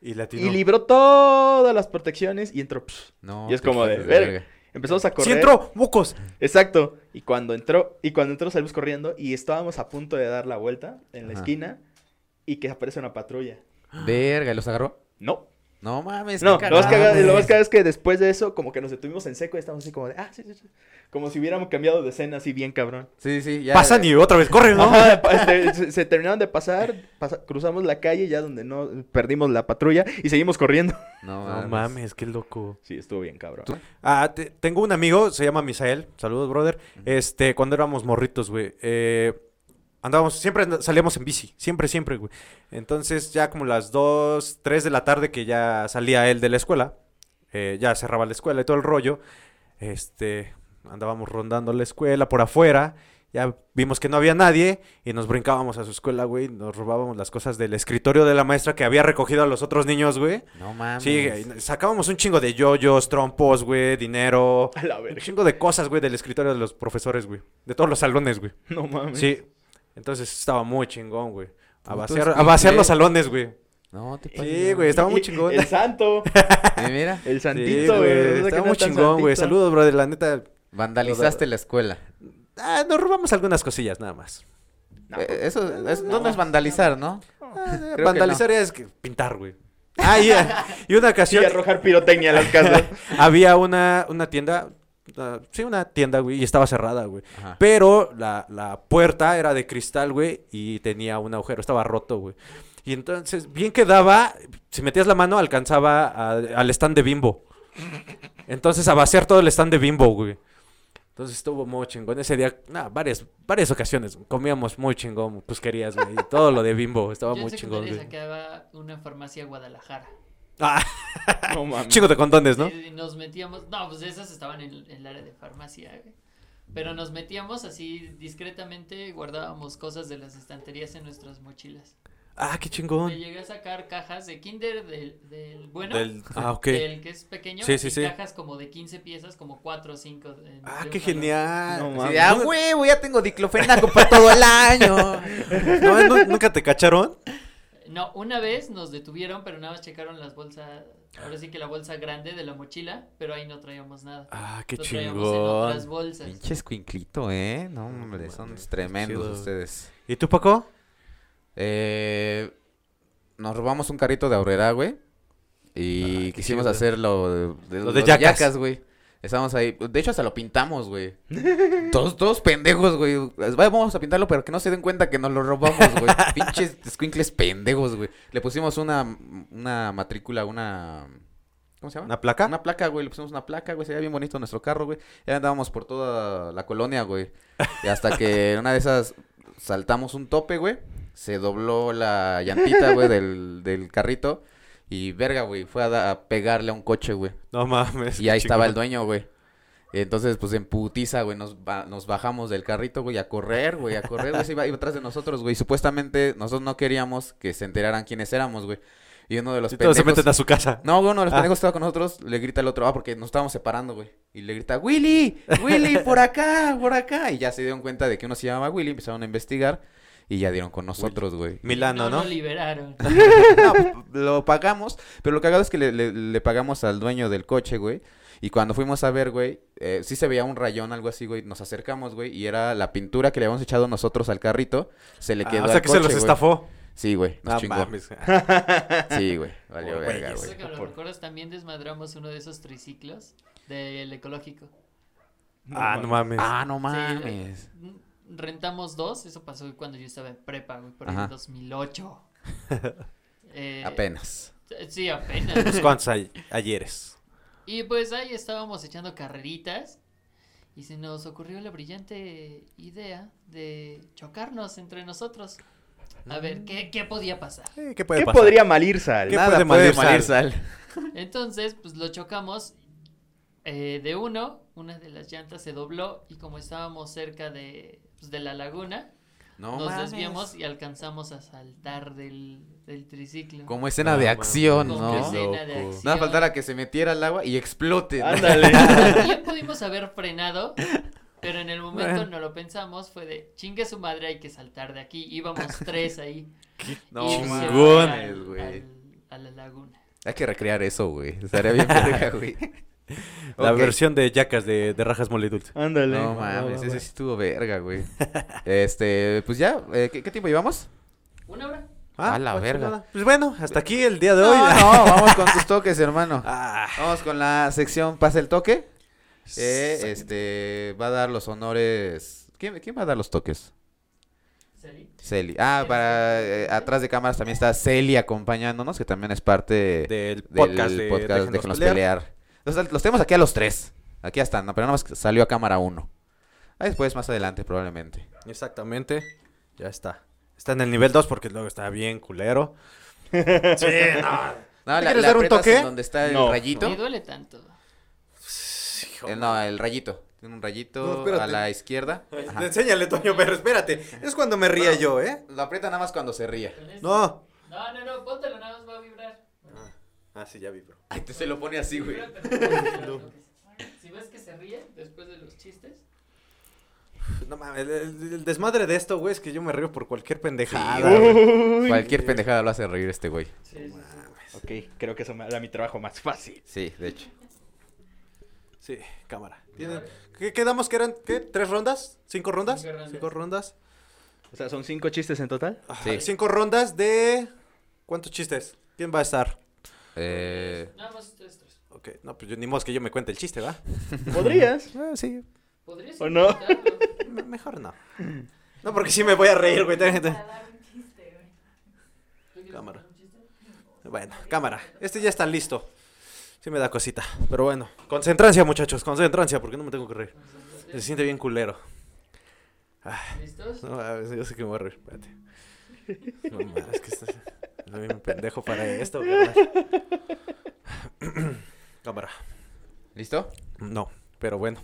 Speaker 3: y latino.
Speaker 5: Y libró todas las protecciones y entró. pss.
Speaker 2: No,
Speaker 5: y es
Speaker 2: te
Speaker 5: como de...
Speaker 2: pases
Speaker 5: verga. Empezamos a correr.
Speaker 3: ¡Sí entró! ¡Mucos!
Speaker 5: Exacto. Y cuando entró, y cuando entró salimos corriendo y estábamos a punto de dar la vuelta en la
Speaker 2: Ajá.
Speaker 5: esquina y que aparece una patrulla.
Speaker 2: Verga, ¿y los agarró?
Speaker 5: No.
Speaker 2: No mames.
Speaker 5: No,
Speaker 2: qué
Speaker 5: lo más, cagado, lo
Speaker 2: mames.
Speaker 5: más cagado es que después de eso, como que nos detuvimos en seco y estábamos así como de, ah, sí, sí, sí. Como si hubiéramos cambiado de escena así bien cabrón.
Speaker 2: Sí, sí, ya.
Speaker 3: Pasan y otra vez corren, ¿no?
Speaker 5: Ajá, pa- este, se, se terminaron de pasar, pasa- cruzamos la calle ya donde no perdimos la patrulla y seguimos corriendo.
Speaker 2: No
Speaker 3: No
Speaker 2: mames.
Speaker 3: mames, qué loco.
Speaker 5: Sí, estuvo bien cabrón.
Speaker 2: Tú-
Speaker 3: Ah, te- tengo un amigo, se llama Misael. Saludos, brother. Este, cuando éramos morritos, güey. eh, andábamos, siempre and- salíamos en bici. Siempre, siempre, güey. Entonces, ya como las 2, 3 de la tarde que ya salía él de la escuela, eh, ya cerraba la escuela y todo el rollo. Este, andábamos rondando la escuela por afuera. Ya vimos que no había nadie y nos brincábamos a su escuela, güey. Nos robábamos las cosas del escritorio de la maestra que había recogido a los otros niños, güey.
Speaker 2: No mames.
Speaker 3: Sí, eh, sacábamos un chingo de yoyos, trompos, güey, dinero.
Speaker 5: A la
Speaker 3: Un
Speaker 5: verga.
Speaker 3: chingo de cosas, güey, del escritorio de los profesores, güey. De todos los salones, güey.
Speaker 5: No mames.
Speaker 3: Sí. Entonces estaba muy chingón, güey. A
Speaker 2: Puto
Speaker 3: vaciar, a
Speaker 2: escuincle.
Speaker 3: vaciar los salones, güey.
Speaker 2: No, te pases.
Speaker 3: Sí, güey, estaba muy
Speaker 5: Y-
Speaker 3: chingón.
Speaker 5: El santo.
Speaker 2: Y mira,
Speaker 5: El
Speaker 3: Sí,
Speaker 5: santito, güey. no sé
Speaker 3: güey.
Speaker 5: qué
Speaker 3: Estaba
Speaker 5: no
Speaker 3: muy
Speaker 5: tan
Speaker 3: chingón, güey.
Speaker 5: santito.
Speaker 3: Saludos, brother. La neta.
Speaker 2: vandalizaste la escuela.
Speaker 3: Ah, nos robamos algunas cosillas, nada más.
Speaker 5: No,
Speaker 2: Eh, Eso es-
Speaker 5: no,
Speaker 2: no, no es vandalizar, ¿no?
Speaker 3: Ah,
Speaker 2: que
Speaker 3: vandalizar es que pintar, güey. Ah, y, y una
Speaker 5: Sí,
Speaker 3: ocasión.
Speaker 5: arrojar pirotecnia a las casas.
Speaker 3: Había una, una tienda. ah, sí, una tienda, güey. Y estaba cerrada, güey.
Speaker 2: Ajá.
Speaker 3: Pero la, la puerta era de cristal, güey, y tenía un agujero, estaba roto, güey. Y entonces, bien que daba, si metías la mano, alcanzaba a- al stand de bimbo. Entonces, a vaciar todo el stand de bimbo, güey. Entonces estuvo muy chingón. Ese día, nah, varias, varias ocasiones, comíamos muy chingón, pusquerías, güey. y Todo lo de bimbo, estaba
Speaker 4: Yo en
Speaker 3: muy chingón,
Speaker 4: secundaria
Speaker 3: güey.
Speaker 4: sacaba una farmacia en Guadalajara.
Speaker 3: Ah,
Speaker 5: No mames.
Speaker 3: chingo de condones, ¿no?
Speaker 4: Y nos metíamos, no, pues esas estaban en, en el área de farmacia, güey. Pero nos metíamos así discretamente, guardábamos cosas de las estanterías en nuestras mochilas.
Speaker 3: Ah, qué
Speaker 4: Me
Speaker 3: chingón.
Speaker 4: llegué a sacar cajas de kinder del, del bueno,
Speaker 3: Del- ah, ok.
Speaker 4: del que es pequeño,
Speaker 3: Sí, sí,
Speaker 4: y
Speaker 3: sí.
Speaker 4: cajas como de 15 piezas, como 4 o eh, 5.
Speaker 3: Ah, qué genial.
Speaker 5: No
Speaker 2: Sí,
Speaker 5: mames.
Speaker 2: de, ah, huevo, ya tengo diclofenaco para todo el año.
Speaker 3: No, ¿nu- ¿Nunca te cacharon?
Speaker 4: No, una vez nos detuvieron, pero nada más checaron las bolsas, ahora sí que la bolsa grande de la mochila, pero ahí no traíamos nada.
Speaker 3: Ah, qué
Speaker 4: Lo traíamos en otras
Speaker 3: chingón.
Speaker 4: bolsas.
Speaker 2: Pinche escuinclito, ¿eh? No, hombre,
Speaker 3: mames,
Speaker 2: son
Speaker 3: qué
Speaker 2: tremendos
Speaker 3: chido.
Speaker 2: ustedes.
Speaker 3: ¿Y tú, Paco?
Speaker 2: Eh, nos robamos un carrito de Aurrera, güey. Y
Speaker 3: Ah, qué
Speaker 2: quisimos
Speaker 3: chido.
Speaker 2: hacer lo de, de-
Speaker 3: Lo
Speaker 2: lo
Speaker 3: de
Speaker 2: de
Speaker 3: yacas.
Speaker 2: yacas, güey. Estábamos ahí. De hecho, hasta lo pintamos, güey. Todos, todos pendejos, güey. Vamos a pintarlo, pero que no se den cuenta que nos lo robamos, güey. Pinches squinkles pendejos, güey. Le pusimos una, una matrícula, una. ¿Cómo se llama?
Speaker 3: ¿Una placa?
Speaker 2: Una placa, güey. Le pusimos una placa, güey. Se veía bien bonito nuestro carro, güey. Ya andábamos por toda la colonia, güey. Y hasta que en una de esas saltamos un tope, güey. Se dobló la llantita, güey, del, del carrito. Y verga, güey. Fue a, da- a pegarle a un coche, güey.
Speaker 3: No mames.
Speaker 2: Y ahí
Speaker 3: qué
Speaker 2: estaba
Speaker 3: chingón.
Speaker 2: el dueño, güey. Entonces, pues en putiza, güey, nos, ba- nos bajamos del carrito, güey, a correr, güey, a correr, güey, se iba, iba atrás de nosotros, güey. Supuestamente nosotros no queríamos que se enteraran quiénes éramos, güey. Y uno de los
Speaker 3: Y todos se
Speaker 2: pendejos-
Speaker 3: meten a su casa.
Speaker 2: no, güey, uno de los
Speaker 3: Ah.
Speaker 2: pendejos estaba con nosotros, le grita el otro, ah, porque nos estábamos separando, güey. Y le grita, Willy, Willy, por acá, por acá. Y ya se dieron cuenta de que uno se llamaba Willy, empezaron a investigar y ya dieron con nosotros, güey.
Speaker 3: Milano, ¿no?
Speaker 4: lo liberaron.
Speaker 2: No, pues, lo pagamos, pero lo cagado es que le, le- le pagamos al dueño del coche, güey. Y cuando fuimos a ver, güey, eh, sí se veía un rayón, algo así, güey. Nos acercamos, güey, y era la pintura que le habíamos echado nosotros al carrito. Se le
Speaker 3: Ah,
Speaker 2: quedó
Speaker 3: o sea
Speaker 2: al
Speaker 3: que
Speaker 2: coche,
Speaker 3: se los
Speaker 2: güey.
Speaker 3: estafó.
Speaker 2: Sí, güey, nos
Speaker 3: No
Speaker 2: chingó.
Speaker 3: mames.
Speaker 2: Sí, güey, valió
Speaker 3: Güey,
Speaker 2: verga,
Speaker 4: Eso
Speaker 2: güey.
Speaker 4: que lo
Speaker 5: Por-
Speaker 4: recuerdas, también desmadramos uno de esos triciclos del ecológico.
Speaker 3: Ah, no mames.
Speaker 2: Ah, no
Speaker 4: Sí,
Speaker 2: mames.
Speaker 4: eh, rentamos dos, eso pasó cuando yo estaba en prepa, güey, por ahí
Speaker 2: Ajá.
Speaker 4: en 2008. Eh,
Speaker 2: Apenas.
Speaker 4: eh, Sí, apenas.
Speaker 3: Unos cuantos ay- ayeres.
Speaker 4: Y pues ahí estábamos echando carreritas y se nos ocurrió la brillante idea de chocarnos entre nosotros. A ver, ¿qué, qué podía pasar?
Speaker 3: Eh, ¿Qué puede
Speaker 5: ¿Qué
Speaker 3: pasar?
Speaker 5: podría malir sal?
Speaker 3: ¿Qué puede malir sal?
Speaker 4: Entonces, pues lo chocamos eh, de uno, una de las llantas se dobló y como estábamos cerca de, pues, de la laguna,
Speaker 2: No
Speaker 4: nos
Speaker 2: mames.
Speaker 4: desviamos y alcanzamos a saltar del, del triciclo.
Speaker 2: Como escena
Speaker 3: No
Speaker 2: de
Speaker 3: mames.
Speaker 2: acción,
Speaker 4: Como
Speaker 2: ¿no?
Speaker 4: escena de
Speaker 2: Loco.
Speaker 4: acción.
Speaker 2: Nada faltara que se metiera al agua y explote. ¿no?
Speaker 5: Ándale.
Speaker 4: Bien pudimos haber frenado, pero en el momento
Speaker 3: Bueno.
Speaker 4: no lo pensamos, fue de chingue su madre, hay que saltar de aquí. Íbamos tres ahí.
Speaker 2: No
Speaker 4: y se fue
Speaker 2: chingones,
Speaker 4: al-
Speaker 2: güey.
Speaker 4: al- A la laguna.
Speaker 2: Hay que recrear eso, güey. Estaría bien verga, güey.
Speaker 3: La
Speaker 2: Ok. Ah,
Speaker 3: versión de Yacas de, de Rajas Molidulce.
Speaker 5: Ándale.
Speaker 2: No
Speaker 3: va,
Speaker 2: mames,
Speaker 3: va.
Speaker 2: ese sí estuvo verga, güey. Este, pues ya, eh, ¿qué, qué tiempo llevamos?
Speaker 4: Una hora.
Speaker 2: A la
Speaker 3: pues,
Speaker 2: verga.
Speaker 3: nada. Pues bueno, hasta aquí el día de hoy.
Speaker 2: No, no, vamos con tus toques, hermano.
Speaker 3: Ah,
Speaker 2: Vamos con la sección Pasa el toque. Eh, este va a dar los honores. ¿Quién, quién va a dar los toques?
Speaker 4: Salí.
Speaker 2: Celi. Ah, para eh, atrás de cámaras también está Celi acompañándonos, que también es parte
Speaker 3: del
Speaker 2: del
Speaker 3: podcast de Déjenos
Speaker 2: Déjenos
Speaker 3: Pelear.
Speaker 2: pelear. Los, los tenemos aquí a los tres. Aquí hasta, no, pero nada más que salió a cámara uno. Ahí después, más adelante, probablemente.
Speaker 3: Exactamente. Ya está. Está en el nivel 2 porque luego está bien culero. sí, no.
Speaker 2: No,
Speaker 3: ¿Te quieres dar un
Speaker 2: aprietas
Speaker 3: toque?
Speaker 2: en donde está el
Speaker 5: No.
Speaker 2: rayito.
Speaker 4: Me duele tanto.
Speaker 2: Eh, no, el rayito. Tiene un rayito
Speaker 3: No, espérate.
Speaker 2: a la izquierda. Ajá.
Speaker 3: Enséñale, Toño, pero espérate. Es cuando me ría yo, ¿eh?
Speaker 2: Lo aprieta nada más cuando se ría.
Speaker 4: Con esto-
Speaker 3: No.
Speaker 4: No, no, no, póntelo, nada más va a vibrar.
Speaker 3: Ah, sí, ya vi, bro.
Speaker 2: Ay, te se lo pone así, güey.
Speaker 4: Vibra, pero- Si ves que se ríe después de los chistes.
Speaker 3: Pues, No mames, el, el- el desmadre de esto, güey, es que yo me río por cualquier pendejada.
Speaker 2: Sí, güey.
Speaker 3: güey.
Speaker 2: Cualquier pendejada lo hace reír este güey.
Speaker 4: Sí, sí, sí.
Speaker 5: Ok, creo que eso me da mi trabajo más fácil.
Speaker 2: Sí, de hecho.
Speaker 3: Sí, cámara. Tienen- ¿Qué quedamos que eran? ¿Qué? ¿Tres rondas? ¿Cinco rondas?
Speaker 4: Cinco rondas.
Speaker 3: Cinco rondas.
Speaker 5: O sea, son cinco chistes en total.
Speaker 3: Ajá,
Speaker 2: Sí.
Speaker 3: Cinco rondas de. ¿Cuántos chistes? ¿Quién va a estar?
Speaker 2: Eh,
Speaker 4: Nada más ustedes tres.
Speaker 3: Ok, no, pues yo, ni modo que yo me cuente el chiste, ¿va?
Speaker 5: Podrías.
Speaker 3: Eh, sí,
Speaker 4: ¿Podrías
Speaker 5: ¿O no?
Speaker 4: intentarlo?
Speaker 3: me- mejor no. No, porque sí me voy a reír, güey. tengo gente-
Speaker 4: ¿Tú quieres
Speaker 3: Cámara.
Speaker 4: contar un chiste?
Speaker 3: Bueno, cámara. Este ya está listo. Sí me da cosita, pero bueno. Concentrancia, muchachos, concentrancia, porque no me tengo que reír. Se siente bien culero.
Speaker 4: ¿Listos?
Speaker 3: No, a ver, yo sé que me voy a reír, espérate. No mames, es que estás... Soy un pendejo para esto, carnal. Cámara.
Speaker 2: ¿Listo?
Speaker 3: No, pero bueno.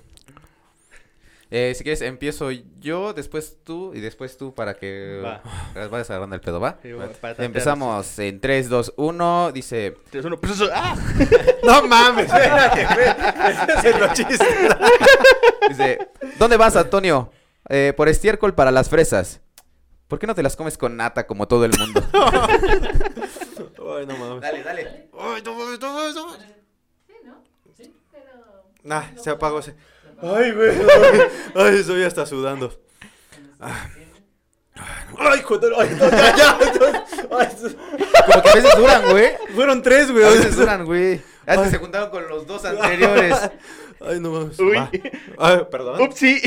Speaker 2: Eh, si quieres, empiezo yo, después tú y después tú para que
Speaker 5: Va.
Speaker 2: las vayas agarrando el pedo, ¿va?
Speaker 5: Sí, va, para tantearnos.
Speaker 2: Empezamos en 3, 2, 1. Dice:
Speaker 5: Tres, uno, pues, ¡ah!
Speaker 3: No mames, espérate, güey. Ese es lo chiste.
Speaker 2: dice ¿Dónde vas, Antonio? "Eh, por estiércol para las fresas. ¿Por qué no te las comes con nata como todo el mundo?
Speaker 3: Ay, no mames.
Speaker 2: dale, dale.
Speaker 3: Ay, no mames, no mames, no mames.
Speaker 4: Sí, ¿no? Sí, pero.
Speaker 3: Nah, se apagó ese.
Speaker 4: se apagó.
Speaker 3: Ay, güey. Ay, estoy hasta sudando. Ay, joder, ay, no, ya, ya. no. Ay, su-
Speaker 2: Como que a veces duran, güey.
Speaker 3: fueron tres, güey.
Speaker 2: A veces duran, güey. A veces se juntaron con los dos anteriores.
Speaker 3: Ay, no mames.
Speaker 5: Uy.
Speaker 3: Va. Ay, perdón.
Speaker 5: ¡Upsi!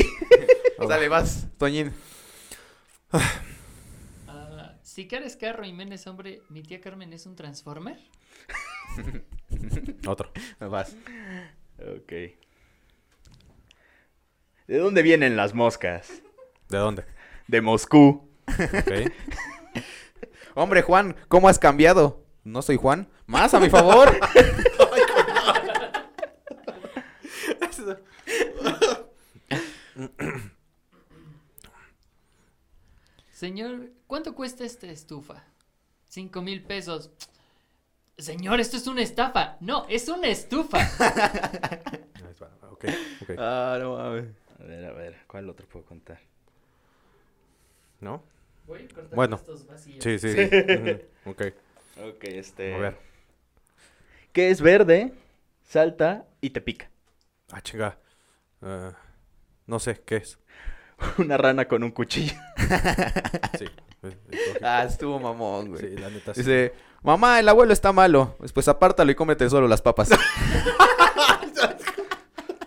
Speaker 2: Pues Dale, vas, Toñín.
Speaker 4: Ah, si Cares Carro y Men es hombre, mi tía Carmen es un Transformer.
Speaker 3: Otro.
Speaker 2: Vas.
Speaker 5: Ok. ¿De dónde vienen las moscas?
Speaker 3: ¿De dónde?
Speaker 5: De Moscú.
Speaker 3: Ok.
Speaker 2: Hombre, Juan, ¿cómo has cambiado? No soy Juan. Más a mi favor.
Speaker 4: Señor, ¿cuánto cuesta esta estufa? Cinco mil pesos. Señor, esto es una estafa. No, es una estufa.
Speaker 3: Ahí va, Ok, ok.
Speaker 5: Ah, no mames. A ver, a ver, ¿cuál otro puedo contar?
Speaker 3: ¿No?
Speaker 4: Voy a cortar
Speaker 3: Bueno.
Speaker 4: estos vacíos.
Speaker 3: Sí, sí, sí. Ujú, Ok.
Speaker 5: Ok, este.
Speaker 3: A ver.
Speaker 5: ¿Qué es verde, salta y te pica?
Speaker 3: Ah, chinga. Eh, no sé, ¿qué es?
Speaker 5: Una rana con un cuchillo.
Speaker 3: Sí. eh, eh,
Speaker 2: Ah, estuvo mamón,
Speaker 3: ok.
Speaker 2: güey.
Speaker 3: Sí, la neta sí.
Speaker 2: Dice, mamá, el abuelo está malo. Pues, pues apártalo y cómete solo las papas.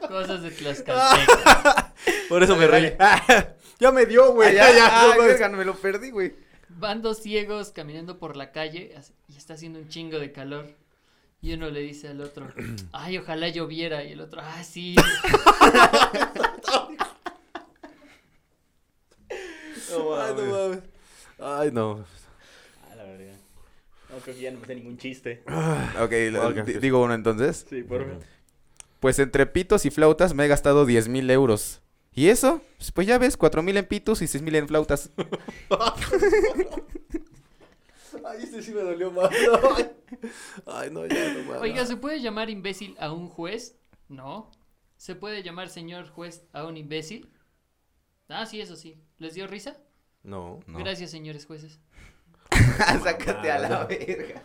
Speaker 4: Cosas de Tlaxcalteca.
Speaker 3: Por eso me reí.
Speaker 2: Dale,
Speaker 3: Ah, ya me dio, güey.
Speaker 2: Ay,
Speaker 3: Ya, ya. no
Speaker 2: ay,
Speaker 3: mames.
Speaker 2: Ah, verga, me lo perdí, güey.
Speaker 4: Van dos ciegos caminando por la calle así- y está haciendo un chingo de calor. Y uno le dice al otro, ay, ojalá lloviera. Y el otro, ah, sí.
Speaker 3: Ay, no mames. Ay, no.
Speaker 5: Ah, la verdad. No creo que ya no me sé ningún chiste.
Speaker 2: Ok, lo-
Speaker 3: Ok.
Speaker 2: di- digo uno entonces.
Speaker 5: Sí, por favor.
Speaker 2: Pues entre pitos y flautas me he gastado 10 mil euros. ¿Y eso? Pues, pues ya ves, 4 mil en pitos y 6 mil en flautas.
Speaker 3: Ay, este sí me dolió más. Ay, Ay, no, ya, no mames.
Speaker 4: Oiga, ¿se puede llamar imbécil a un juez? No. ¿Se puede llamar señor juez a un imbécil? Ah, sí, eso sí. ¿Les dio risa?
Speaker 3: No.
Speaker 2: No.
Speaker 4: Gracias, señores jueces.
Speaker 3: Ah,
Speaker 2: Sácate a la verga.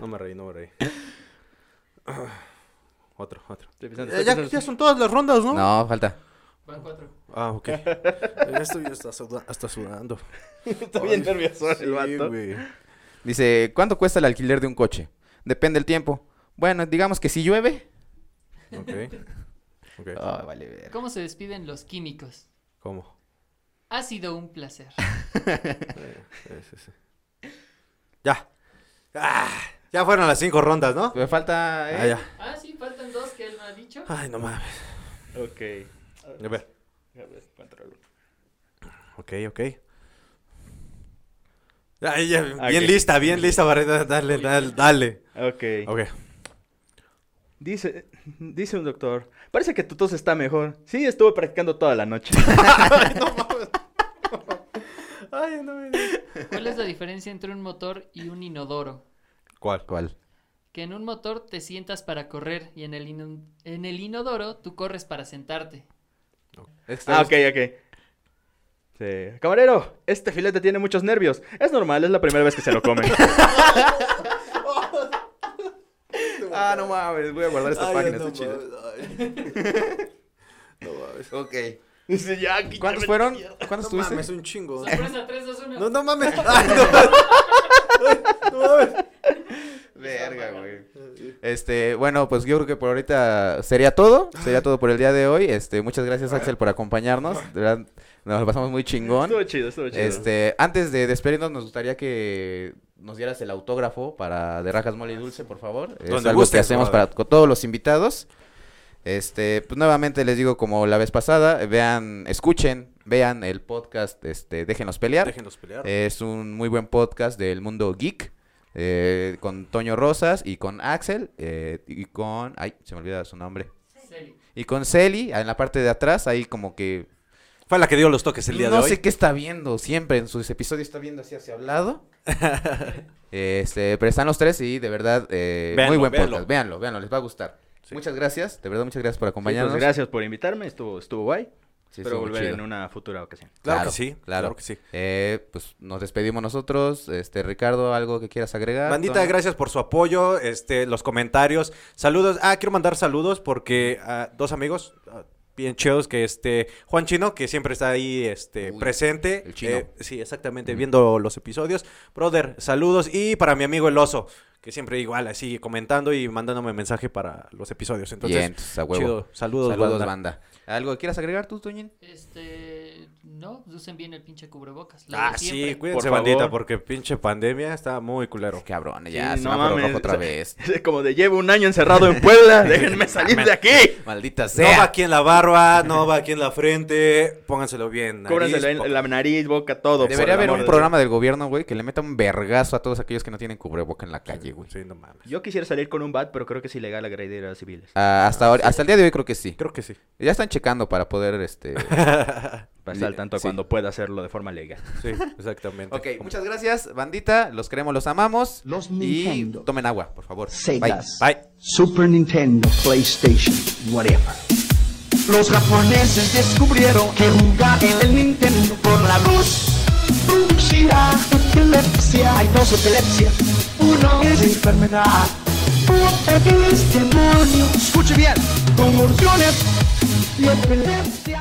Speaker 3: No me reí, no me reí. Ah, Otro, otro.
Speaker 5: Estoy pensando,
Speaker 3: Ya,
Speaker 5: estoy
Speaker 3: Eh, ya-
Speaker 5: pensando.
Speaker 3: ya son todas las rondas, ¿no?
Speaker 2: No, falta.
Speaker 4: Van cuatro.
Speaker 3: Ah, ok. Ya Estoy hasta, suda- hasta sudando.
Speaker 5: Estoy bien
Speaker 3: Ay,
Speaker 5: nervioso el
Speaker 3: sí,
Speaker 5: vato.
Speaker 3: güey.
Speaker 2: Dice, ¿cuánto cuesta el alquiler de un coche? Depende el tiempo. Bueno, digamos que si llueve.
Speaker 3: Ok. Ok.
Speaker 2: Ah, vale, ver.
Speaker 4: ¿Cómo se despiden los químicos?
Speaker 3: ¿Cómo?
Speaker 4: Ha sido un placer.
Speaker 3: Eh, eh, sí, sí. Ya. Ah, ya fueron las cinco rondas, ¿no?
Speaker 2: Me falta...
Speaker 3: Ah,
Speaker 2: eh,
Speaker 3: ya.
Speaker 4: Ah, sí, faltan dos que él no ha dicho.
Speaker 3: Ay, no mames.
Speaker 5: Ok.
Speaker 3: A ver.
Speaker 5: A ver, encuéntralo.
Speaker 3: Ok, ok. Ay, ya, bien
Speaker 5: Ok.
Speaker 3: lista, bien lista, Barreta. Dale, dale, dale.
Speaker 5: Ok.
Speaker 3: Ok.
Speaker 5: Dice, dice un doctor, parece que tu tos está mejor. Sí, estuve practicando toda la noche.
Speaker 3: Ay, no me...
Speaker 4: ¿Cuál es la diferencia entre un motor y un inodoro?
Speaker 3: ¿Cuál?
Speaker 2: ¿Cuál?
Speaker 4: Que en un motor te sientas para correr y en el, ino- en el inodoro tú corres para sentarte.
Speaker 5: ah, ok, ok. Sí. Camarero, este filete tiene muchos nervios. Es normal, es la primera vez que se lo come.
Speaker 2: Ah, no mames, voy a guardar esta
Speaker 3: Ay,
Speaker 2: página,
Speaker 3: no
Speaker 2: está chida.
Speaker 3: mames, No mames.
Speaker 2: Ok.
Speaker 5: Dice, ya, quítame
Speaker 2: ¿Cuántos
Speaker 5: la
Speaker 2: fueron?
Speaker 5: mierda.
Speaker 2: ¿Cuántos
Speaker 3: No
Speaker 2: tuviste?
Speaker 3: mames, un chingo.
Speaker 4: Sorpresa, 3, 2, 1.
Speaker 3: No, no mames. Ay, no mames. Ay, no mames.
Speaker 2: Verga, güey. Este, bueno, pues yo creo que por ahorita sería todo. Sería todo por el día de hoy. Este, muchas gracias, Axel, por acompañarnos. De verdad, nos lo pasamos muy chingón.
Speaker 5: Estuvo chido, estuvo chido.
Speaker 2: Este, antes de despedirnos, nos gustaría que nos dieras el autógrafo para de Rajas Mole y Dulce, por favor. Es
Speaker 3: Donde
Speaker 2: algo que
Speaker 3: gustes,
Speaker 2: hacemos
Speaker 3: brother.
Speaker 2: para con todos los invitados. Este, pues nuevamente les digo como la vez pasada, vean, escuchen, vean el podcast, este, déjenos pelear.
Speaker 3: Déjenos pelear.
Speaker 2: Es un muy buen podcast del mundo geek. eh, con Toño Rosas y con Axel eh, y con... Ay, se me olvida su nombre. Y con Celi, en la parte de atrás, ahí como que...
Speaker 3: Fue la que dio los toques el día
Speaker 2: no
Speaker 3: de hoy.
Speaker 2: sé qué está viendo siempre en sus episodios, está viendo así hacia un lado. este, pero están los tres y de verdad, eh, muy
Speaker 3: Véanlo,
Speaker 2: buen
Speaker 3: véanlo.
Speaker 2: podcast. Véanlo, véanlo, les va a gustar.
Speaker 3: Sí.
Speaker 2: Muchas gracias, de verdad, muchas gracias por
Speaker 5: Sí, pues,
Speaker 2: acompañarnos.
Speaker 5: gracias por invitarme, estuvo, estuvo guay.
Speaker 2: Sí,
Speaker 5: Espero
Speaker 2: estuvo
Speaker 5: volver
Speaker 2: chido.
Speaker 5: en una futura ocasión.
Speaker 3: Claro, que sí. Claro, que sí.
Speaker 2: Eh, pues nos despedimos nosotros. Este, Ricardo, algo que quieras agregar.
Speaker 3: Bandita,
Speaker 2: Toño?
Speaker 3: gracias por su apoyo, este, los comentarios, saludos. Ah, quiero mandar saludos porque ah, dos amigos ah, bien chidos que este Juan Chino que siempre está ahí este
Speaker 2: Uy,
Speaker 3: presente.
Speaker 2: el chino.
Speaker 3: eh, sí, exactamente,
Speaker 2: Ujú.
Speaker 3: viendo los episodios. Brother, saludos y para mi amigo El Oso, que siempre igual así comentando y mandándome mensaje para los episodios. Entonces,
Speaker 2: Bien, entonces, a huevo.
Speaker 3: chido. Saludos,
Speaker 2: Saludos,
Speaker 3: banda.
Speaker 2: banda. ¿Algo que quieras agregar tú, Toñín?
Speaker 4: Este, no, usen bien el pinche cubrebocas. la de
Speaker 3: Ah, sí,
Speaker 4: siempre.
Speaker 3: cuídense,
Speaker 5: Por
Speaker 3: bandita,
Speaker 5: favor.
Speaker 3: porque pinche pandemia está muy culero.
Speaker 2: Cabrón, ya,
Speaker 5: Sí,
Speaker 2: se
Speaker 5: no
Speaker 2: me ha
Speaker 5: mames,
Speaker 2: rojo otra
Speaker 5: o sea,
Speaker 2: vez.
Speaker 5: Como de llevo un año encerrado en Puebla, déjenme salir de aquí.
Speaker 2: Maldita
Speaker 3: No va
Speaker 2: sea.
Speaker 3: aquí en la barba, no va aquí en la frente, pónganselo bien. nariz,
Speaker 5: Cóbransela
Speaker 3: po-
Speaker 5: en la nariz, boca, todo. por
Speaker 2: Debería
Speaker 5: el
Speaker 2: haber
Speaker 5: amor
Speaker 2: un
Speaker 5: de
Speaker 2: programa del gobierno, güey, que le meta un vergazo a todos aquellos que no tienen cubreboca en la calle, güey.
Speaker 3: Sí, no mames.
Speaker 5: Dios. Yo quisiera salir con un bat, pero creo que es ilegal agredir a civiles.
Speaker 2: Ah, hasta, ahora- hasta el día de hoy creo que sí.
Speaker 3: Creo que sí.
Speaker 2: Ya están checando para poder, este...
Speaker 5: Para estar al tanto
Speaker 2: Sí.
Speaker 5: cuando pueda hacerlo de forma legal.
Speaker 3: Sí, exactamente.
Speaker 2: ok, muchas gracias, bandita. Los queremos, los amamos.
Speaker 1: Los
Speaker 2: y
Speaker 1: Nintendo.
Speaker 2: tomen agua, por favor. Bye.
Speaker 1: Segas.
Speaker 3: Bye.
Speaker 1: Super Nintendo, PlayStation, whatever. Los japoneses descubrieron que jugar en el Nintendo por la luz producirá epilepsia. Hay dos epilepsias. Uno es enfermedad. Otro es demonio. Escuche bien. Convulsiones y epilepsia.